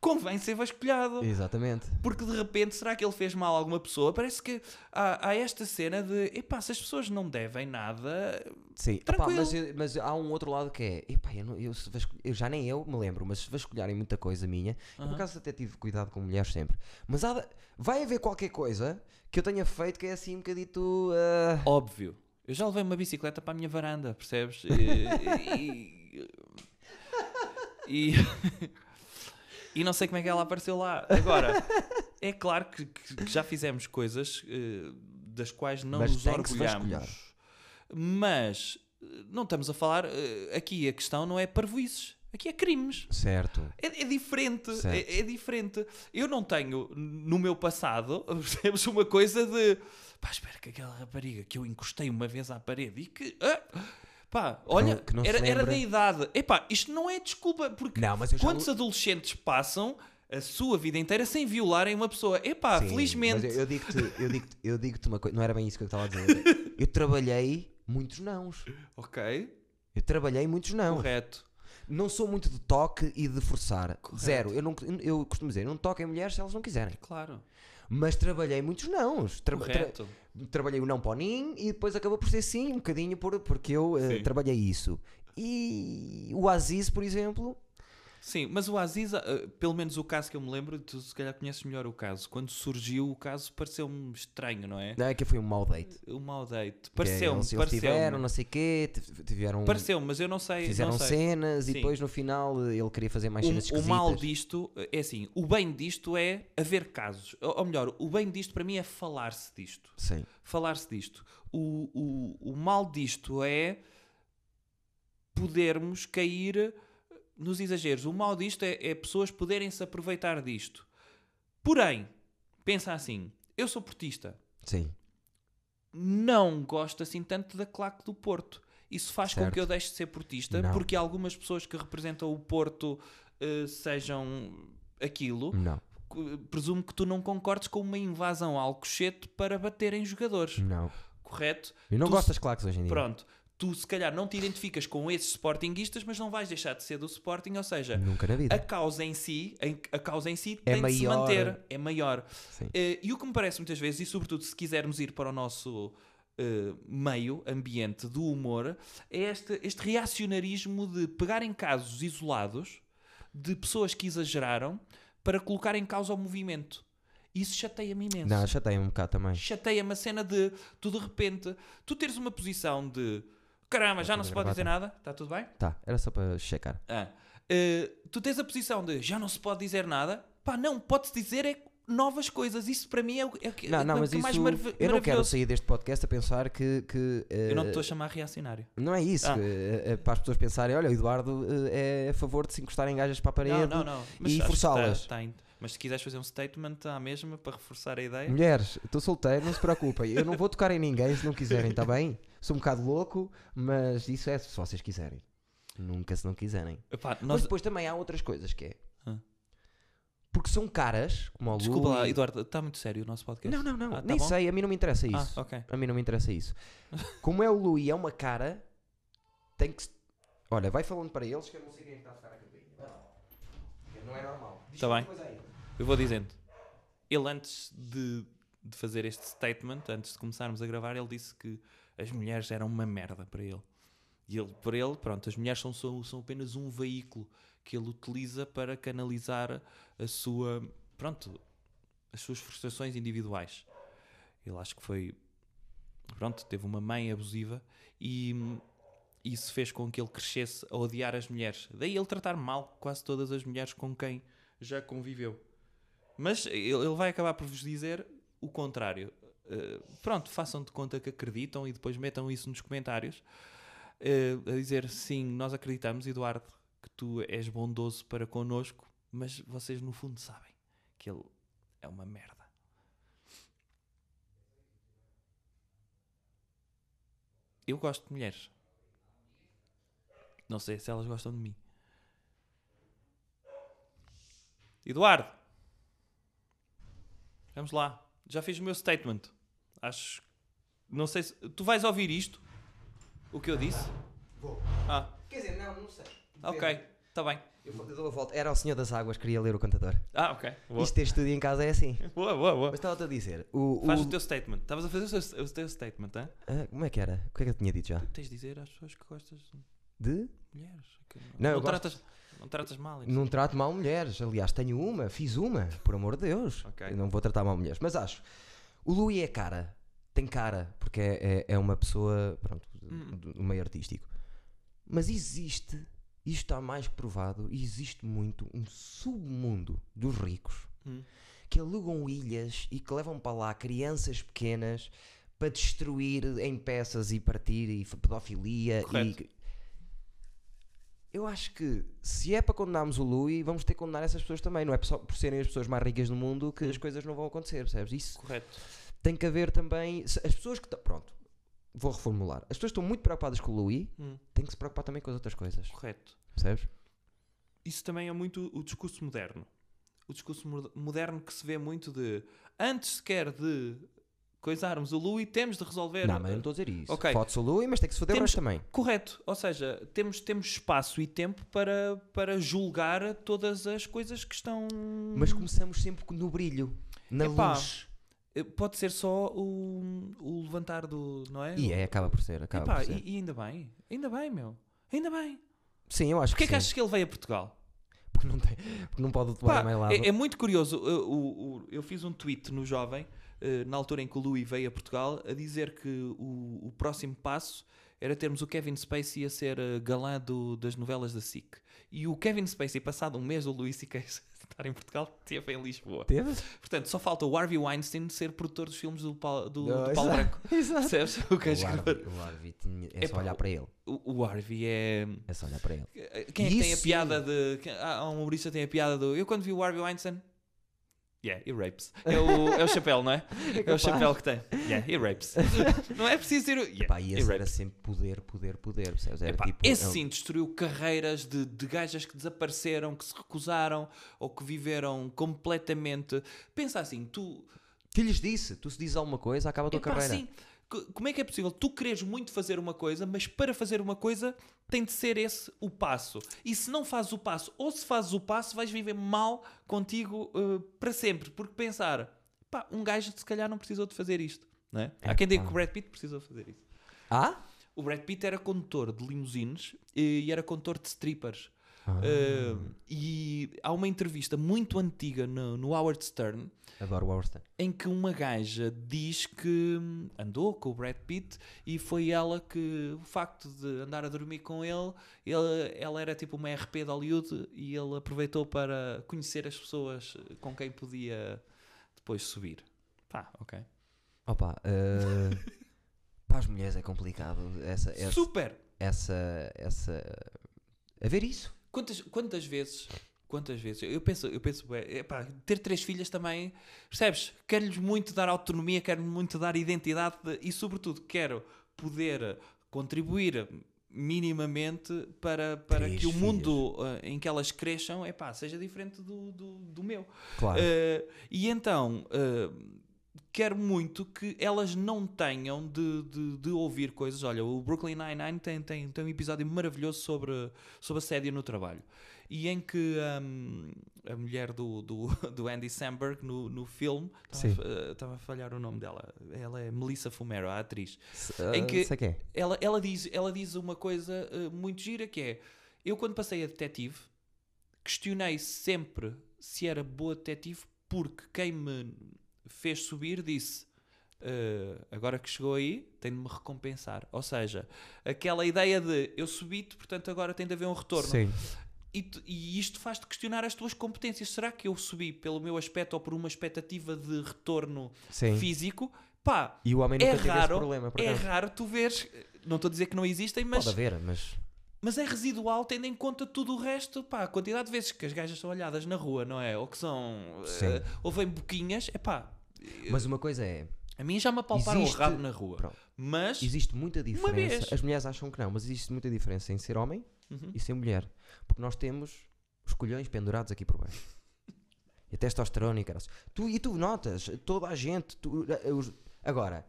Speaker 2: convém ser vasculhado.
Speaker 1: Exatamente.
Speaker 2: Porque de repente, será que ele fez mal a alguma pessoa? Parece que há, há esta cena de epá, se as pessoas não devem nada.
Speaker 1: Sim, Epá,
Speaker 2: Tranquilo.
Speaker 1: mas, eu- mas há um outro lado que é, epá, eu, não- eu se vascul- eu já nem eu me lembro, mas se vasculharem muita coisa minha, eu por
Speaker 2: Aham.
Speaker 1: acaso até tive cuidado com mulheres sempre, mas há de- vai haver qualquer coisa que eu tenha feito que é assim um bocadito. ah,
Speaker 2: Óbvio. Eu já levei uma bicicleta para a minha varanda, percebes? E. e, e- e não sei como é que ela apareceu lá. Agora, é claro que, que- que já fizemos coisas eh, das quais não
Speaker 1: Mas
Speaker 2: nos
Speaker 1: tem que se vasculhar.
Speaker 2: orgulhamos. Mas eh, não estamos a falar. eh, aqui a questão não é parvoices. Aqui é crimes.
Speaker 1: certo.
Speaker 2: É, é diferente,
Speaker 1: Certo.
Speaker 2: é, é diferente. Eu não tenho no meu passado, percebes, uma coisa de pá, espera que aquela rapariga que eu encostei uma vez à parede e que. ah, pá, olha,
Speaker 1: não- que não se
Speaker 2: era, era
Speaker 1: lembra.
Speaker 2: da idade. Epá, isto não é desculpa, porque
Speaker 1: Não, mas eu já
Speaker 2: quantos adolescentes passam a sua vida inteira sem violarem uma pessoa? Epá,
Speaker 1: Sim,
Speaker 2: felizmente.
Speaker 1: Mas eu, eu digo-te, eu digo-te, eu digo-te uma coisa, não era bem isso que eu estava a dizer. é, eu trabalhei muitos nãos.
Speaker 2: Ok,
Speaker 1: Eu trabalhei muitos nãos.
Speaker 2: correto.
Speaker 1: Não sou muito de toque e de forçar. Zero. Eu, não, eu costumo dizer, eu não toco em mulheres se elas não quiserem.
Speaker 2: É Claro,
Speaker 1: Mas trabalhei muitos nãos. Tra- tra-
Speaker 2: correto.
Speaker 1: trabalhei o não para o nin e depois acabou por ser sim, um bocadinho por, porque eu eh,
Speaker 2: Sim.
Speaker 1: trabalhei isso. E o Aziz, por exemplo,
Speaker 2: Sim, mas o Aziz, eh, pelo menos o caso que eu me lembro, tu se calhar conheces melhor o caso. Quando surgiu o caso, pareceu-me estranho, não é?
Speaker 1: não é que foi um mau date.
Speaker 2: O mau date.
Speaker 1: Que é,
Speaker 2: Pareceu-me,
Speaker 1: eles, eles tiveram,
Speaker 2: pareceu-me.
Speaker 1: não sei quê, tiv- tiveram,
Speaker 2: Pareceu-me, mas eu não sei.
Speaker 1: fizeram
Speaker 2: não sei.
Speaker 1: cenas e
Speaker 2: Sim. Um
Speaker 1: depois no final eh, ele queria fazer mais cenas
Speaker 2: O, o
Speaker 1: esquisitas.
Speaker 2: mal disto eh, é assim: o bem disto é haver casos. Ou, ou melhor, o bem disto para mim é falar-se disto.
Speaker 1: Sim,
Speaker 2: Falar-se disto. O, o, o mal disto é podermos cair nos exageros. O mal disto é, é pessoas poderem se aproveitar disto. Porém, pensa assim: eu sou portista.
Speaker 1: sim.
Speaker 2: não gosto assim tanto da claque do Porto. Isso faz com
Speaker 1: Certo.
Speaker 2: que eu deixe de ser portista,
Speaker 1: Não.
Speaker 2: porque algumas pessoas que representam o Porto eh, sejam aquilo.
Speaker 1: Não,
Speaker 2: Cu- Presumo que tu não concordes com uma invasão ao cochete para bater em jogadores,
Speaker 1: não.
Speaker 2: correto?
Speaker 1: Eu não
Speaker 2: Tu
Speaker 1: gosto
Speaker 2: se-
Speaker 1: das claques hoje em dia.
Speaker 2: Pronto. Tu se calhar não te identificas com esses sportinguistas, mas não vais deixar de ser do Sporting, ou seja,
Speaker 1: Nunca na vida.
Speaker 2: a causa em si, em- a causa em si
Speaker 1: É
Speaker 2: tem de se
Speaker 1: maior.
Speaker 2: manter, é maior.
Speaker 1: Sim.
Speaker 2: Eh, e o que me parece muitas vezes, e sobretudo se quisermos ir para o nosso eh, meio ambiente do humor é este, este reacionarismo de pegarem casos isolados de pessoas que exageraram para colocar em causa o movimento. Isso chateia-me imenso.
Speaker 1: Não, já tem um bocado também.
Speaker 2: Chateia-me a cena de tu de repente tu teres uma posição de caramba, já não se pode dizer nada, está tudo bem?
Speaker 1: Tá, era só para checar.
Speaker 2: Ah, eh, tu tens a posição de já não se pode dizer nada, pá, não, pode-se dizer é novas coisas. Isso para mim é o é o que,
Speaker 1: Não,
Speaker 2: é
Speaker 1: não,
Speaker 2: o
Speaker 1: mas
Speaker 2: que
Speaker 1: isso.
Speaker 2: mais marv-
Speaker 1: eu não quero
Speaker 2: maravilhoso.
Speaker 1: sair deste podcast a pensar que. que eh,
Speaker 2: Eu não te estou a chamar reacionário.
Speaker 1: não é isso.
Speaker 2: Ah.
Speaker 1: que, eh, eh, para as pessoas pensarem, olha, o Eduardo eh, é a favor de se encostarem gajas para a parede.
Speaker 2: não, não, não.
Speaker 1: e
Speaker 2: acho que
Speaker 1: forçá-las.
Speaker 2: tá- tá in- mas se quiseres fazer um statement à mesma para reforçar a ideia,
Speaker 1: Mulheres, estou solteiro, não se preocupem. Eu não vou tocar em ninguém se não quiserem, está bem? Sou um bocado louco, mas isso é se vocês quiserem. Nunca se não quiserem.
Speaker 2: Epá,
Speaker 1: Mas
Speaker 2: nós-
Speaker 1: depois também há outras coisas que é.
Speaker 2: Ah.
Speaker 1: Porque são caras, como o Lu.
Speaker 2: desculpa lá,
Speaker 1: e-
Speaker 2: Eduardo, está muito sério o nosso podcast.
Speaker 1: Não, não, não.
Speaker 2: Ah, tá
Speaker 1: Nem
Speaker 2: bom?
Speaker 1: sei, a mim não me interessa isso.
Speaker 2: Ah, ok.
Speaker 1: A mim não me interessa isso. Como é o Lu e é uma cara, tem que. se- Olha, vai falando para eles que eu não sei quem é que está a tocar a campainha. Vai lá. Porque Não é normal. Diz
Speaker 2: Tá
Speaker 1: alguma
Speaker 2: bem.
Speaker 1: coisa aí.
Speaker 2: Eu vou dizendo. Ele antes de, de fazer este statement, antes de começarmos a gravar, ele disse que as mulheres eram uma merda para ele. E ele, para ele, pronto, as mulheres são, são, são apenas um veículo que ele utiliza para canalizar a sua, pronto, as suas frustrações individuais. Ele acho que foi, pronto, teve uma mãe abusiva e hum, isso fez com que ele crescesse a odiar as mulheres. Daí ele tratar mal quase todas as mulheres com quem já conviveu. Mas ele ele vai acabar por vos dizer o contrário. Eh, pronto, façam de conta que acreditam e depois metam isso nos comentários. Eh, a dizer, sim, nós acreditamos, Eduardo, que tu és bondoso para connosco, mas vocês no fundo sabem que ele é uma merda. Eu gosto de mulheres. Não sei se elas gostam de mim. Eduardo! Vamos lá. Já fiz o meu statement. Acho. Não sei se. Tu vais ouvir isto? O que eu disse?
Speaker 1: Vou.
Speaker 2: Ah,
Speaker 1: Quer dizer, não, não sei.
Speaker 2: ok. Está bem.
Speaker 1: Eu vou- eu dou a volta. Era o Senhor das Águas, queria ler o cantador.
Speaker 2: Ah, ok. Boa,
Speaker 1: Isto ter estúdio em casa é assim.
Speaker 2: boa, boa. boa.
Speaker 1: Mas estava-te a dizer. O, o-
Speaker 2: Faz o teu statement. Estavas a fazer o teu, o teu statement, hein?
Speaker 1: Ah, como é que era? O que é que eu tinha dito já?
Speaker 2: Tens de dizer às pessoas que gostas de
Speaker 1: De?
Speaker 2: mulheres. que
Speaker 1: Não, eu gosto-
Speaker 2: tratas, não tratas mal. é e não
Speaker 1: Não trato mal mulheres. Aliás, tenho uma, fiz uma, por amor de Deus.
Speaker 2: Ok.
Speaker 1: Eu Não vou tratar mal mulheres. Mas acho. O Louis é cara. Tem cara, porque é, é, é uma pessoa, pronto, do-
Speaker 2: Hum.
Speaker 1: do, do meio artístico. Mas existe, isto está mais que provado, e existe muito um submundo dos ricos
Speaker 2: Hum.
Speaker 1: que alugam ilhas e que levam para lá crianças pequenas para destruir em peças e partir e f- pedofilia e
Speaker 2: Correto.
Speaker 1: eu acho que se é para condenarmos o Louis, vamos ter que condenar essas pessoas também. Não é só por serem as pessoas mais ricas do mundo que as coisas não vão acontecer, percebes? Isso
Speaker 2: Correto.
Speaker 1: tem que haver também. se- As pessoas que. estão- Pronto, vou reformular. As pessoas que estão muito preocupadas com o Louis,
Speaker 2: Hum.
Speaker 1: têm que se preocupar também com as outras coisas,
Speaker 2: Correto.
Speaker 1: percebes?
Speaker 2: isso também é muito o discurso moderno. O discurso mo- moderno que se vê muito de antes sequer de coisarmos o Louis, temos de resolver.
Speaker 1: Não, mas eu não estou a dizer isso.
Speaker 2: Ok.
Speaker 1: Fode-se o Louis, mas tem que se foder o
Speaker 2: Temos-
Speaker 1: resto também.
Speaker 2: Correto, ou seja, temos, temos espaço e tempo para, para julgar todas as coisas que estão.
Speaker 1: Mas começamos sempre com- no brilho, na
Speaker 2: Epá.
Speaker 1: luz.
Speaker 2: Eh, Pode ser só o, o levantar do. Não é?
Speaker 1: E é, acaba por ser, acaba
Speaker 2: Epá,
Speaker 1: por ser.
Speaker 2: e, e ainda bem, ainda bem, meu. Ainda bem.
Speaker 1: Sim, eu acho
Speaker 2: Porquê é
Speaker 1: que,
Speaker 2: que
Speaker 1: sim.
Speaker 2: achas que ele veio a Portugal?
Speaker 1: Porque não, tem... Porque não pode
Speaker 2: Pá,
Speaker 1: tomar mais lado.
Speaker 2: é, é muito curioso. Eu, o- o- eu fiz um tweet no Jovem, eh, na altura em que o Louis veio a Portugal, a dizer que o, o próximo passo era termos o Kevin Spacey a ser eh, galã do- das novelas da SIC. E o Kevin Spacey, passado um mês do Louis C.K. estar em Portugal, esteve em Lisboa.
Speaker 1: Teve?
Speaker 2: Portanto, só falta o Harvey Weinstein ser produtor dos filmes do, Paulo- do,
Speaker 1: Não, é
Speaker 2: do Paulo
Speaker 1: exato,
Speaker 2: Branco. Percebes? O, gajo
Speaker 1: O
Speaker 2: que-
Speaker 1: Harvey, o Harvey tinha- é só
Speaker 2: Epá,
Speaker 1: olhar para ele.
Speaker 2: o- o Harvey é...
Speaker 1: É só olhar para ele.
Speaker 2: Quem é que tem a
Speaker 1: Isso.
Speaker 2: piada de. quem- Há um humorista que tem a piada do. Eu quando vi o Harvey Weinstein. Yeah, he rapes. É o, é o chapéu, não é? É o
Speaker 1: capaz.
Speaker 2: chapéu que tem. Yeah, he rapes. não é preciso ser. o- Yeah,
Speaker 1: Pá, e
Speaker 2: he
Speaker 1: esse era
Speaker 2: rapes.
Speaker 1: sempre poder, poder, poder. Percebes? Era
Speaker 2: Epá, é assim.
Speaker 1: tipo.
Speaker 2: esse
Speaker 1: ele-
Speaker 2: sim destruiu carreiras de, de gajas que desapareceram, que se recusaram ou que viveram completamente. Pensa assim, tu.
Speaker 1: Que lhes disse? Tu se dizes alguma coisa, acaba a tua
Speaker 2: Epá,
Speaker 1: carreira.
Speaker 2: sim. Co- Como é que é possível tu queres muito fazer uma coisa, mas para fazer uma coisa tem de ser esse o passo? E se não fazes o passo, ou se fazes o passo, vais viver mal contigo eh, para sempre. Porque pensar, pá, um gajo se calhar não precisou de fazer isto. não é? Há quem diga que o Brad Pitt precisou fazer isso.
Speaker 1: Ah?
Speaker 2: O Brad Pitt era condutor de limusines eh, e, e era condutor de strippers.
Speaker 1: Ah,
Speaker 2: Eh, e há uma entrevista muito antiga no, no Howard Stern
Speaker 1: Adoro o Austin.
Speaker 2: em que uma gaja diz que hum, andou com o Brad Pitt e foi ela que o facto de andar a dormir com ele, ele- ela era tipo uma RP de Hollywood e ele aproveitou para conhecer as pessoas com quem podia depois subir. Pá, ok.
Speaker 1: Opa, eh, para as mulheres é complicado essa, essa,
Speaker 2: Super!
Speaker 1: essa, essa- haver isso.
Speaker 2: Quantas, quantas vezes? Quantas vezes? Eu penso, eu penso bué, epá, ter três filhas também, percebes? Quero-lhes muito dar autonomia, quero muito dar identidade de- e, sobretudo, quero poder contribuir minimamente para, para
Speaker 1: Três
Speaker 2: que o
Speaker 1: filhas.
Speaker 2: mundo eh, em que elas cresçam epá, seja diferente do, do, do meu.
Speaker 1: Claro.
Speaker 2: Eh, e então, eh, quero muito que elas não tenham de, de, de ouvir coisas. Olha, o Brooklyn Nine-Nine tem, tem, tem um episódio maravilhoso sobre, sobre assédio no trabalho. E em que ahm, a mulher do, do, do Andy Samberg no, no filme,
Speaker 1: Sim.
Speaker 2: estava a falhar o nome dela, ela é Melissa Fumero, a atriz
Speaker 1: Se-
Speaker 2: em
Speaker 1: eh,
Speaker 2: que-
Speaker 1: sei que é.
Speaker 2: ela, ela, diz, ela diz uma coisa eh, muito gira que é eu quando passei a detetive questionei sempre se era boa detetive porque quem me fez subir disse "Eh, agora que chegou aí tem de me recompensar ou seja aquela ideia de eu subi-te portanto agora tem de haver um retorno
Speaker 1: Sim.
Speaker 2: e, tu- e isto faz-te questionar as tuas competências será que eu subi pelo meu aspecto ou por uma expectativa de retorno
Speaker 1: Sim.
Speaker 2: físico pá
Speaker 1: E o homem
Speaker 2: é
Speaker 1: nunca teve esse
Speaker 2: raro,
Speaker 1: problema, por
Speaker 2: é
Speaker 1: acaso.
Speaker 2: raro tu veres, não estou a dizer que não existem, mas,
Speaker 1: Pode haver, mas
Speaker 2: mas é residual tendo em conta tudo o resto, pá, a quantidade de vezes que as gajas são olhadas na rua, não é? Ou que são,
Speaker 1: Sim.
Speaker 2: eh, ou vêm boquinhas, é pá,
Speaker 1: Mas uma coisa é,
Speaker 2: a mim já me apalparam
Speaker 1: Existe-
Speaker 2: o rabo na rua,
Speaker 1: Pronto.
Speaker 2: mas,
Speaker 1: existe muita
Speaker 2: vez.
Speaker 1: diferença. As mulheres acham que não, mas existe muita diferença em ser homem
Speaker 2: Uhum.
Speaker 1: e ser mulher. Porque nós temos os colhões pendurados aqui por baixo. E a testosterona e caras. Tu, e tu notas, toda a gente. tu- eh, os- agora,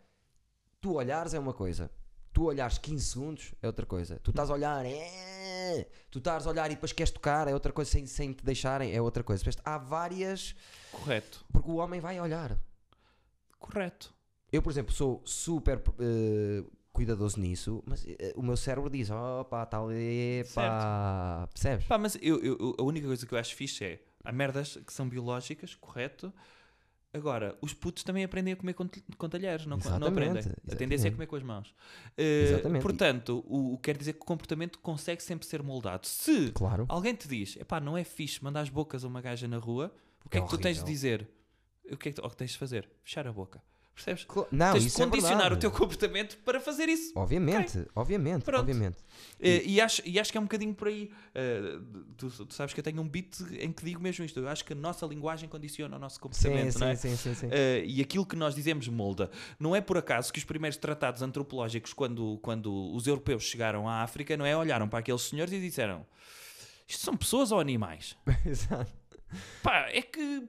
Speaker 1: tu olhares é uma coisa. Tu olhares 15 segundos é outra coisa. Tu estás a olhar. eh, tu estás a olhar e depois queres tocar é outra coisa. Sem, sem te deixarem é outra coisa. Percebeste? Há várias.
Speaker 2: correto,
Speaker 1: Porque o homem vai olhar.
Speaker 2: correto.
Speaker 1: Eu, por exemplo, sou super eh, cuidadoso nisso, mas eh, o meu cérebro diz: opa, está ali, pá, percebes?
Speaker 2: Pá, mas eu, eu- eu- a única coisa que eu acho fixe é, há merdas que são biológicas, correto, Agora, os putos também aprendem a comer com, com talheres, não, não
Speaker 1: Exatamente,
Speaker 2: aprendem. A
Speaker 1: exatamente.
Speaker 2: tendência é comer com as mãos. Eh,
Speaker 1: Exatamente.
Speaker 2: Portanto, o, o que quer dizer que o comportamento consegue sempre ser moldado. Se
Speaker 1: Claro.
Speaker 2: Alguém te diz, epá, não é fixe mandar as bocas a uma gaja na rua, o que é,
Speaker 1: É
Speaker 2: que tu tens de
Speaker 1: horrível.
Speaker 2: dizer? O que é que, tu- ou o que tens de fazer? Fechar a boca. Percebes?
Speaker 1: Cla- Não,
Speaker 2: tens de
Speaker 1: isso é
Speaker 2: condicionar
Speaker 1: verdade.
Speaker 2: o teu comportamento para fazer isso.
Speaker 1: Obviamente, obviamente,
Speaker 2: Pronto.
Speaker 1: obviamente.
Speaker 2: Eh, E, acho, e acho que é um bocadinho por aí. Eh, tu, tu sabes que eu tenho um beat em que digo mesmo isto. Eu acho que a nossa linguagem condiciona o nosso
Speaker 1: Sim,
Speaker 2: comportamento, não é?
Speaker 1: sim, sim, sim, sim.
Speaker 2: Eh, e aquilo que nós dizemos molda. Não é por acaso que os primeiros tratados antropológicos, quando, quando os europeus chegaram à África, não é? Olharam para aqueles senhores e disseram: Isto são pessoas ou animais?
Speaker 1: Exato.
Speaker 2: Pá, é que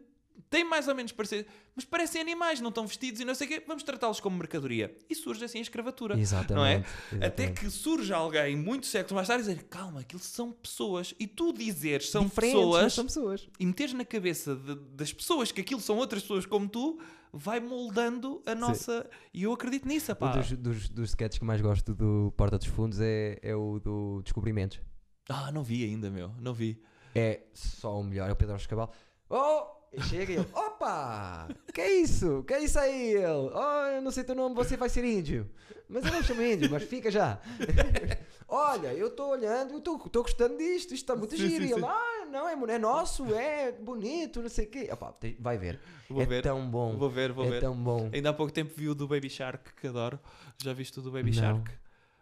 Speaker 2: tem mais ou menos parecido, mas parecem animais, não estão vestidos e não sei o quê, vamos tratá-los como mercadoria. E surge assim a escravatura.
Speaker 1: Exatamente.
Speaker 2: Não é? Até
Speaker 1: exatamente.
Speaker 2: que surge alguém muito séculos mais tarde e dizer: Calma, aquilo são pessoas. E tu dizeres são
Speaker 1: Diferentes, mas
Speaker 2: pessoas
Speaker 1: São pessoas.
Speaker 2: e meteres na cabeça de- das pessoas que aquilo são outras pessoas como tu, vai moldando a nossa. E eu acredito nisso,
Speaker 1: Um
Speaker 2: pá.
Speaker 1: dos, dos, dos sketches que mais gosto do Porta dos Fundos é, é o do Descobrimentos.
Speaker 2: Ah, não vi ainda, meu, não vi.
Speaker 1: É só o melhor, é o Pedro Escabal. Oh! E Chega e ele, opa! Que é isso? Que é isso aí? Ele, oh, eu não sei teu nome, você vai ser índio. Mas eu não chamo índio, mas fica já. Olha, eu estou olhando, estou gostando disto, isto está muito
Speaker 2: Sim,
Speaker 1: giro.
Speaker 2: sim,
Speaker 1: e ele,
Speaker 2: sim.
Speaker 1: ah, não, é, mon- é nosso, é bonito, não sei o quê. Opa, tem- vai ver.
Speaker 2: Vou
Speaker 1: é
Speaker 2: ver.
Speaker 1: tão bom.
Speaker 2: Vou ver, vou
Speaker 1: é
Speaker 2: ver.
Speaker 1: tão bom.
Speaker 2: Ainda há pouco tempo vi o do Baby Shark, que adoro. Já viste o do Baby
Speaker 1: Não.
Speaker 2: Shark?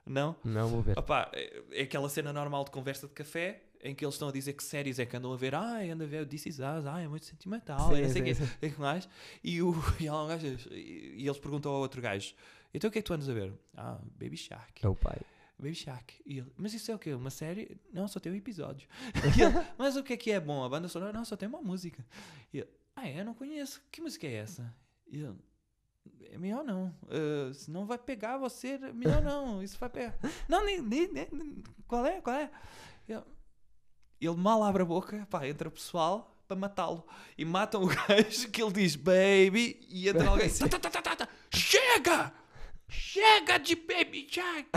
Speaker 2: Não?
Speaker 1: Não, vou ver.
Speaker 2: Opá, é- é aquela cena normal de conversa de café em que eles estão a dizer que séries é que andam a ver. Ah, anda a ver o This Is Us, ah, é muito sentimental, e não
Speaker 1: Sim,
Speaker 2: sei o quê,
Speaker 1: sim,
Speaker 2: e que mais. E, o, e, há um gajo- e- e eles perguntam ao outro gajo: Então o que é que tu andas a ver? Ah, Baby Shark.
Speaker 1: É o pai.
Speaker 2: Baby Shark. E ele, mas isso é o quê? Uma série? Não, só tem um episódio. E ele, mas o que é que é bom? A banda sonora? Não, só tem uma música. E ele, ah, é? Não conheço. Que música é essa? E ele, é melhor não. Eh, senão vai pegar você. é Melhor não. Isso vai pegar. Não, nem, nem, nem- nem- Qual é? Qual é? E Ele, ele mal abre a boca, pá, entra o pessoal para um matá-lo. E matam o gajo que ele diz, baby, e entra alguém. Tá, tá, tá, tá, tá, tá. Chega! Chega de Baby Jack!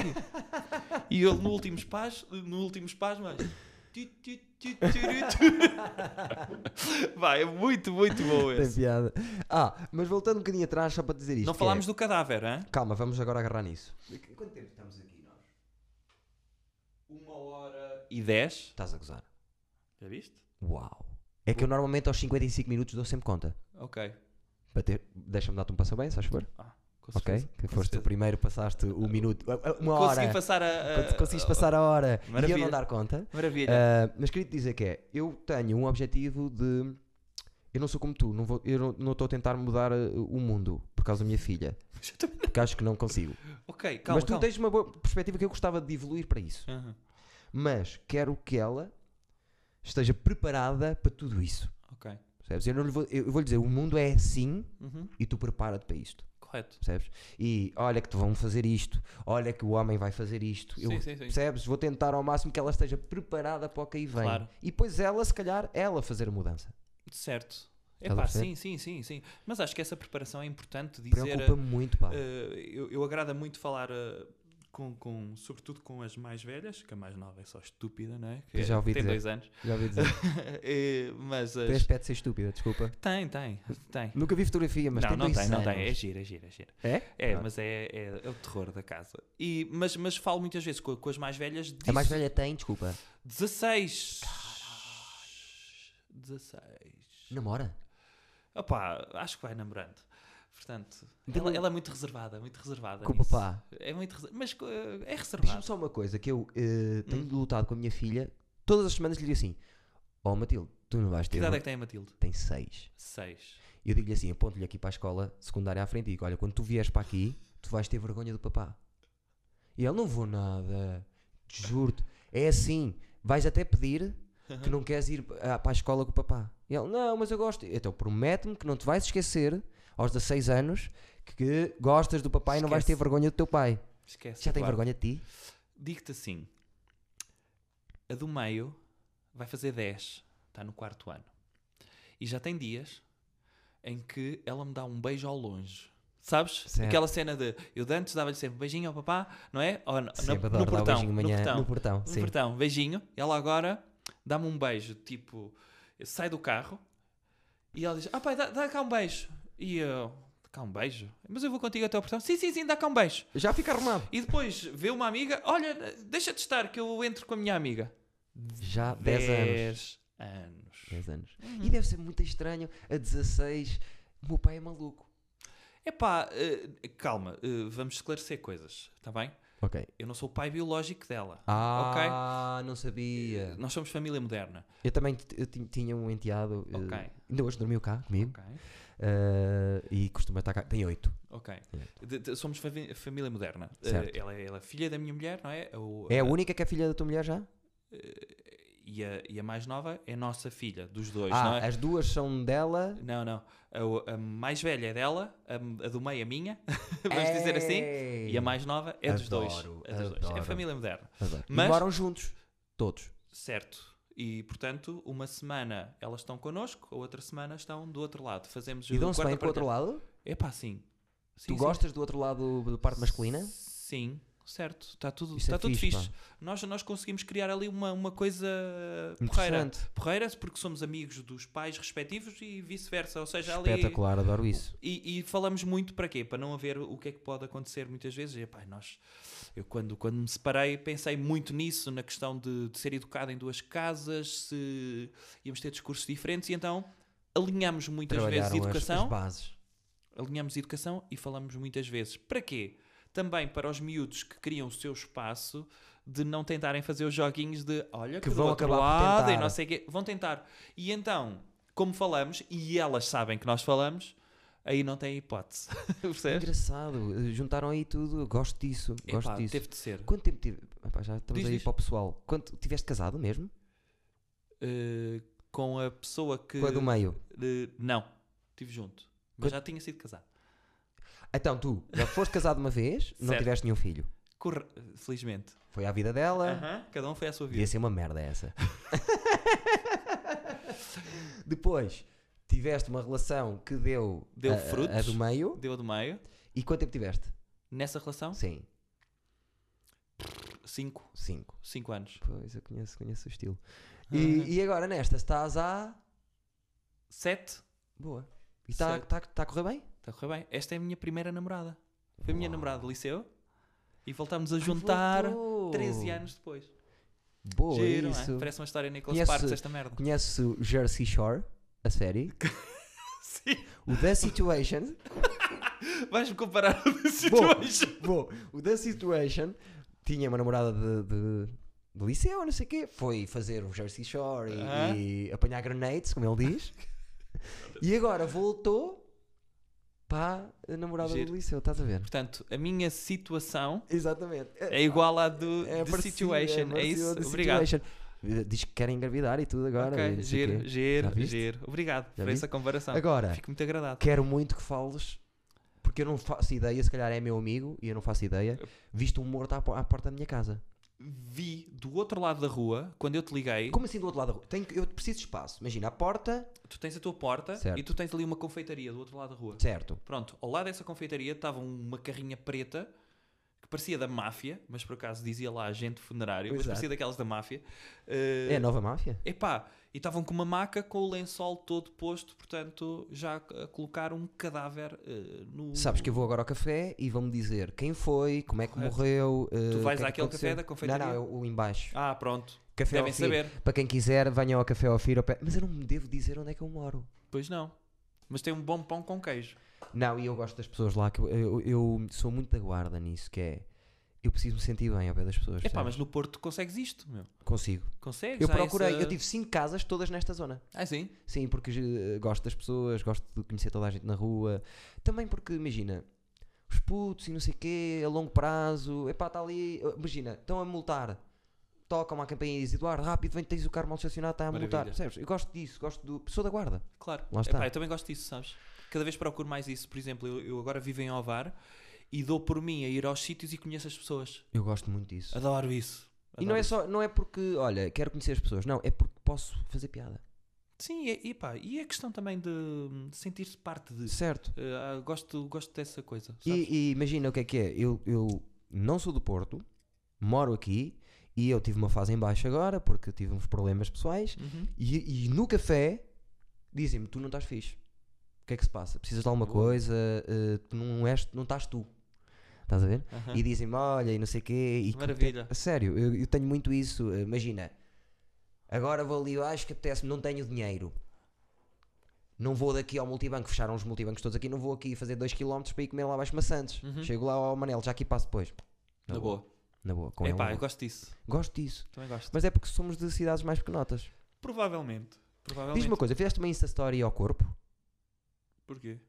Speaker 2: e ele no último espasmo, no último espasmo, olha, tu, tu, tu, tu, tu. Vai, é muito, muito bom
Speaker 1: Tem
Speaker 2: esse.
Speaker 1: piada. Ah, mas voltando um bocadinho atrás, só para dizer isto.
Speaker 2: Não
Speaker 1: que
Speaker 2: falámos
Speaker 1: é-
Speaker 2: do cadáver, hein?
Speaker 1: Calma, vamos agora agarrar nisso.
Speaker 2: Quanto tempo estamos aqui nós? Uma hora e dez.
Speaker 1: Estás a gozar.
Speaker 2: Já viste?
Speaker 1: Uau. É que eu normalmente aos 55 minutos dou sempre conta.
Speaker 2: Ok.
Speaker 1: Para ter- Deixa-me dar-te um parabéns, sabes favor?
Speaker 2: Ah, com
Speaker 1: Ok?
Speaker 2: certeza,
Speaker 1: Que foste
Speaker 2: com
Speaker 1: o
Speaker 2: certeza. Ah,
Speaker 1: primeiro, passaste o minuto. Uma
Speaker 2: Consegui
Speaker 1: hora.
Speaker 2: passar a. a-
Speaker 1: Conseguiste
Speaker 2: a-
Speaker 1: passar a hora e eu
Speaker 2: Maravilha.
Speaker 1: não dar conta.
Speaker 2: Maravilha.
Speaker 1: Ah, mas queria te dizer que é, eu tenho um objetivo de. Eu não sou como tu, não vou, eu não- não estou a tentar mudar ah, o mundo por causa da minha filha.
Speaker 2: Mas eu também-
Speaker 1: Porque acho que não consigo.
Speaker 2: Ok, calma.
Speaker 1: Ah. mas tu
Speaker 2: calma.
Speaker 1: tens uma boa perspectiva que eu gostava de evoluir para isso.
Speaker 2: Aham,
Speaker 1: Mas quero que ela esteja preparada para tudo isso.
Speaker 2: Ok.
Speaker 1: Percebes? Eu, não lhe vou, eu vou lhe dizer, o mundo é assim
Speaker 2: Uhum,
Speaker 1: e tu prepara-te para isto.
Speaker 2: Correto.
Speaker 1: Percebes? E olha que te vão fazer isto, olha que o homem vai fazer isto. Eu-
Speaker 2: Sim, sim, sim.
Speaker 1: Percebes? Vou tentar ao máximo que ela esteja preparada para o que aí vem.
Speaker 2: Claro.
Speaker 1: E depois ela, se calhar, ela fazer a mudança.
Speaker 2: Certo. É
Speaker 1: Estás a
Speaker 2: pá,
Speaker 1: perceber?
Speaker 2: sim, sim, sim, sim. Mas acho que essa preparação é importante dizer.
Speaker 1: Preocupa-me muito, pá.
Speaker 2: eh, eu, eu agrada muito falar. eh, com, com- sobretudo com as mais velhas, que a mais nova é só estúpida, não é? Que
Speaker 1: Eu já ouvi
Speaker 2: tem
Speaker 1: dizer.
Speaker 2: dois anos.
Speaker 1: Já ouvi dizer.
Speaker 2: Eh, mas
Speaker 1: Tem
Speaker 2: as...
Speaker 1: aspecto de ser estúpida, desculpa.
Speaker 2: Tem, tem, tem.
Speaker 1: Nunca vi fotografia, mas
Speaker 2: não,
Speaker 1: tem
Speaker 2: não
Speaker 1: dois
Speaker 2: tem, não tem. É
Speaker 1: anos.
Speaker 2: gira, é gira, é gira.
Speaker 1: É?
Speaker 2: É,
Speaker 1: Ah.
Speaker 2: mas é, é, é o terror da casa. E, mas, mas falo muitas vezes co- com, as mais velhas. Disso,
Speaker 1: A mais velha tem, desculpa.
Speaker 2: 16. 16.
Speaker 1: Namora?
Speaker 2: Opá, acho que vai namorando. Portanto,
Speaker 1: Então-
Speaker 2: ela, ela é muito reservada, muito reservada.
Speaker 1: Com o
Speaker 2: nisso.
Speaker 1: papá.
Speaker 2: É muito reser- Mas co- é
Speaker 1: Diz-me
Speaker 2: reservado.
Speaker 1: só uma coisa que eu eh, tenho
Speaker 2: Hum.
Speaker 1: lutado com a minha filha. Todas as semanas lhe digo assim: Oh Matilde, tu não vais
Speaker 2: Que
Speaker 1: ter.
Speaker 2: idade é que tem a Matilde?
Speaker 1: Tem seis.
Speaker 2: 6.
Speaker 1: E eu digo-lhe assim, aponto-lhe aqui para a escola secundária à frente e digo, olha, quando tu vieres para aqui, tu vais ter vergonha do papá. E ele, não vou nada, te juro-te. É assim, vais até pedir que não queres ir ah, para a escola com o papá. E ele, não, mas eu gosto. Então promete-me que não te vais esquecer, aos 16 anos, que, que gostas do papá e não vais ter
Speaker 2: Esquece.
Speaker 1: vergonha do teu pai.
Speaker 2: Esquece.
Speaker 1: Já tem
Speaker 2: claro.
Speaker 1: vergonha de ti?
Speaker 2: Digo-te assim: a do meio vai fazer 10, está no quarto ano. E já tem dias em que ela me dá um beijo ao longe. Sabes?
Speaker 1: Certo.
Speaker 2: Aquela cena de eu de antes dava-lhe sempre beijinho ao papá, não é? Ou no, no-
Speaker 1: Sempre
Speaker 2: no
Speaker 1: adoro dar o
Speaker 2: portão,
Speaker 1: beijinho
Speaker 2: no
Speaker 1: amanhã
Speaker 2: portão.
Speaker 1: no portão.
Speaker 2: No
Speaker 1: Sim.
Speaker 2: portão, beijinho. Ela agora dá-me um beijo, tipo, sai do carro e ela diz: Ah, pai, dá, dá cá um beijo. E eu, "Dá cá um beijo? Mas eu vou contigo até ao portão. Sim, sim, sim, dá cá um beijo.
Speaker 1: Já fica arrumado.
Speaker 2: E depois vê uma amiga, olha, deixa-te estar que eu entro com a minha amiga.
Speaker 1: Já 10 anos.
Speaker 2: Dez anos.
Speaker 1: 10 anos.
Speaker 2: Uhum.
Speaker 1: E deve ser muito estranho, a 16, o meu pai é maluco.
Speaker 2: Epá, eh, calma, eh, vamos esclarecer coisas, está bem?
Speaker 1: Ok.
Speaker 2: Eu não sou o pai biológico dela.
Speaker 1: Ah, não sabia.
Speaker 2: Nós somos família moderna.
Speaker 1: Eu também t- eu ti- tinha um enteado. eh,
Speaker 2: Ok.
Speaker 1: ainda hoje dormiu cá comigo.
Speaker 2: Ok.
Speaker 1: eh, e costuma estar cá. Tem oito.
Speaker 2: Ok. De- de- somos fami- família moderna. Eh,
Speaker 1: Certo.
Speaker 2: ela, é- ela é filha da minha mulher, não é? O-
Speaker 1: É a única que é filha da tua mulher já?
Speaker 2: e, a, e a mais nova é nossa filha, dos dois, não
Speaker 1: ah,
Speaker 2: é?
Speaker 1: as duas são dela.
Speaker 2: Não, não. A o- A, mais velha é dela, a, a do meio é minha, vamos
Speaker 1: É.
Speaker 2: dizer assim. E a mais nova é dos dois.
Speaker 1: Adoro,
Speaker 2: É dos dois. É
Speaker 1: adoro.
Speaker 2: família moderna.
Speaker 1: Adoro. é. E
Speaker 2: Mas-
Speaker 1: moram juntos. Todos.
Speaker 2: Certo. E, portanto, uma semana elas estão connosco, a outra semana estão do outro lado. Fazemos
Speaker 1: E dão-se bem com o outro lado?
Speaker 2: É pá, sim. Sim,
Speaker 1: tu
Speaker 2: sim.
Speaker 1: gostas do outro lado da parte masculina?
Speaker 2: Sim, certo. Está tudo,
Speaker 1: Isso é
Speaker 2: está tudo
Speaker 1: fixe,
Speaker 2: fixe. Nós, nós conseguimos criar ali uma, uma coisa porreira.
Speaker 1: Interessante.
Speaker 2: Porreira porque somos amigos dos pais respectivos e vice-versa. Ou seja, ali...
Speaker 1: Espetacular, adoro isso.
Speaker 2: E, e falamos muito para quê? Para não haver o que é que pode acontecer muitas vezes. E, epá, nós, eu quando, quando me separei pensei muito nisso, na questão de, de ser educado em duas casas, se íamos ter discursos diferentes, e então alinhamos muitas vezes
Speaker 1: Trabalharam as-
Speaker 2: educação,
Speaker 1: as bases.
Speaker 2: alinhamos educação e falamos muitas vezes. Para quê? Também para os miúdos que criam o seu espaço de não tentarem fazer os joguinhos de olha que,
Speaker 1: Que
Speaker 2: do
Speaker 1: vão
Speaker 2: outro
Speaker 1: acabar por
Speaker 2: lado e
Speaker 1: tentar.
Speaker 2: não sei o quê. Vão tentar. E então, como falamos, e elas sabem que nós falamos, aí não tem hipótese. Percebes?
Speaker 1: Engraçado, eh, juntaram aí tudo. eu Gosto disso, gosto
Speaker 2: Epá,
Speaker 1: disso.
Speaker 2: Teve de ser.
Speaker 1: Quanto tempo tive? Epá, já estamos
Speaker 2: Diz,
Speaker 1: aí
Speaker 2: diz.
Speaker 1: para o pessoal. Quanto tiveste casado mesmo?
Speaker 2: Eh, com a pessoa que.
Speaker 1: Com a do meio.
Speaker 2: Eh, não, estive junto. Mas
Speaker 1: Quando-
Speaker 2: já tinha sido casado.
Speaker 1: Então tu já foste casado uma vez, não
Speaker 2: Certo.
Speaker 1: tiveste nenhum filho.
Speaker 2: Corre- Felizmente.
Speaker 1: Foi à vida dela.
Speaker 2: Aham, Cada um foi à sua vida.
Speaker 1: Devia ser uma merda essa. Depois tiveste uma relação que deu,
Speaker 2: Deu
Speaker 1: a, a- a
Speaker 2: frutos.
Speaker 1: do meio
Speaker 2: Deu a do meio.
Speaker 1: E quanto tempo tiveste?
Speaker 2: Nessa relação,
Speaker 1: Sim,
Speaker 2: 5.
Speaker 1: 5.
Speaker 2: 5 anos.
Speaker 1: Pois, eu conheço, conheço o estilo.
Speaker 2: Ah.
Speaker 1: E, e agora nesta, estás à.
Speaker 2: 7.
Speaker 1: Boa. E está
Speaker 2: Certo.
Speaker 1: tá, tá a correr bem?
Speaker 2: Está a correr bem. Esta é a minha primeira namorada. Foi a minha
Speaker 1: Uau.
Speaker 2: namorada de liceu. E voltámos a juntar
Speaker 1: Voltou.
Speaker 2: 13 anos depois.
Speaker 1: Boa,
Speaker 2: Giro, não é?
Speaker 1: isso.
Speaker 2: Parece uma história de Nicholas
Speaker 1: Conhece-
Speaker 2: Parks, esta merda.
Speaker 1: Conheces o Jersey Shore, a série?
Speaker 2: Sim.
Speaker 1: O The Situation.
Speaker 2: Vais-me comparar a The
Speaker 1: Boa.
Speaker 2: Situation.
Speaker 1: Bom, o The Situation tinha uma namorada de, de, de liceu, não sei o quê. Foi fazer o Jersey Shore e,
Speaker 2: Aham.
Speaker 1: e apanhar grenades, como ele diz. e agora voltou para a namorada
Speaker 2: Giro.
Speaker 1: do liceu, estás a ver?
Speaker 2: Portanto, a minha situação
Speaker 1: Exatamente.
Speaker 2: é igual à do The
Speaker 1: parecido,
Speaker 2: Situation. É,
Speaker 1: parecido
Speaker 2: isso?
Speaker 1: ao The
Speaker 2: Obrigado.
Speaker 1: Situation. Diz que querem engravidar e tudo agora. e
Speaker 2: Ok,
Speaker 1: não sei o
Speaker 2: giro,
Speaker 1: quê. Já
Speaker 2: giro,
Speaker 1: viste?
Speaker 2: giro. Obrigado por
Speaker 1: viste?
Speaker 2: essa comparação.
Speaker 1: Agora,
Speaker 2: Fico muito agradado.
Speaker 1: quero muito que fales, porque eu não faço ideia, se calhar é meu amigo e eu não faço ideia. Viste um morto à, po- à porta da minha casa.
Speaker 2: Vi do outro lado da rua, quando eu te liguei,
Speaker 1: Como assim do outro lado da rua? Tenho, que- eu preciso de espaço. Imagina, a porta,
Speaker 2: tu tens a tua porta
Speaker 1: Certo.
Speaker 2: e tu tens ali uma confeitaria do outro lado da rua.
Speaker 1: certo.
Speaker 2: Pronto, ao lado dessa confeitaria estava uma carrinha preta que parecia da máfia, mas por acaso dizia lá agente funerário, mas
Speaker 1: Exato.
Speaker 2: parecia daquelas da máfia.
Speaker 1: É
Speaker 2: Eh,
Speaker 1: a nova máfia?
Speaker 2: Epá, e estavam com uma maca com o lençol todo posto, portanto, já a colocar um cadáver eh, no.
Speaker 1: Sabes que eu vou agora ao café e vão-me dizer quem foi, como é que
Speaker 2: Correto.
Speaker 1: morreu. eh,
Speaker 2: vais
Speaker 1: o que é que
Speaker 2: àquele café
Speaker 1: aconteceu.
Speaker 2: da confeitaria?
Speaker 1: Não, não, eu- o embaixo.
Speaker 2: Ah, pronto.
Speaker 1: Café ao
Speaker 2: Devem
Speaker 1: Firo.
Speaker 2: saber.
Speaker 1: Para quem quiser, venham ao café ao Firo. ao pé- Mas eu não me devo dizer onde é que eu moro.
Speaker 2: Pois não. Mas tem um bom pão com queijo.
Speaker 1: Não, e eu gosto das pessoas lá, que eu, eu- eu sou muito da guarda nisso, que é. Eu preciso me sentir bem ao pé das pessoas.
Speaker 2: Epá,
Speaker 1: percebes?
Speaker 2: mas no Porto consegues isto, meu.
Speaker 1: Consigo.
Speaker 2: Consegues?
Speaker 1: é. Eu
Speaker 2: Há
Speaker 1: procurei,
Speaker 2: essa-
Speaker 1: eu tive cinco casas todas nesta zona.
Speaker 2: Ah, sim.
Speaker 1: Sim, porque eh, gosto das pessoas, gosto de conhecer toda a gente na rua. Também porque, imagina, os putos e não sei o quê, a longo prazo, epá, está ali. eh, Imagina, estão a multar. Tocam à campainha e dizem, Eduardo, rápido, vem, tens o carro mal estacionado, está a multar.
Speaker 2: Maravilha.
Speaker 1: Percebes? Eu gosto disso, gosto do. Sou da guarda.
Speaker 2: Claro.
Speaker 1: Lá está.
Speaker 2: Epá, eu também gosto disso, sabes? Cada vez procuro mais isso. Por exemplo, eu, eu agora vivo em Ovar e dou por mim a ir aos sítios e conheço as pessoas.
Speaker 1: Eu gosto muito disso.
Speaker 2: Adoro isso.
Speaker 1: E não
Speaker 2: Adoro
Speaker 1: é
Speaker 2: isso.
Speaker 1: só, não é porque, olha, quero conhecer as pessoas, não, é porque posso fazer piada.
Speaker 2: Sim, e, e pá, e a questão também de hum, sentir-se parte de.
Speaker 1: Certo.
Speaker 2: Eh, ah, gosto, gosto dessa coisa. sabes?
Speaker 1: E, e imagina o que é que é, eu, eu não sou do Porto, moro aqui e eu tive uma fase em baixo agora porque tive uns problemas pessoais
Speaker 2: Uhum.
Speaker 1: e, e no café dizem-me, tu não estás fixe. O que é que se passa? Precisas de alguma
Speaker 2: Ui.
Speaker 1: coisa, eh, tu não, és, não estás tu. Estás a ver?
Speaker 2: Aham.
Speaker 1: E dizem-me, olha, e não sei o quê. E tu
Speaker 2: Maravilha.
Speaker 1: A sério, eu, eu tenho muito isso. eh, Imagina, agora vou ali, acho que apetece-me, não tenho dinheiro. Não vou daqui ao multibanco, fecharam os multibancos todos aqui, não vou aqui fazer 2km para ir comer lá abaixo maçantes.
Speaker 2: Uhum.
Speaker 1: Chego lá ao Manel, já aqui passo depois.
Speaker 2: Na boa.
Speaker 1: Na boa, com
Speaker 2: É
Speaker 1: ele. na
Speaker 2: pá, eu
Speaker 1: boa.
Speaker 2: gosto disso.
Speaker 1: Gosto disso.
Speaker 2: Também gosto.
Speaker 1: Mas é porque somos de cidades mais pequenotas.
Speaker 2: Provavelmente. Provavelmente.
Speaker 1: Diz-me uma coisa, fizeste uma Insta Story ao corpo?
Speaker 2: Porquê?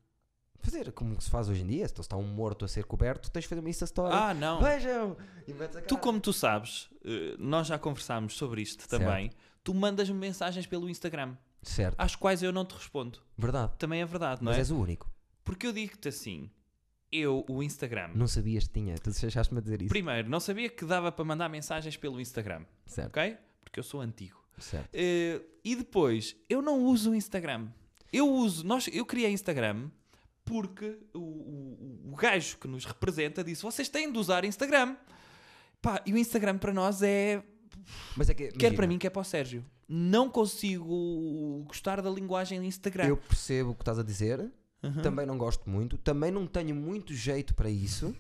Speaker 1: Fazer como se faz hoje em dia, se está um morto a ser coberto, tens de fazer uma Insta Story.
Speaker 2: Ah, não.
Speaker 1: Vejam! E metes a
Speaker 2: Tu,
Speaker 1: cara.
Speaker 2: como tu sabes, eh, nós já conversámos sobre isto também. Tu mandas-me mensagens pelo Instagram,
Speaker 1: Certo,
Speaker 2: às quais eu não te respondo.
Speaker 1: verdade.
Speaker 2: Também é verdade, não
Speaker 1: Mas
Speaker 2: é?
Speaker 1: és o único.
Speaker 2: Porque eu digo-te assim: eu, o Instagram.
Speaker 1: Não sabias que tinha, tu deixaste-me a dizer isso.
Speaker 2: Primeiro, não sabia que dava para mandar mensagens pelo Instagram,
Speaker 1: Certo,
Speaker 2: ok? Porque eu sou antigo.
Speaker 1: certo.
Speaker 2: Eh, e depois, eu não uso o Instagram. Eu uso, nós, eu criei Instagram porque o, o, o gajo que nos representa disse: vocês têm de usar Instagram. Pá, e o Instagram para nós é
Speaker 1: Mas é que,
Speaker 2: quer
Speaker 1: imagina,
Speaker 2: para mim, quer para o Sérgio. Não consigo gostar da linguagem do Instagram.
Speaker 1: Eu percebo o que estás a dizer, também não gosto muito, também não tenho muito jeito para isso,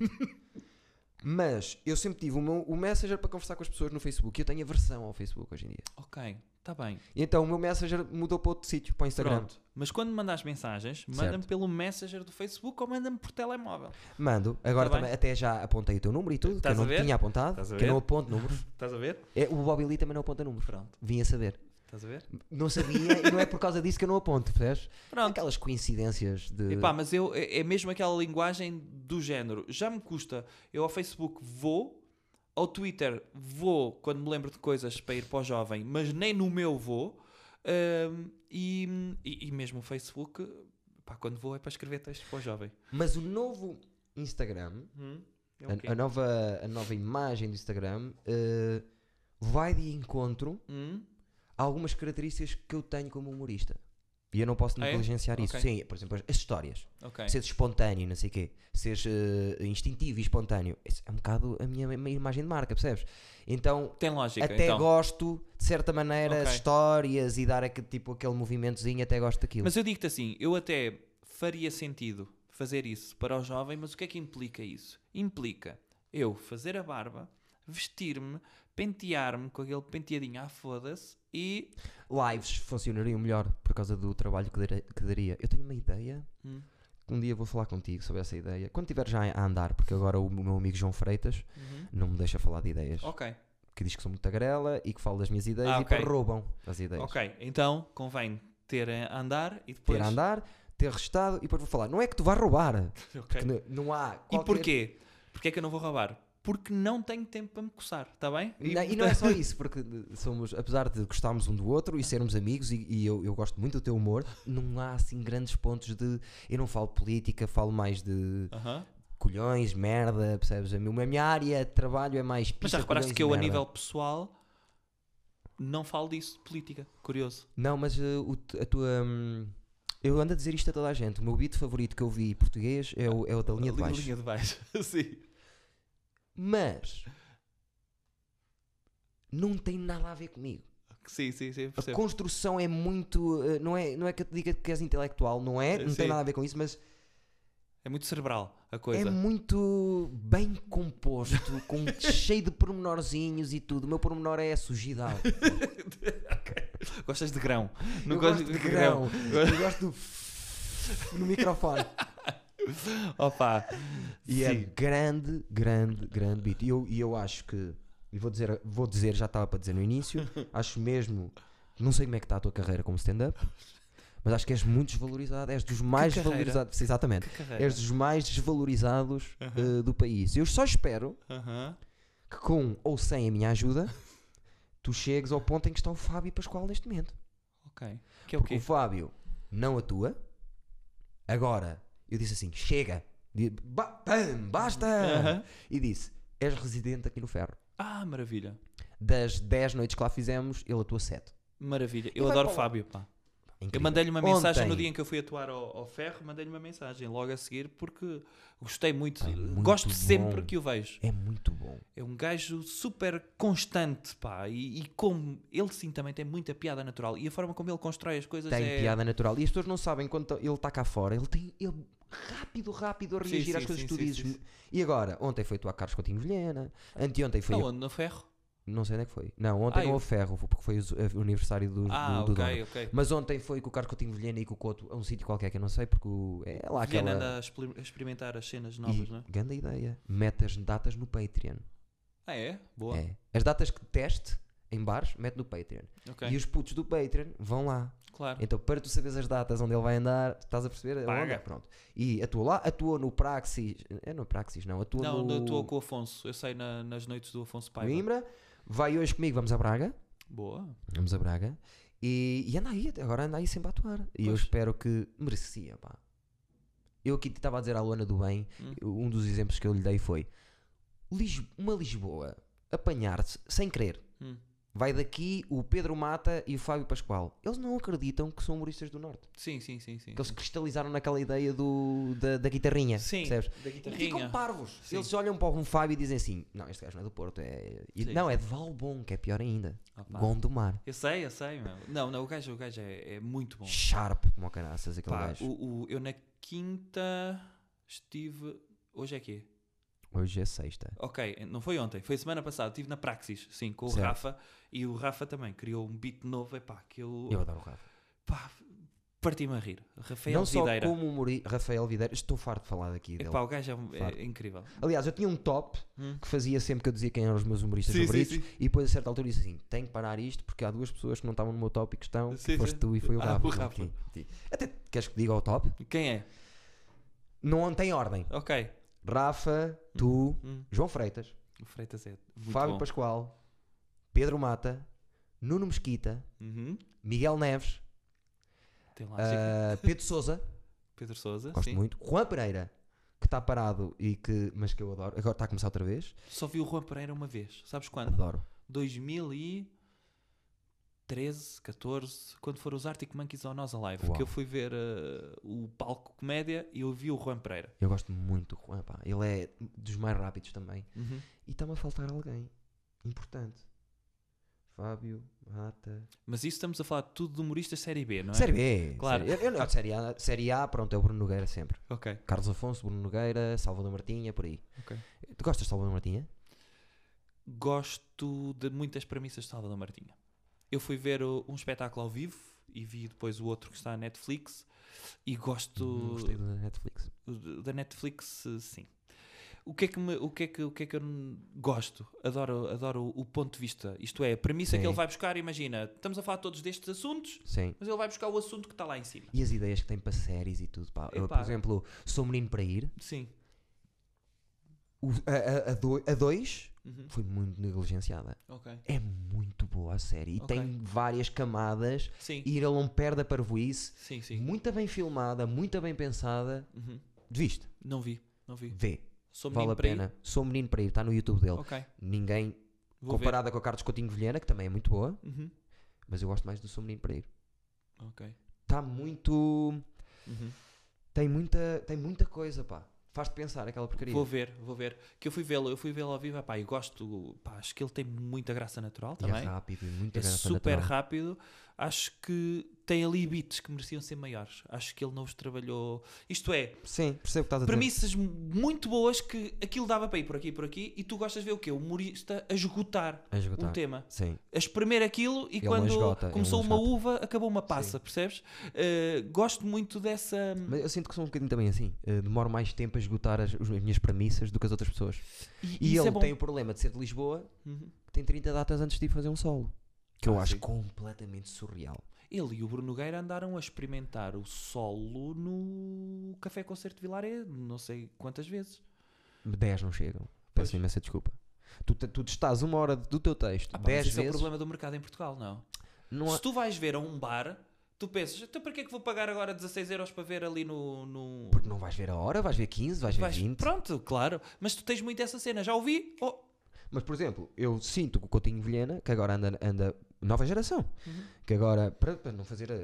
Speaker 1: mas eu sempre tive o, meu, o Messenger para conversar com as pessoas no Facebook. Eu tenho aversão ao Facebook hoje em dia.
Speaker 2: Ok, está bem.
Speaker 1: E então o meu Messenger mudou para outro sítio, para o Instagram.
Speaker 2: Pronto. Mas quando mandas mensagens, manda-me pelo Messenger do Facebook ou manda-me por telemóvel.
Speaker 1: Mando, agora
Speaker 2: Tá bem.
Speaker 1: também, até já apontei o teu número e tudo, que eu
Speaker 2: Estás
Speaker 1: não
Speaker 2: a ver?
Speaker 1: tinha apontado,
Speaker 2: Estás a
Speaker 1: que eu não
Speaker 2: ver?
Speaker 1: aponto números.
Speaker 2: Estás a ver?
Speaker 1: É, o Bobby Lee também não aponta números.
Speaker 2: Pronto.
Speaker 1: Vim a saber.
Speaker 2: Estás a ver?
Speaker 1: Não sabia e não é por causa disso que eu não aponto, percebes?
Speaker 2: Pronto.
Speaker 1: Aquelas coincidências de.
Speaker 2: Epá, mas eu, é é mesmo aquela linguagem do género. Já me custa. Eu ao Facebook vou, ao Twitter vou quando me lembro de coisas para ir para o jovem, mas nem no meu vou. Ahm, e, e, e mesmo o Facebook, pá, quando vou é para escrever textos para o jovem.
Speaker 1: Mas o novo Instagram,
Speaker 2: Hum, é o quê?
Speaker 1: a, a nova, a nova imagem do Instagram, eh, vai de encontro
Speaker 2: Hum?
Speaker 1: a algumas características que eu tenho como humorista. E eu não posso
Speaker 2: Ah, é?
Speaker 1: negligenciar isso.
Speaker 2: Ok.
Speaker 1: Sim, por exemplo, as histórias.
Speaker 2: Ok.
Speaker 1: Seres espontâneo, não sei o quê. Seres eh, instintivo e espontâneo. Isso é um bocado a minha, a minha imagem de marca, percebes? Então,
Speaker 2: Tem lógica,
Speaker 1: até
Speaker 2: então.
Speaker 1: gosto, de certa maneira,
Speaker 2: Ok.
Speaker 1: as histórias e dar aquele, tipo, aquele movimentozinho, até gosto daquilo.
Speaker 2: Mas eu digo-te assim, eu até faria sentido fazer isso para o jovem, mas o que é que implica isso? Implica eu fazer a barba, vestir-me, pentear-me com aquele penteadinho à foda-se e...
Speaker 1: Lives funcionariam melhor por causa do trabalho que, dare- que daria. Eu tenho uma ideia.
Speaker 2: Hum.
Speaker 1: Um dia vou falar contigo sobre essa ideia. Quando estiver já a andar, porque agora o meu amigo João Freitas não me deixa falar de ideias.
Speaker 2: Ok,
Speaker 1: Que diz que sou muito tagarela e que falo das minhas ideias
Speaker 2: Oh. Ah,
Speaker 1: e
Speaker 2: ok.
Speaker 1: que roubam as ideias.
Speaker 2: ok. Então convém ter a andar e depois...
Speaker 1: Ter a andar, ter restado e depois vou falar. Não é que tu vais roubar.
Speaker 2: Ok.
Speaker 1: Que n- não há.
Speaker 2: E
Speaker 1: qualquer-
Speaker 2: porquê? Porquê é que eu não vou roubar? Porque não tenho tempo para me coçar, está bem?
Speaker 1: Não, e não é só isso, porque eh, somos, apesar de gostarmos um do outro e sermos amigos, e, e eu, eu gosto muito do teu humor, não há assim grandes pontos de. Eu não falo política, falo mais de
Speaker 2: Aham.
Speaker 1: colhões, merda, percebes? A minha, a minha área de trabalho é mais
Speaker 2: Mas
Speaker 1: picha,
Speaker 2: já
Speaker 1: colhões
Speaker 2: reparaste
Speaker 1: e
Speaker 2: que eu, a
Speaker 1: merda.
Speaker 2: nível pessoal, não falo disso de política. Curioso.
Speaker 1: Não, mas eh, o t- a tua. hum, eu ando a dizer isto a toda a gente. O meu beat favorito que eu vi em português é o, é o da linha de
Speaker 2: Li-
Speaker 1: baixo.
Speaker 2: Linha de baixo. Sim.
Speaker 1: Mas. Não tem nada a ver comigo.
Speaker 2: Sim, sim, sim.
Speaker 1: A
Speaker 2: Percebo.
Speaker 1: construção é muito. eh, não, é, não é que eu te diga que és intelectual, não é? Não
Speaker 2: Sim.
Speaker 1: tem nada a ver com isso, mas
Speaker 2: É muito cerebral a coisa.
Speaker 1: é muito bem composto, com, um cheio de pormenorzinhos e tudo. O meu pormenor é a sujidade.
Speaker 2: Gostas de grão. Não
Speaker 1: eu
Speaker 2: gostas
Speaker 1: gosto de grão. Eu gosto do f- no microfone.
Speaker 2: Opa.
Speaker 1: E é grande, grande, grande beat. E eu, e eu acho que, e vou dizer, vou dizer, já estava para dizer no início, acho mesmo, não sei como é que está a tua carreira como stand-up, mas acho que és muito desvalorizado, és dos mais
Speaker 2: carreira?
Speaker 1: desvalorizados, sim, exatamente,
Speaker 2: Que carreira.
Speaker 1: és dos mais desvalorizados eh, do país. Eu só espero
Speaker 2: Aham.
Speaker 1: que com ou sem a minha ajuda, tu chegues ao ponto em que está o Fábio Pascoal neste momento.
Speaker 2: Ok. Que é o
Speaker 1: Porque
Speaker 2: quê?
Speaker 1: o Fábio não atua. Agora, eu disse assim: chega, Di- ba- bam, basta!
Speaker 2: Aham.
Speaker 1: E disse: és residente aqui no ferro.
Speaker 2: Ah, maravilha.
Speaker 1: Das 10 noites que lá fizemos, ele atua 7.
Speaker 2: Maravilha. Eu
Speaker 1: vai
Speaker 2: adoro
Speaker 1: para lá.
Speaker 2: Fábio, pá. Eu mandei-lhe uma
Speaker 1: Ontem.
Speaker 2: mensagem no dia em que eu fui atuar ao, ao ferro, mandei-lhe uma mensagem logo a seguir porque gostei muito,
Speaker 1: Pá, é muito
Speaker 2: gosto sempre
Speaker 1: bom.
Speaker 2: que o vejo.
Speaker 1: É muito bom.
Speaker 2: É um gajo super constante, pá, e, e como ele sim também tem muita piada natural e a forma como ele constrói as coisas
Speaker 1: Tem
Speaker 2: é
Speaker 1: piada natural. E as pessoas não sabem quando to- ele está cá fora. Ele tem. Ele rápido, rápido a
Speaker 2: Sim,
Speaker 1: reagir
Speaker 2: sim,
Speaker 1: às coisas
Speaker 2: sim,
Speaker 1: que tu
Speaker 2: sim,
Speaker 1: dizes.
Speaker 2: sim, sim.
Speaker 1: E agora? Ontem foi tu a Carlos Coutinho Vilhena. Anteontem foi. eu-
Speaker 2: Aonde? no ferro.
Speaker 1: Não sei onde é que foi. Não, ontem
Speaker 2: Ah, eu-
Speaker 1: não houve ferro, porque foi o z- o aniversário do,
Speaker 2: Ah,
Speaker 1: do, do dono.
Speaker 2: ok, ok.
Speaker 1: Mas ontem foi com o Carlos Coutinho Vilhena e com o Couto a um sítio qualquer que eu não sei, porque o- é lá aquela...
Speaker 2: Viena anda a expli- a experimentar as cenas novas,
Speaker 1: e,
Speaker 2: não é?
Speaker 1: Grande ideia. Mete as datas no Patreon.
Speaker 2: Ah, é? Boa.
Speaker 1: É. As datas que teste em bares, mete no Patreon.
Speaker 2: Ok, Ah.
Speaker 1: E os putos do Patreon vão lá.
Speaker 2: claro.
Speaker 1: Então, para tu saberes as datas onde ele vai andar, estás a perceber? a
Speaker 2: Paga.
Speaker 1: onda? Pronto. E atua lá, atua no Praxis. É no Praxis, não. Atua
Speaker 2: Não,
Speaker 1: no,
Speaker 2: eu estou com o Afonso. Eu sei na- nas noites do Afonso
Speaker 1: no
Speaker 2: Paiva.
Speaker 1: Imbra. Vai hoje comigo, vamos a Braga.
Speaker 2: Boa.
Speaker 1: Vamos a Braga. E, e anda aí, até agora anda aí sempre a atuar. E eu
Speaker 2: Pois.
Speaker 1: espero que merecia, pá. Eu aqui estava a dizer à Luana do Bem,
Speaker 2: Hum.
Speaker 1: um dos exemplos que eu lhe dei foi Lis- uma Lisboa apanhar-se sem querer.
Speaker 2: Hum.
Speaker 1: Vai daqui o Pedro Mata e o Fábio Pascoal. Eles não acreditam que são humoristas do Norte.
Speaker 2: Sim, sim, sim, sim.
Speaker 1: Que eles cristalizaram naquela ideia do, da, da guitarrinha.
Speaker 2: Uhum. Sim,
Speaker 1: percebes?
Speaker 2: da
Speaker 1: E ficam
Speaker 2: guitarrinha.
Speaker 1: parvos.
Speaker 2: Sim.
Speaker 1: Eles olham para um Fábio e dizem assim: Não, este gajo não é do Porto. É... e-
Speaker 2: Sim.
Speaker 1: Não, é de Valbom, que é pior ainda.
Speaker 2: Opa.
Speaker 1: Gondomar.
Speaker 2: Ah, Eu sei, eu sei, meu. Não, não, o gajo, o gajo é, é muito bom.
Speaker 1: Sharp, como o caraças, aquele
Speaker 2: Pá,
Speaker 1: gajo.
Speaker 2: o, o- eu na quinta estive. Hoje é quê?
Speaker 1: Hoje é sexta.
Speaker 2: Ok, não foi ontem, foi semana passada. Estive na Praxis, sim, com o
Speaker 1: Certo.
Speaker 2: Rafa. E o Rafa também criou um beat novo. Epá, que eu.
Speaker 1: Eu adoro o Rafa.
Speaker 2: Pá, parti-me a rir. Rafael
Speaker 1: não só
Speaker 2: Videira.
Speaker 1: como humorista, Rafael Videira, estou farto de falar daqui dele.
Speaker 2: Epá, o gajo é um- é,
Speaker 1: Farto.
Speaker 2: incrível.
Speaker 1: Aliás, eu tinha um top
Speaker 2: Hum.
Speaker 1: que fazia sempre que eu dizia quem eram os meus humoristas
Speaker 2: Sim, sim,
Speaker 1: favoritos
Speaker 2: sim.
Speaker 1: e depois a certa altura disse assim: tenho que parar isto porque há duas pessoas que não estavam no meu top e que estão, que
Speaker 2: Sim,
Speaker 1: foste
Speaker 2: sim.
Speaker 1: tu e foi o
Speaker 2: Ah,
Speaker 1: Rafa.
Speaker 2: o
Speaker 1: Não,
Speaker 2: Rafa.
Speaker 1: sim, sim. Até queres que diga o top?
Speaker 2: Quem é?
Speaker 1: Não tem ordem.
Speaker 2: Ok.
Speaker 1: Rafa, tu,
Speaker 2: Hum.
Speaker 1: João Freitas,
Speaker 2: O Freitas é muito
Speaker 1: Fábio
Speaker 2: bom.
Speaker 1: Pascoal, Pedro Mata, Nuno Mesquita,
Speaker 2: Uhum.
Speaker 1: Miguel Neves,
Speaker 2: Tem lá
Speaker 1: ah, Pedro Souza.
Speaker 2: Pedro Sousa.
Speaker 1: Gosto
Speaker 2: sim.
Speaker 1: muito. Juan Pereira, que está parado e que. Mas que eu adoro. Agora está a começar outra vez.
Speaker 2: Só vi o Juan Pereira uma vez. Sabes quando?
Speaker 1: Adoro.
Speaker 2: 2013. 13, 14, quando foram os Arctic Monkeys ao Nós Alive,
Speaker 1: Uau.
Speaker 2: que eu fui ver eh, o palco comédia e eu vi o Juan Pereira.
Speaker 1: Eu gosto muito do Juan, pá. Ele é dos mais rápidos também. E está-me a faltar alguém importante. Fábio, Mata.
Speaker 2: Mas isso estamos a falar tudo de humoristas série B, não é?
Speaker 1: Série B!
Speaker 2: Claro.
Speaker 1: Série, eu, eu, não, série, a, série A, pronto, é o Bruno Nogueira sempre.
Speaker 2: Ok.
Speaker 1: Carlos Afonso, Bruno Nogueira, Salvador Martinha, por aí.
Speaker 2: Ok.
Speaker 1: Tu gostas de Salvador Martinha?
Speaker 2: Gosto de muitas premissas de Salvador Martinha. Eu fui ver o- um espetáculo ao vivo e vi depois o outro que está na Netflix e gosto
Speaker 1: Não Uhum, Gostei da Netflix.
Speaker 2: O da Netflix, eh, sim. O que é que, me- o que, é que, o que, é que eu n- gosto? Adoro, adoro o ponto de vista. Isto é, a premissa que
Speaker 1: Sim.
Speaker 2: ele vai buscar, imagina, estamos a falar todos destes assuntos,
Speaker 1: Sim.
Speaker 2: mas ele vai buscar o assunto que está lá em cima.
Speaker 1: E as ideias que tem para séries e tudo, pá. Eu, por
Speaker 2: Epá.
Speaker 1: exemplo, Sou um Menino para Ir.
Speaker 2: Sim.
Speaker 1: O- a- a- a doi- a 2
Speaker 2: Uhum.
Speaker 1: foi muito negligenciada.
Speaker 2: Ok.
Speaker 1: É muito boa a série. E
Speaker 2: Ok.
Speaker 1: tem várias camadas.
Speaker 2: Sim.
Speaker 1: E ele não perde a parvoíce.
Speaker 2: Sim, sim.
Speaker 1: Muito bem filmada, muito bem pensada.
Speaker 2: Uhum.
Speaker 1: Viste?
Speaker 2: Não vi, não vi.
Speaker 1: Vê.
Speaker 2: Sou
Speaker 1: vale
Speaker 2: menino
Speaker 1: a
Speaker 2: para ir?
Speaker 1: pena. Sou um Menino para Ir. Está no YouTube dele.
Speaker 2: Ok.
Speaker 1: Ninguém...
Speaker 2: Vou ver.
Speaker 1: comparada com a Carlos Coutinho Vilhena, que também é muito boa.
Speaker 2: Uhum.
Speaker 1: Mas eu gosto mais do Sou Menino para Ir.
Speaker 2: Ok.
Speaker 1: Está muito...
Speaker 2: Uhum.
Speaker 1: Tem muita, tem muita coisa, pá. Faz-te pensar aquela porcaria.
Speaker 2: Vou ver, vou ver. Que eu fui vê-lo, eu fui vê-lo ao vivo, epá, e gosto, pá, acho que ele tem muita graça natural
Speaker 1: E é
Speaker 2: também.
Speaker 1: rápido, e muito
Speaker 2: é
Speaker 1: graça
Speaker 2: super
Speaker 1: natural.
Speaker 2: rápido. Acho que tem ali beats que mereciam ser maiores. Acho que ele não os trabalhou. Isto é,
Speaker 1: Sim, percebo o que estás a dizer.
Speaker 2: premissas muito boas que aquilo dava para ir por aqui e por aqui. E tu gostas de ver o quê? O humorista a esgotar
Speaker 1: A esgotar.
Speaker 2: um tema.
Speaker 1: Sim.
Speaker 2: A espremer aquilo e
Speaker 1: Ele
Speaker 2: quando
Speaker 1: esgota, ele
Speaker 2: começou uma
Speaker 1: esgota.
Speaker 2: uva, acabou uma passa, percebes? Eh, gosto muito dessa.
Speaker 1: Mas eu sinto que sou um bocadinho também assim. eh, demoro mais tempo a esgotar as, os- as minhas premissas do que as outras pessoas.
Speaker 2: E,
Speaker 1: E
Speaker 2: isso
Speaker 1: ele
Speaker 2: é bom.
Speaker 1: tem o problema de ser de Lisboa,
Speaker 2: Uhum.
Speaker 1: que tem 30 datas antes de ir fazer um solo. Que eu
Speaker 2: Ah,
Speaker 1: acho
Speaker 2: sim.
Speaker 1: completamente surreal.
Speaker 2: Ele e o Bruno Nogueira andaram a experimentar o solo no Café Concerto de Vilaré, não sei quantas vezes.
Speaker 1: 10 não chegam.
Speaker 2: Pois.
Speaker 1: Peço imensa desculpa. Tu, te- tu estás uma hora do teu texto,
Speaker 2: Ah, pá, mas
Speaker 1: 10
Speaker 2: esse é o
Speaker 1: vezes.
Speaker 2: problema do mercado em Portugal, não?
Speaker 1: não há-
Speaker 2: Se tu vais ver a um bar, tu pensas, então para que é que vou pagar agora 16 euros para ver ali no. no...
Speaker 1: Porque não vais ver a hora, vais ver 15, vais ver
Speaker 2: Vais-
Speaker 1: 20.
Speaker 2: Pronto, claro. Mas tu tens muito essa cena, já ouvi? Oh,
Speaker 1: Mas, por exemplo, eu sinto que o Coutinho Vilhena, que agora anda, anda nova geração, que agora, para, para não fazer a-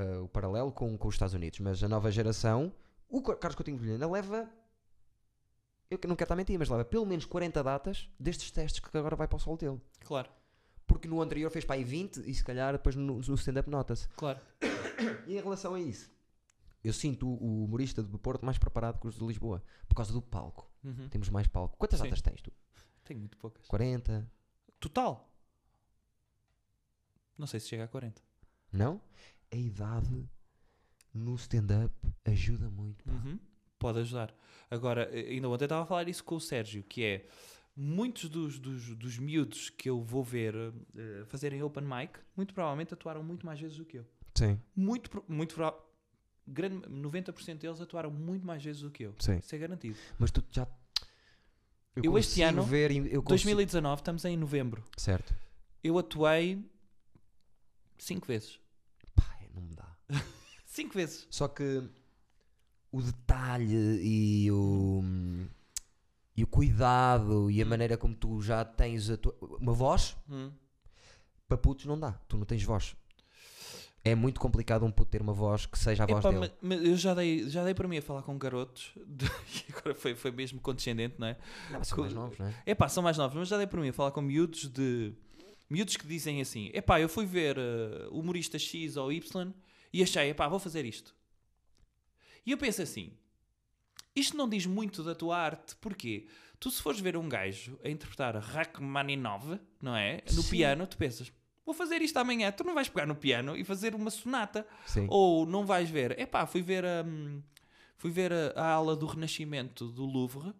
Speaker 1: a- a- o paralelo com, com os Estados Unidos, mas a nova geração, o Co- Carlos Coutinho Vilhena leva, eu que não quero estar a mentir, mas leva pelo menos 40 datas destes testes que agora vai para o sol dele.
Speaker 2: Claro,
Speaker 1: Porque no anterior fez para aí 20 e se calhar depois no, no stand-up nota-se.
Speaker 2: claro.
Speaker 1: E em relação a isso, eu sinto o o humorista do Porto mais preparado que os de Lisboa, por causa do palco.
Speaker 2: Uhum.
Speaker 1: Temos mais palco. Quantas
Speaker 2: Sim.
Speaker 1: datas tens tu?
Speaker 2: Tenho muito poucas.
Speaker 1: 40?
Speaker 2: Total? Não sei se chega a 40.
Speaker 1: Não? A idade no stand-up ajuda muito. pá.
Speaker 2: Uhum. Pode ajudar. Agora, eh, ainda ontem estava a falar isso com o Sérgio, que é muitos dos, dos, dos miúdos que eu vou ver eh, fazerem open mic, muito provavelmente atuaram muito mais vezes do que eu.
Speaker 1: Sim,
Speaker 2: muito, pro- muito pro- grande, 90% deles atuaram muito mais vezes do que eu.
Speaker 1: sim.
Speaker 2: Isso é garantido.
Speaker 1: Mas tu já.
Speaker 2: Eu este
Speaker 1: consigo
Speaker 2: ano,
Speaker 1: Ver, e- eu consigo...
Speaker 2: 2019, estamos em novembro.
Speaker 1: Certo.
Speaker 2: Eu atuei 5 vezes.
Speaker 1: Pá, é, não me dá.
Speaker 2: 5 vezes.
Speaker 1: Só que o detalhe e o. E o cuidado e a maneira como tu já tens a tua. Uma voz,
Speaker 2: Hum.
Speaker 1: para putos não dá. Tu não tens voz. É muito complicado um puto ter uma voz que seja a voz
Speaker 2: Epá,
Speaker 1: dele.
Speaker 2: ma- ma- eu já dei, já dei para mim a falar com garotos. e agora foi, foi mesmo condescendente, não é?
Speaker 1: Não, são
Speaker 2: co-
Speaker 1: mais novos, não é?
Speaker 2: Epá, são mais novos, mas já dei por mim a falar com miúdos de. miúdos que dizem assim: epá, eu fui ver eh, humorista X ou Y e achei, epá, vou fazer isto. E eu penso assim: isto não diz muito da tua arte, porque tu, se fores ver um gajo a interpretar Rachmaninov, não é? No
Speaker 1: Sim.
Speaker 2: piano, tu pensas. Vou fazer isto amanhã. Tu não vais pegar no piano e fazer uma sonata.
Speaker 1: Sim.
Speaker 2: Ou não vais ver. Epá, fui ver a. hum, Fui ver a, a ala do Renascimento do Louvre.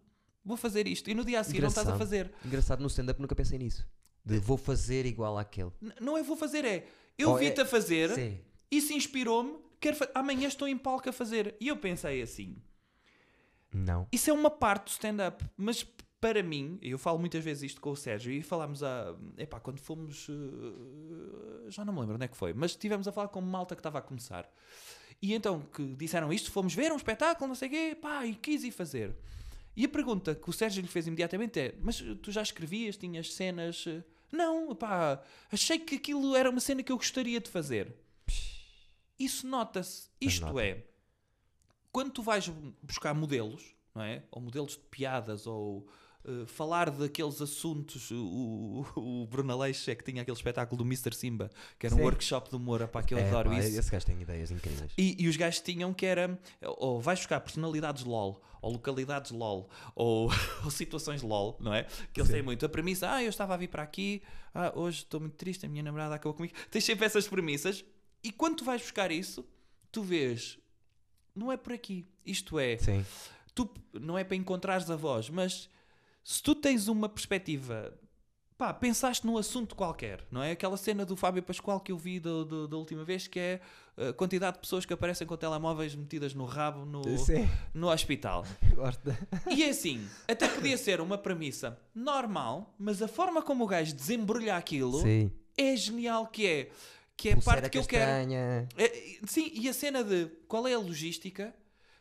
Speaker 2: Vou fazer isto. E no dia a seguir não estás a
Speaker 1: Engraçado.
Speaker 2: fazer.
Speaker 1: Engraçado, no stand-up nunca pensei nisso. De vou fazer igual àquele.
Speaker 2: N- Não é vou fazer, é eu
Speaker 1: Oh, é-
Speaker 2: vi-te a fazer,
Speaker 1: Sim.
Speaker 2: isso inspirou-me, quero fa- amanhã estou em palco a fazer. E eu pensei assim:
Speaker 1: Não.
Speaker 2: isso é uma parte do stand-up, mas p- para mim, eu falo muitas vezes isto com o Sérgio e falámos a. Epá, quando fomos. eh, Já não me lembro onde é que foi, mas estivemos a falar com malta que estava a começar. E então que disseram isto, fomos ver um espetáculo, não sei o quê, pá, e quis ir fazer. E a pergunta que o Sérgio lhe fez imediatamente é: Mas tu já escrevias, tinhas cenas? eh?" Não, pá, achei que aquilo era uma cena que eu gostaria de fazer. Isso nota-se. Isto
Speaker 1: nota.
Speaker 2: é, quando tu vais buscar modelos, não é? Ou modelos de piadas, ou eh, falar daqueles assuntos. O, o, o Bruno Aleixo é que tinha aquele espetáculo do Mr. Simba, que era
Speaker 1: Sim.
Speaker 2: um workshop de humor, pá, que eu
Speaker 1: É,
Speaker 2: adoro
Speaker 1: pá,
Speaker 2: isso.
Speaker 1: Esse gajo tem ideias incríveis.
Speaker 2: E, e os gajos tinham que era ou vais buscar personalidades LOL, ou localidades LOL, ou, ou situações LOL, não é? Que eles têm muito. A premissa, ah, eu estava a vir para aqui, ah, hoje estou muito triste, a minha namorada acabou comigo. Tens sempre essas premissas, e quando tu vais buscar isso, tu vês, não é por aqui. Isto é,
Speaker 1: Sim.
Speaker 2: tu não é para encontrares a voz, mas se tu tens uma perspectiva, pá, pensaste num assunto qualquer, não é? Aquela cena do Fábio Pascoal que eu vi do- do- da última vez, que é a quantidade de pessoas que aparecem com telemóveis metidas no rabo no,
Speaker 1: Sim.
Speaker 2: no hospital.
Speaker 1: Gosto. da-
Speaker 2: E é assim, até podia ser uma premissa normal, mas a forma como o gajo desembrulha aquilo
Speaker 1: Sim.
Speaker 2: é genial, que é, que é a parte que eu quero.
Speaker 1: castanha.
Speaker 2: É, e- Sim, e a cena de qual é a logística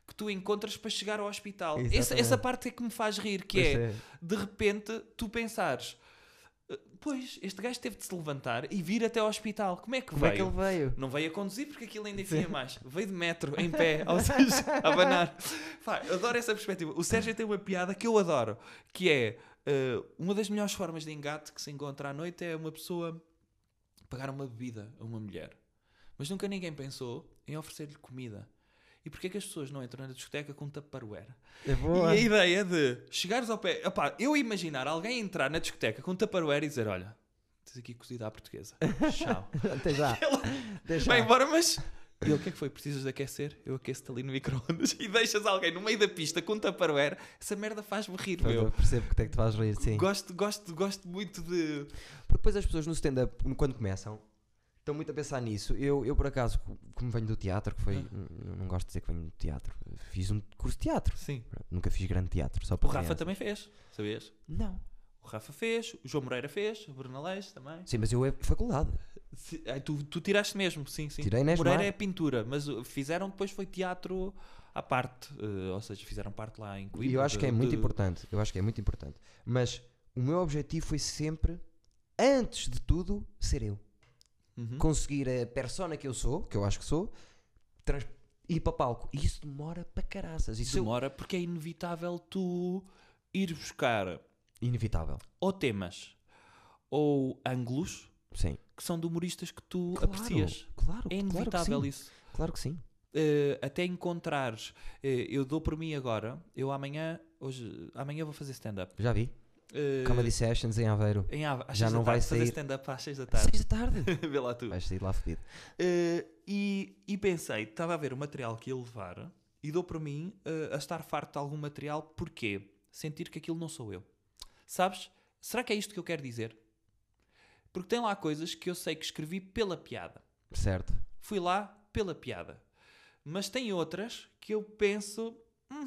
Speaker 2: que tu encontras para chegar ao hospital? Essa,
Speaker 1: Exatamente.
Speaker 2: essa parte é que me faz rir, que
Speaker 1: Pois
Speaker 2: é, de repente tu pensares, "Eh, pois, este gajo teve de se levantar e vir até ao hospital. Como é que
Speaker 1: Como
Speaker 2: veio?
Speaker 1: é que ele veio?
Speaker 2: Não veio a conduzir porque aquilo ainda enfia mais. Veio de metro, em pé, ou seja, a abanar. Pá, eu adoro essa perspectiva. O Sérgio tem uma piada que eu adoro, que é eh, uma das melhores formas de engate que se encontra à noite é uma pessoa pagar uma bebida a uma mulher. Mas nunca ninguém pensou em oferecer-lhe comida. E porquê que as pessoas não entram na discoteca com tupperware?
Speaker 1: É boa.
Speaker 2: E a ideia de chegares ao pé... Opá, eu imaginar alguém entrar na discoteca com tupperware e dizer, olha, tens aqui cozida à portuguesa. Tchau.
Speaker 1: Até já. Até já.
Speaker 2: Vai embora, mas. E ele, o que é que foi? Precisas de aquecer? Eu aqueço-te ali no micro-ondas e deixas alguém no meio da pista com um tupperware. Essa merda faz-me rir,
Speaker 1: Pronto, eu
Speaker 2: meu.
Speaker 1: percebo que tem que te faz rir, sim.
Speaker 2: Gosto, gosto, gosto muito de.
Speaker 1: Porque depois as pessoas no stand-up, quando começam, estão muito a pensar nisso. Eu, eu por acaso, co- como venho do teatro, que foi.
Speaker 2: Hum.
Speaker 1: n- Não gosto de dizer que venho do teatro. Fiz um curso de teatro.
Speaker 2: Sim.
Speaker 1: Nunca fiz grande teatro, só
Speaker 2: O
Speaker 1: para
Speaker 2: Rafa
Speaker 1: crianças.
Speaker 2: também fez, sabias?
Speaker 1: Não.
Speaker 2: O Rafa fez, o João Moreira fez, o Bruno Aleixo também.
Speaker 1: Sim, mas eu é faculdade.
Speaker 2: Se- ai, tu, tu tiraste mesmo, sim, sim.
Speaker 1: Tirei Inês
Speaker 2: Moreira
Speaker 1: Mar.
Speaker 2: é pintura, mas uh, fizeram depois foi teatro à parte. uh, ou seja, fizeram parte lá em Coimbra.
Speaker 1: E eu acho que é
Speaker 2: de-
Speaker 1: muito
Speaker 2: de-
Speaker 1: importante. Eu acho que é muito importante. Mas o meu objetivo foi sempre, antes de tudo, ser eu.
Speaker 2: Uhum.
Speaker 1: Conseguir a persona que eu sou, que eu acho que sou, trans- ir para palco. E isso demora para caraças. Isso
Speaker 2: Demora porque é inevitável tu ir buscar.
Speaker 1: é inevitável.
Speaker 2: ou temas ou ângulos
Speaker 1: Sim.
Speaker 2: que são de humoristas que tu
Speaker 1: Claro,
Speaker 2: aprecias.
Speaker 1: Claro,
Speaker 2: É
Speaker 1: claro que
Speaker 2: inevitável
Speaker 1: sim.
Speaker 2: isso.
Speaker 1: Claro que sim.
Speaker 2: Eh, até encontrares, eh, eu dou por mim agora, eu amanhã, hoje, amanhã vou fazer stand-up.
Speaker 1: Já vi.
Speaker 2: Eh,
Speaker 1: Comedy Sessions em Aveiro.
Speaker 2: em Ava- às
Speaker 1: Já
Speaker 2: seis da
Speaker 1: não vai
Speaker 2: tarde, fazer
Speaker 1: sair.
Speaker 2: stand-up às 6 da
Speaker 1: Às
Speaker 2: tarde.
Speaker 1: 6 da tarde.
Speaker 2: Vê lá tu.
Speaker 1: Vais sair lá fedido.
Speaker 2: Eh, e, e pensei, estava a ver o material que ia levar e dou por mim eh, a estar farto de algum material, porquê? Sentir que aquilo não sou eu. Sabes? Será que é isto que eu quero dizer? Porque tem lá coisas que eu sei que escrevi pela piada.
Speaker 1: Certo.
Speaker 2: Fui lá pela piada. Mas tem outras que eu penso. "Hum,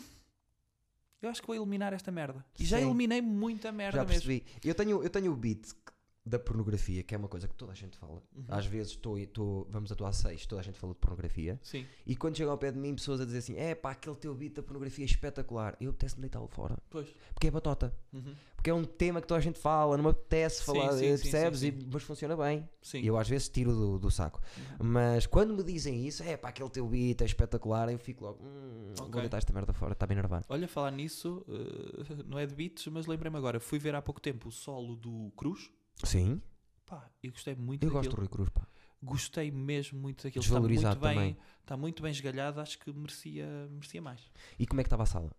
Speaker 2: eu acho que vou eliminar esta merda. E já
Speaker 1: Sim.
Speaker 2: eliminei muita merda
Speaker 1: Já
Speaker 2: mesmo.
Speaker 1: percebi. Eu tenho, eu tenho o beat que- da pornografia, que é uma coisa que toda a gente fala.
Speaker 2: Uhum.
Speaker 1: Às vezes estou estou- vamos atuar seis, toda a gente fala de pornografia.
Speaker 2: Sim.
Speaker 1: E quando chega ao pé de mim, pessoas a dizer assim: é pá, aquele teu beat da pornografia é espetacular. Eu apetece-me deitá-lo fora.
Speaker 2: Pois.
Speaker 1: Porque é batota.
Speaker 2: Uhum.
Speaker 1: Porque é um tema que toda a gente fala, não me apetece
Speaker 2: Sim,
Speaker 1: falar,
Speaker 2: sim,
Speaker 1: eh,
Speaker 2: sim,
Speaker 1: percebes?
Speaker 2: sim,
Speaker 1: E- mas funciona bem.
Speaker 2: Sim. Uhum.
Speaker 1: E eu às vezes tiro do, do saco. Mas quando me dizem isso, é pá, aquele teu beat é espetacular, eu fico logo, hum,
Speaker 2: Ok.
Speaker 1: vou deitar esta merda fora, está bem nervado.
Speaker 2: Olha, falar nisso, eh, não é de beats, mas lembrei-me agora. Fui ver há pouco tempo o solo do Cruz.
Speaker 1: Sim,
Speaker 2: Pá, eu gostei muito
Speaker 1: eu
Speaker 2: daquilo.
Speaker 1: gosto do Rui Cruz, pá.
Speaker 2: Gostei mesmo muito daquilo. Está muito
Speaker 1: Desvalorizado
Speaker 2: bem,
Speaker 1: também.
Speaker 2: está muito bem esgalhado. Acho que merecia, merecia mais.
Speaker 1: E como é que estava a sala?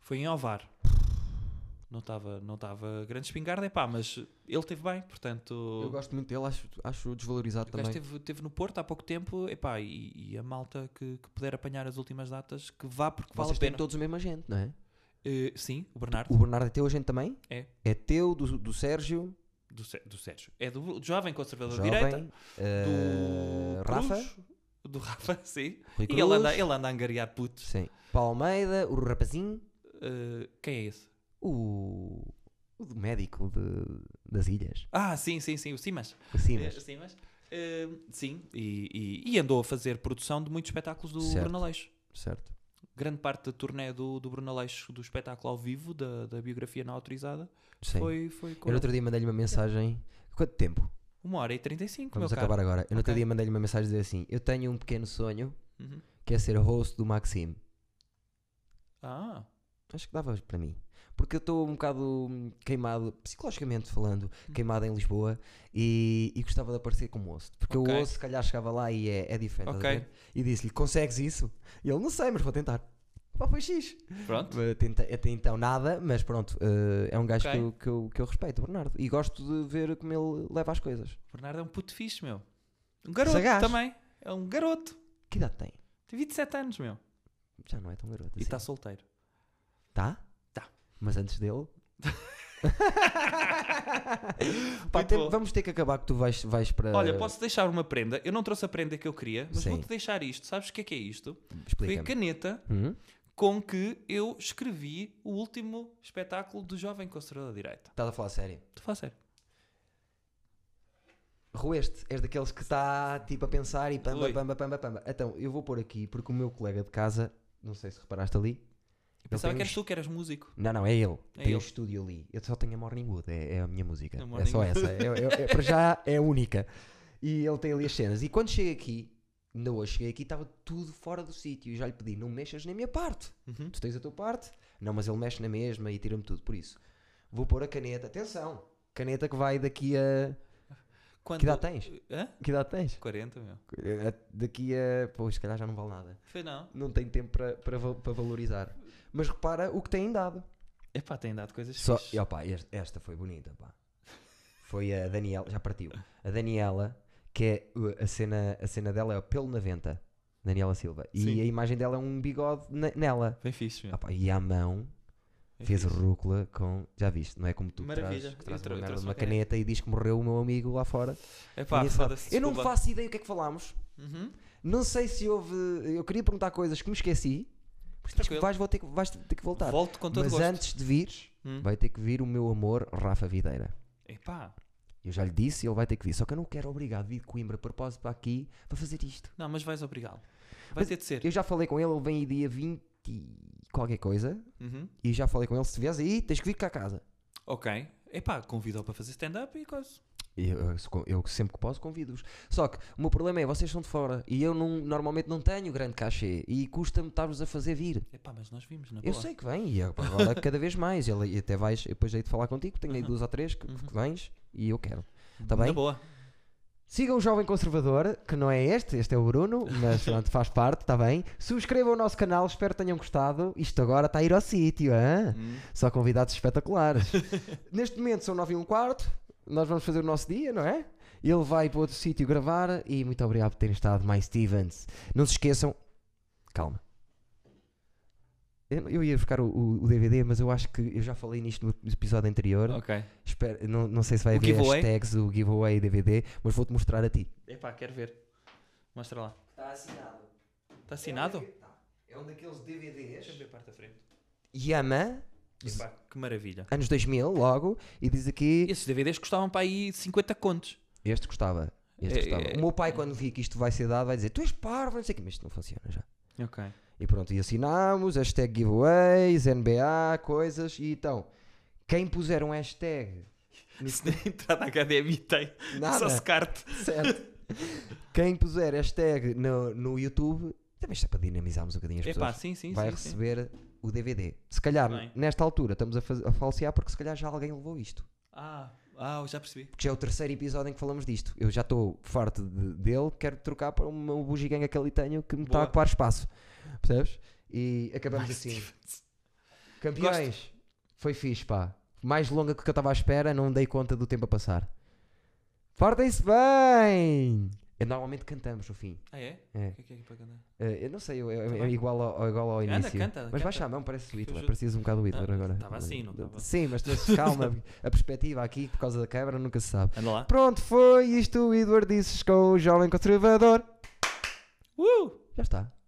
Speaker 2: Foi em Ovar. Não estava não estava grande espingarda, é pá, mas ele teve bem, portanto.
Speaker 1: Eu gosto muito dele, acho, acho desvalorizado
Speaker 2: O gajo
Speaker 1: também.
Speaker 2: esteve, esteve no Porto há pouco tempo, epá, e, e a malta que, que puder apanhar as últimas datas, que vá porque vale
Speaker 1: Vocês
Speaker 2: a
Speaker 1: têm
Speaker 2: pena.
Speaker 1: todos a mesma gente, não é?
Speaker 2: Eh, sim, o Bernardo,
Speaker 1: O Bernardo é teu agente também?
Speaker 2: É.
Speaker 1: É teu, do, do Sérgio,
Speaker 2: do, Sé- do Sérgio. É do, do jovem conservador de
Speaker 1: jovem,
Speaker 2: direita,
Speaker 1: eh,
Speaker 2: do
Speaker 1: Rafa,
Speaker 2: Cruz, do Rafa, sim.
Speaker 1: Rui
Speaker 2: E
Speaker 1: Cruz,
Speaker 2: ele anda, ele anda a angariar putos.
Speaker 1: sim. Paulo Almeida, o Rapazinho,
Speaker 2: Eh, quem é esse?
Speaker 1: o, o do médico de- das ilhas,
Speaker 2: Ah, sim, sim, sim, o Simas.
Speaker 1: o Simas.
Speaker 2: Eh, Simas. Eh, sim, e, e- e andou a fazer produção de muitos espetáculos do
Speaker 1: Certo.
Speaker 2: Bruno Aleixo.
Speaker 1: Certo.
Speaker 2: grande parte da turnê do, do Bruno Aleixo, do espetáculo ao vivo, da, da biografia não autorizada,
Speaker 1: Sim.
Speaker 2: foi, foi com
Speaker 1: Eu no outro dia mandei-lhe uma mensagem. Quanto tempo?
Speaker 2: uma hora e 35,
Speaker 1: Vamos
Speaker 2: meu caro.
Speaker 1: acabar agora. Eu no outro
Speaker 2: um Ok.
Speaker 1: dia mandei-lhe uma mensagem a dizer assim: Eu tenho um pequeno sonho
Speaker 2: Uhum.
Speaker 1: que é ser host do Maxime.
Speaker 2: Ah,
Speaker 1: Acho que dava para mim. Porque eu estou um bocado hum, queimado, psicologicamente falando,
Speaker 2: Hum.
Speaker 1: queimado em Lisboa e, e gostava de aparecer como host. Porque
Speaker 2: Ok.
Speaker 1: o host, se calhar, chegava lá e é, é diferente. estás a
Speaker 2: Ok.
Speaker 1: ver? E disse-lhe: Consegues isso? E ele: Não sei, mas vou tentar. Pá, foi X.
Speaker 2: pronto.
Speaker 1: Até enta- até então nada, mas pronto, eh, é um gajo
Speaker 2: Ok.
Speaker 1: que, eu, que, eu, que eu respeito, o Bernardo. E gosto de ver como ele leva as coisas.
Speaker 2: O Bernardo é um puto fixe, meu. Um garoto
Speaker 1: Sagaz.
Speaker 2: também. É um garoto.
Speaker 1: Que idade tem?
Speaker 2: Tem 27 anos, meu.
Speaker 1: Já não é tão garoto
Speaker 2: E
Speaker 1: assim.
Speaker 2: está solteiro.
Speaker 1: Tá?
Speaker 2: Tá.
Speaker 1: Mas antes dele. Pá, tem-
Speaker 2: bom.
Speaker 1: vamos ter que acabar que tu vais, vais para.
Speaker 2: Olha, posso deixar uma prenda? Eu não trouxe a prenda que eu queria, mas
Speaker 1: Sim.
Speaker 2: vou-te deixar isto. Sabes o que é que é isto? Foi a
Speaker 1: Explica-me.
Speaker 2: caneta
Speaker 1: Hum?
Speaker 2: com que eu escrevi o último espetáculo do Jovem Conservador da Direita.
Speaker 1: Estás a falar sério.
Speaker 2: Tu faz sério.
Speaker 1: Rueste, és daqueles que está tipo a pensar e pamba,
Speaker 2: Ui.
Speaker 1: pamba, pamba, pamba. Então, eu vou pôr aqui porque o meu colega de casa, não sei se reparaste ali.
Speaker 2: Eu pensava
Speaker 1: tem um
Speaker 2: que eras tu que eras músico.
Speaker 1: Não, não, é ele.
Speaker 2: É
Speaker 1: tem
Speaker 2: ele.
Speaker 1: o estúdio ali. Eu só tenho a Morning Wood, é, é a minha música.
Speaker 2: A
Speaker 1: É
Speaker 2: Morning
Speaker 1: só
Speaker 2: Wood.
Speaker 1: essa. É, é- é- para já é única. E ele tem ali as cenas. E quando cheguei aqui, ainda hoje cheguei aqui, estava tudo fora do sítio. E já lhe pedi: não mexas na minha parte.
Speaker 2: Uhum.
Speaker 1: Tu tens a tua parte. Não, mas ele mexe na mesma e tira-me tudo. Por isso, vou pôr a caneta. Atenção! Caneta que vai daqui a.
Speaker 2: Quando...
Speaker 1: Que idade tens?
Speaker 2: Hã?
Speaker 1: Que idade tens?
Speaker 2: 40, meu.
Speaker 1: Eh, Daqui a. Pois, se calhar já não vale nada.
Speaker 2: Foi não.
Speaker 1: Não tenho tempo para, para, val- para valorizar. Mas repara o que tem dado.
Speaker 2: Epá, tem dado coisas
Speaker 1: Só,
Speaker 2: fixes.
Speaker 1: e, opá, este- esta foi bonita, pá. Foi a Daniela, já partiu. A Daniela, que é uh, a cena, a cena dela é o pelo na venta, Daniela Silva. E
Speaker 2: Sim.
Speaker 1: a imagem dela é um bigode ne- nela.
Speaker 2: Bem fixe, meu.
Speaker 1: Opá, e à mão
Speaker 2: Bem
Speaker 1: fez
Speaker 2: É fixe.
Speaker 1: rúcula com. Já viste, não é como tu que
Speaker 2: Maravilha.
Speaker 1: trazes, que trazes
Speaker 2: Eu trou- eu
Speaker 1: uma, merda
Speaker 2: trouxe
Speaker 1: de
Speaker 2: uma
Speaker 1: uma caneta e diz que morreu o meu amigo lá fora.
Speaker 2: Epá,
Speaker 1: Ninguém sabe.
Speaker 2: foda-se.
Speaker 1: Eu não
Speaker 2: desculpa.
Speaker 1: faço ideia o que é que falámos.
Speaker 2: Uhum.
Speaker 1: Não sei se houve. Eu queria perguntar coisas que me esqueci. Por isso
Speaker 2: Tranquilo.
Speaker 1: vais, vou ter que, vais ter que voltar.
Speaker 2: Volto com todo
Speaker 1: Mas
Speaker 2: gosto.
Speaker 1: antes de vires.
Speaker 2: Hum.
Speaker 1: Vai ter que vir o meu amor Rafa Videira.
Speaker 2: Epá.
Speaker 1: Eu já lhe disse e ele vai ter que vir. Só que eu não quero obrigado vir de Coimbra a propósito para aqui para fazer isto.
Speaker 2: Não, mas vais obrigá-lo. Vai
Speaker 1: Mas
Speaker 2: ter de ser.
Speaker 1: Eu já falei com ele, ele vem aí dia 20 e qualquer coisa.
Speaker 2: Uhum.
Speaker 1: E já falei com ele, se vieres aí, tens que vir cá a casa.
Speaker 2: Ok. Epá, convido-o para fazer stand-up e coisa.
Speaker 1: Eu, eu- eu sempre que posso convido-vos. Só que o meu problema é, vocês são de fora e eu não- normalmente não tenho grande cachê e custa-me estar-vos a fazer vir.
Speaker 2: Epá, mas nós vimos, na boa.
Speaker 1: Eu sei que vem e agora cada vez mais. Ele, e até vais, depois hei de falar contigo, tenho aí duas ou três que, que vens e eu quero. Tá
Speaker 2: Na
Speaker 1: bem?
Speaker 2: boa.
Speaker 1: Sigam o Jovem Conservador, que não é este, este é o Bruno, mas pronto, faz parte, está bem. Subscrevam o nosso canal, espero que tenham gostado. Isto agora está a ir ao sítio, hã?
Speaker 2: Hum.
Speaker 1: Só convidados espetaculares. Neste momento são 9 e um quarto, nós vamos fazer o nosso dia, não é? Ele vai para outro sítio gravar e muito obrigado por terem estado, mais Stevens. Não se esqueçam. Calma. Eu, eu ia buscar o, o- o DVD, mas eu acho que eu já falei nisto no episódio anterior.
Speaker 2: Ok.
Speaker 1: Espero- não, não sei se vai
Speaker 2: O
Speaker 1: haver
Speaker 2: giveaway?
Speaker 1: hashtags, o giveaway DVD, mas vou-te mostrar a ti.
Speaker 2: Epá, quero ver. Mostra lá.
Speaker 1: Está assinado.
Speaker 2: Está assinado?
Speaker 1: É um daqueles
Speaker 2: Deixa-me
Speaker 1: DVDs.
Speaker 2: ver a parte da frente.
Speaker 1: Yama,
Speaker 2: Epá, que maravilha.
Speaker 1: anos 2000, logo, e diz aqui.
Speaker 2: Esses DVDs custavam para aí 50 contos.
Speaker 1: Este gostava. Este
Speaker 2: É,
Speaker 1: gostava.
Speaker 2: é,
Speaker 1: O meu pai, quando vi que isto vai ser dado, vai dizer: Tu és parvo, não sei o quê, mas isto não funciona já.
Speaker 2: Ok.
Speaker 1: E pronto, e assinámos, hashtag giveaways, NBA, coisas, e então, quem puser um hashtag,
Speaker 2: Isso na entrada HDMI tem.
Speaker 1: Nada.
Speaker 2: Só se carte.
Speaker 1: certo? quem puser hashtag no, no YouTube, também está para dinamizarmos um bocadinho as
Speaker 2: Epá,
Speaker 1: pessoas.
Speaker 2: sim, sim,
Speaker 1: vai
Speaker 2: sim, sim.
Speaker 1: receber o DVD. Se calhar,
Speaker 2: Bem.
Speaker 1: nesta altura, estamos a, faz- a falsear porque se calhar já alguém levou isto.
Speaker 2: Ah, ah, eu já percebi.
Speaker 1: Porque já é o terceiro episódio em que falamos disto. Eu já estou farto de- dele, quero trocar para uma um bugiganga que ali tenho que me está a
Speaker 2: Boa.
Speaker 1: ocupar espaço. Percebes? E acabamos
Speaker 2: Mais
Speaker 1: assim.
Speaker 2: Stevens.
Speaker 1: Campeões, foi fixe, pá. Mais longa que eu estava à espera, não dei conta do tempo a passar. Partem-se bem! Eu, normalmente cantamos no fim.
Speaker 2: Ah, é?
Speaker 1: É.
Speaker 2: O que é que é para cantar?
Speaker 1: Eh, eu não sei, eu- eu-
Speaker 2: Tá
Speaker 1: é
Speaker 2: bem.
Speaker 1: igual ao, ao- igual ao
Speaker 2: Anda,
Speaker 1: início.
Speaker 2: canta,
Speaker 1: mas
Speaker 2: canta.
Speaker 1: baixa a mão, parece o Hitler.
Speaker 2: Fugiu-
Speaker 1: Parecias um bocado o Hitler
Speaker 2: Não,
Speaker 1: agora.
Speaker 2: estava assim, não estava?
Speaker 1: Sim, mas tu- calma, a perspectiva aqui, por causa da câmara, nunca se sabe.
Speaker 2: Anda lá.
Speaker 1: Pronto, foi isto o Eduardo disse com o jovem conservador.
Speaker 2: Uh!
Speaker 1: um Já está.